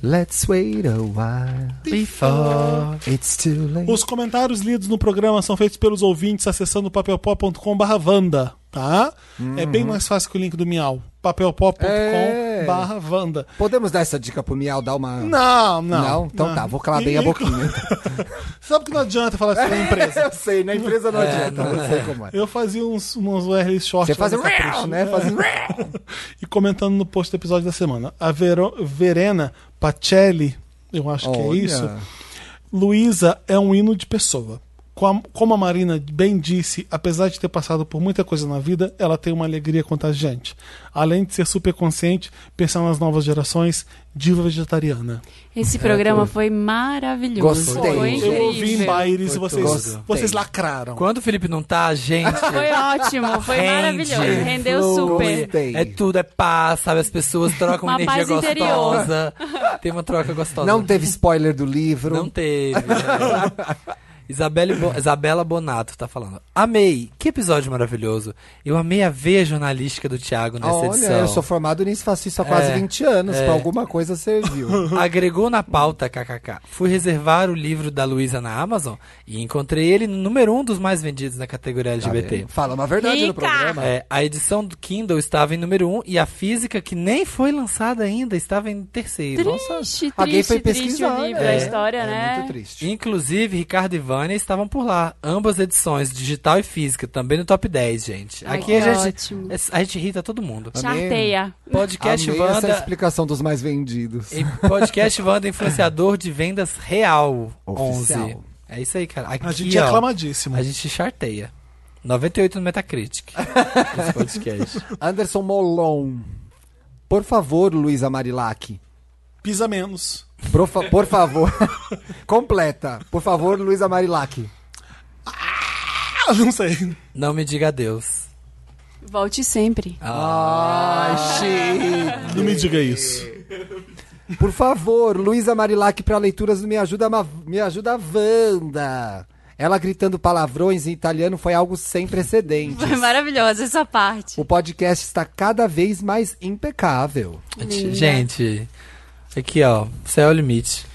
B: Let's wait a while.
D: Before.
B: It's too late.
A: Os comentários lidos no programa são feitos pelos ouvintes acessando papelpó.com.br Vanda, tá? É bem mais fácil que o link do Miau.
B: Uhum. É.
A: papelpó.com.br Vanda.
B: Podemos dar essa dica pro Miau dar uma.
A: Não, não.
B: Não? Então tá, vou calar bem
A: E-
B: a boquinha.
A: Sabe que não adianta falar assim na empresa.
B: eu sei, na empresa não adianta, não sei como é.
A: Eu fazia uns, uns URL shorts.
B: Você faz um
A: lá nessa
B: real,
A: parte,
B: né? Faz um
A: E comentando no post do episódio da semana. A Vero- Verena Pacelli, eu acho que é isso. Luísa é um hino de pessoa. Com a- Como a Marina bem disse, apesar de ter passado por muita coisa na vida, ela tem uma alegria contagiante. Além de ser super consciente, pensar nas novas gerações, diva vegetariana.
C: Esse programa foi maravilhoso.
D: É, Gostei.
C: Foi
A: Eu
B: Eu
C: incrível.
A: ouvi em bailes e
D: Foi
A: vocês,
B: tudo.
A: vocês lacraram.
D: Quando o Felipe não tá, gente.
C: Foi ótimo, foi
D: Rende.
C: maravilhoso. Rendeu super.
B: Gostei.
D: É tudo, é paz, sabe? As pessoas trocam
C: Uma
D: energia
C: paz interior.
D: gostosa. Tem uma troca gostosa.
B: Não teve spoiler do livro.
D: Não teve. né? Isabelle Bo- Isabela Bonato tá falando. Amei. Que episódio maravilhoso. Eu amei a veia jornalística do Thiago nessa
B: Olha,
D: edição.
B: eu sou formado nisso, faço isso há quase
D: É,
B: 20 anos.
D: é.
B: Pra alguma coisa serviu.
D: Agregou na pauta, kkk. Fui reservar o livro da Luísa na Amazon e encontrei ele no número um dos mais vendidos na categoria
B: Tá
D: LGBT.
B: vendo? Fala uma verdade no
C: Rica!
B: programa.
D: É, a edição do Kindle estava em número um e a física, que nem foi lançada ainda, estava em terceiro.
C: Triste, triste,
B: Alguém foi
C: triste
B: pesquisar,
C: o livro,
D: né?
C: a
D: É,
C: história,
B: é
C: né?
B: muito triste.
D: Inclusive, Ricardo e Vânia estavam por lá. Ambas edições, digital e física, também no top 10, gente.
C: Ai,
D: Aqui a
C: que
D: gente,
C: ótimo.
D: a gente irrita todo mundo.
B: Amei.
C: Charteia.
D: Podcast
B: Amei essa
D: Wanda.
B: explicação dos mais vendidos.
D: e Podcast Wanda Influenciador de Vendas Real
B: Oficial.
D: 11. É isso aí, cara. Aqui,
A: A gente é
D: ó,
A: aclamadíssimo.
D: A gente charteia. 98 no Metacritic. esse podcast.
B: Anderson Molon. Por favor, Luísa Marilac.
A: Pisa menos.
B: Por, fa- por favor. Completa. Por favor, Luísa Marilac.
A: Ah, não sei.
D: Não me diga adeus.
C: Volte sempre.
D: Ah,
B: Ai, chique.
A: Não me diga isso.
B: Por favor, Luísa Marilac para leituras do Me Ajuda, Ma- Me Ajuda Wanda. Ela gritando palavrões em italiano foi algo sem precedentes.
C: Foi maravilhosa essa parte.
B: O podcast está cada vez mais impecável.
C: Linda.
D: Gente, aqui ó, céu é o limite.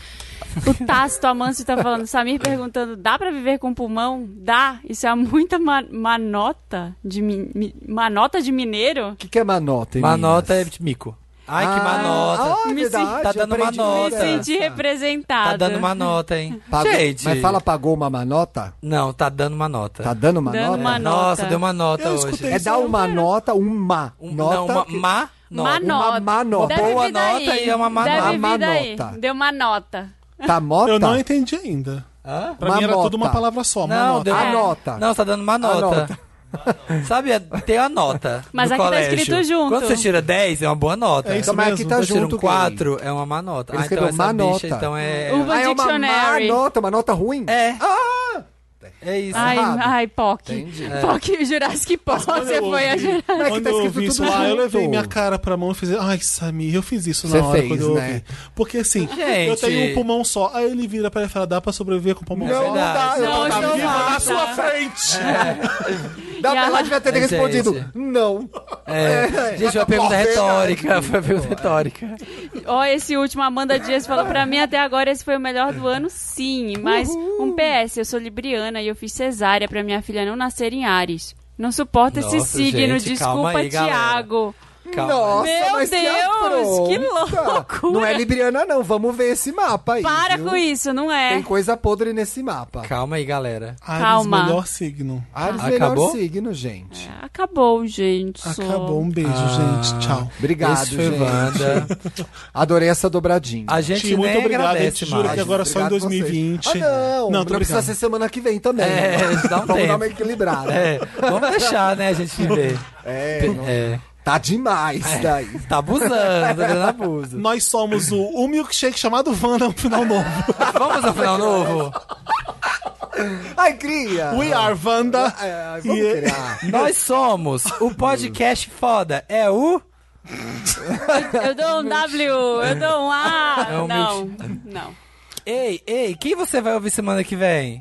C: O Tácito Amâncio tá falando, Samir perguntando, dá pra viver com pulmão? Dá. Isso é muita ma- manota de mi- mi- manota de mineiro?
B: O que, que é manota, hein,
D: Manota é
B: meninas?
D: de mico. Ai, que
B: Ah,
D: manota.
B: ah, é
C: Me
B: verdade,
D: tá dando
B: eu aprendi
D: manota.
C: Me
B: isso.
C: senti representada.
D: Tá dando uma nota, hein?
B: Pagou-
D: é Gente.
B: Mas fala pagou uma manota?
D: Não, tá dando uma nota.
B: Tá dando uma
C: Dando
B: nota?
C: uma nota.
D: Nossa, deu uma nota
A: Eu
D: hoje.
A: escutei.
B: É dar uma nota, uma
D: Um-
B: nota.
D: não, uma
B: que-
D: má
C: Uma
D: nota.
B: no-
C: nota.
B: má nota.
C: Deve
D: Boa
C: vir daí.
D: nota e é uma má
C: Deve
B: nota.
C: vir
B: Má
C: daí.
B: nota.
C: Deu uma nota.
B: Tá mota?
A: Eu não entendi ainda.
D: Hã?
A: Pra mim era
B: Mamota.
A: tudo uma palavra só.
D: Não,
A: Não,
D: deu
B: A
D: uma
B: nota.
D: Não, você tá dando uma nota. Sabe, é- tem a nota.
C: Mas
D: do
C: aqui tá
D: colégio.
C: escrito junto.
D: Quando você tira 10, é uma boa nota.
A: É isso
B: Então, mas aqui
A: mesmo.
B: tá
D: Quando você tira
B: junto.
D: um
B: gay.
D: 4, é uma má nota.
B: Ele
D: Ah, então
B: escreveu
D: essa
B: má
D: bicha,
B: nota.
D: então é...
C: Uva-
B: Ah, é uma má
C: Dictionary.
B: nota, uma nota ruim?
D: É.
B: Ah!
D: É isso.
C: Ai,
B: errado.
C: ai, POC.
B: Entendi.
C: POC, Jurassic Park, você foi a Jurassic
B: Mas é que
A: quando
B: tá
A: eu
B: escrito
A: ouvi isso
B: tudo
A: lá, eu
B: junto.
A: levei minha cara pra mão e fiz, ai, Samir, eu fiz isso
B: Você
A: na hora
B: fez,
A: quando eu ouvi.
B: né?
A: Porque assim,
D: Gente.
A: eu tenho um pulmão só. Aí ele vira pra ele e fala, dá pra sobreviver com o pulmão
B: Não,
A: só.
B: não dá.
D: verdade.
B: eu
C: Não,
B: vou dar
C: estou
B: viva
C: lá,
B: na
C: tá.
B: sua frente.
D: É.
B: Dá
C: E
B: pra ela
C: ela-
B: devia ter
D: Mas,
B: respondido.
D: gente.
B: Não.
D: É. Gente, foi uma pergunta retórica. Foi uma pergunta retórica.
C: Ó, esse último, Amanda Dias falou pra mim até agora esse foi o melhor do ano, sim. Mas um PS, eu sou libriana e eu fiz cesárea pra minha filha não nascer em Ares. Não suporta esse
D: Nossa,
C: signo,
D: gente, calma
C: desculpa,
D: aí, galera.
C: Tiago.
D: Calma.
B: Nossa,
C: Meu
B: mas que
C: Deus, que
B: afronta.
C: loucura.
B: Não é Libriana, não. Vamos ver esse mapa aí.
C: Para
B: viu?
C: com isso, não é?
B: Tem coisa podre nesse mapa.
D: Calma aí, galera.
A: Ares,
C: Calma.
A: Ah, melhor signo.
B: Ares,
D: Ah, Acabou?
B: melhor signo, gente.
C: É. Acabou, gente. só.
A: Acabou, um beijo,
D: Ah.
A: gente. Tchau.
B: Obrigado,
D: Esse foi
B: gente.
D: Wanda. Ah,
B: Adorei essa dobradinha.
D: A gente
A: Ti, muito
D: nem
A: obrigado, a
D: agradece
A: gente jura
D: mais.
A: que agora só em
B: Obrigado a vocês.
A: 2020.
B: Ah, não,
A: não,
B: não
A: tô
B: precisa
A: brincando.
B: ser semana que vem também. né?
D: É, dá um
B: Vamos
D: tempo.
B: dar uma equilibrada.
D: É, vamos deixar, né, a gente viver.
B: É, não-
D: É.
B: tá demais daí.
D: Tá abusando, tá dando abuso.
A: Nós somos o, o milkshake chamado Wanda, um final novo.
D: Vamos ao final novo?
B: Ai, cria!
A: We are Wanda.
B: É, vamos
A: E-
B: criar.
D: Nós somos o podcast foda. É o.
C: Eu dou um W, eu dou um A.
D: É um
C: não, não.
D: Ei, ei, quem você vai ouvir semana que vem?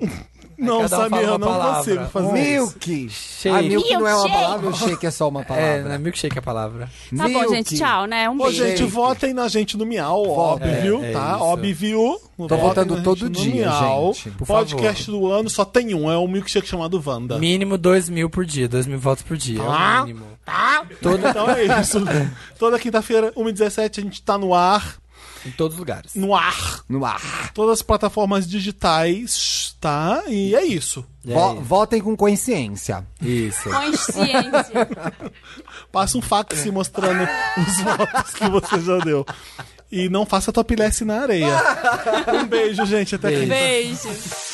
A: Não,
D: cada um
A: Samir,
D: fala
A: eu
D: uma
A: não
D: palavra.
A: consigo
B: Um
A: fazer isso.
B: Milk!
D: Shake.
B: Ah, milk não é uma palavra, o shake é só uma
D: É, não
B: palavra.
D: é milkshake a palavra.
C: Tá bom,
B: Milk.
C: gente, tchau, né? Um
A: Ô,
C: beijo.
A: gente,
B: Gente.
A: votem na gente no Miau, óbvio,
D: é
A: tá?
D: isso.
A: Óbvio. Votem
B: votando
A: na gente
B: todo
A: no
B: dia,
A: Miau.
B: gente,
D: por
A: Podcast do ano só tem um, é um milkshake chamado Wanda.
D: Mínimo dois mil por dia, dois mil votos por dia. É o mínimo.
A: Então é isso. Toda quinta-feira, 1h17, a gente tá no ar.
D: Em todos os lugares.
A: No ar.
B: No ar.
A: Todas as plataformas digitais, tá? E é isso.
D: E é
B: Vo- votem com consciência.
D: Isso.
C: Consciência.
A: Passa um fax mostrando os votos que você já deu. E não faça topilesse na areia. Um beijo, gente. Até quinta.
C: Beijo.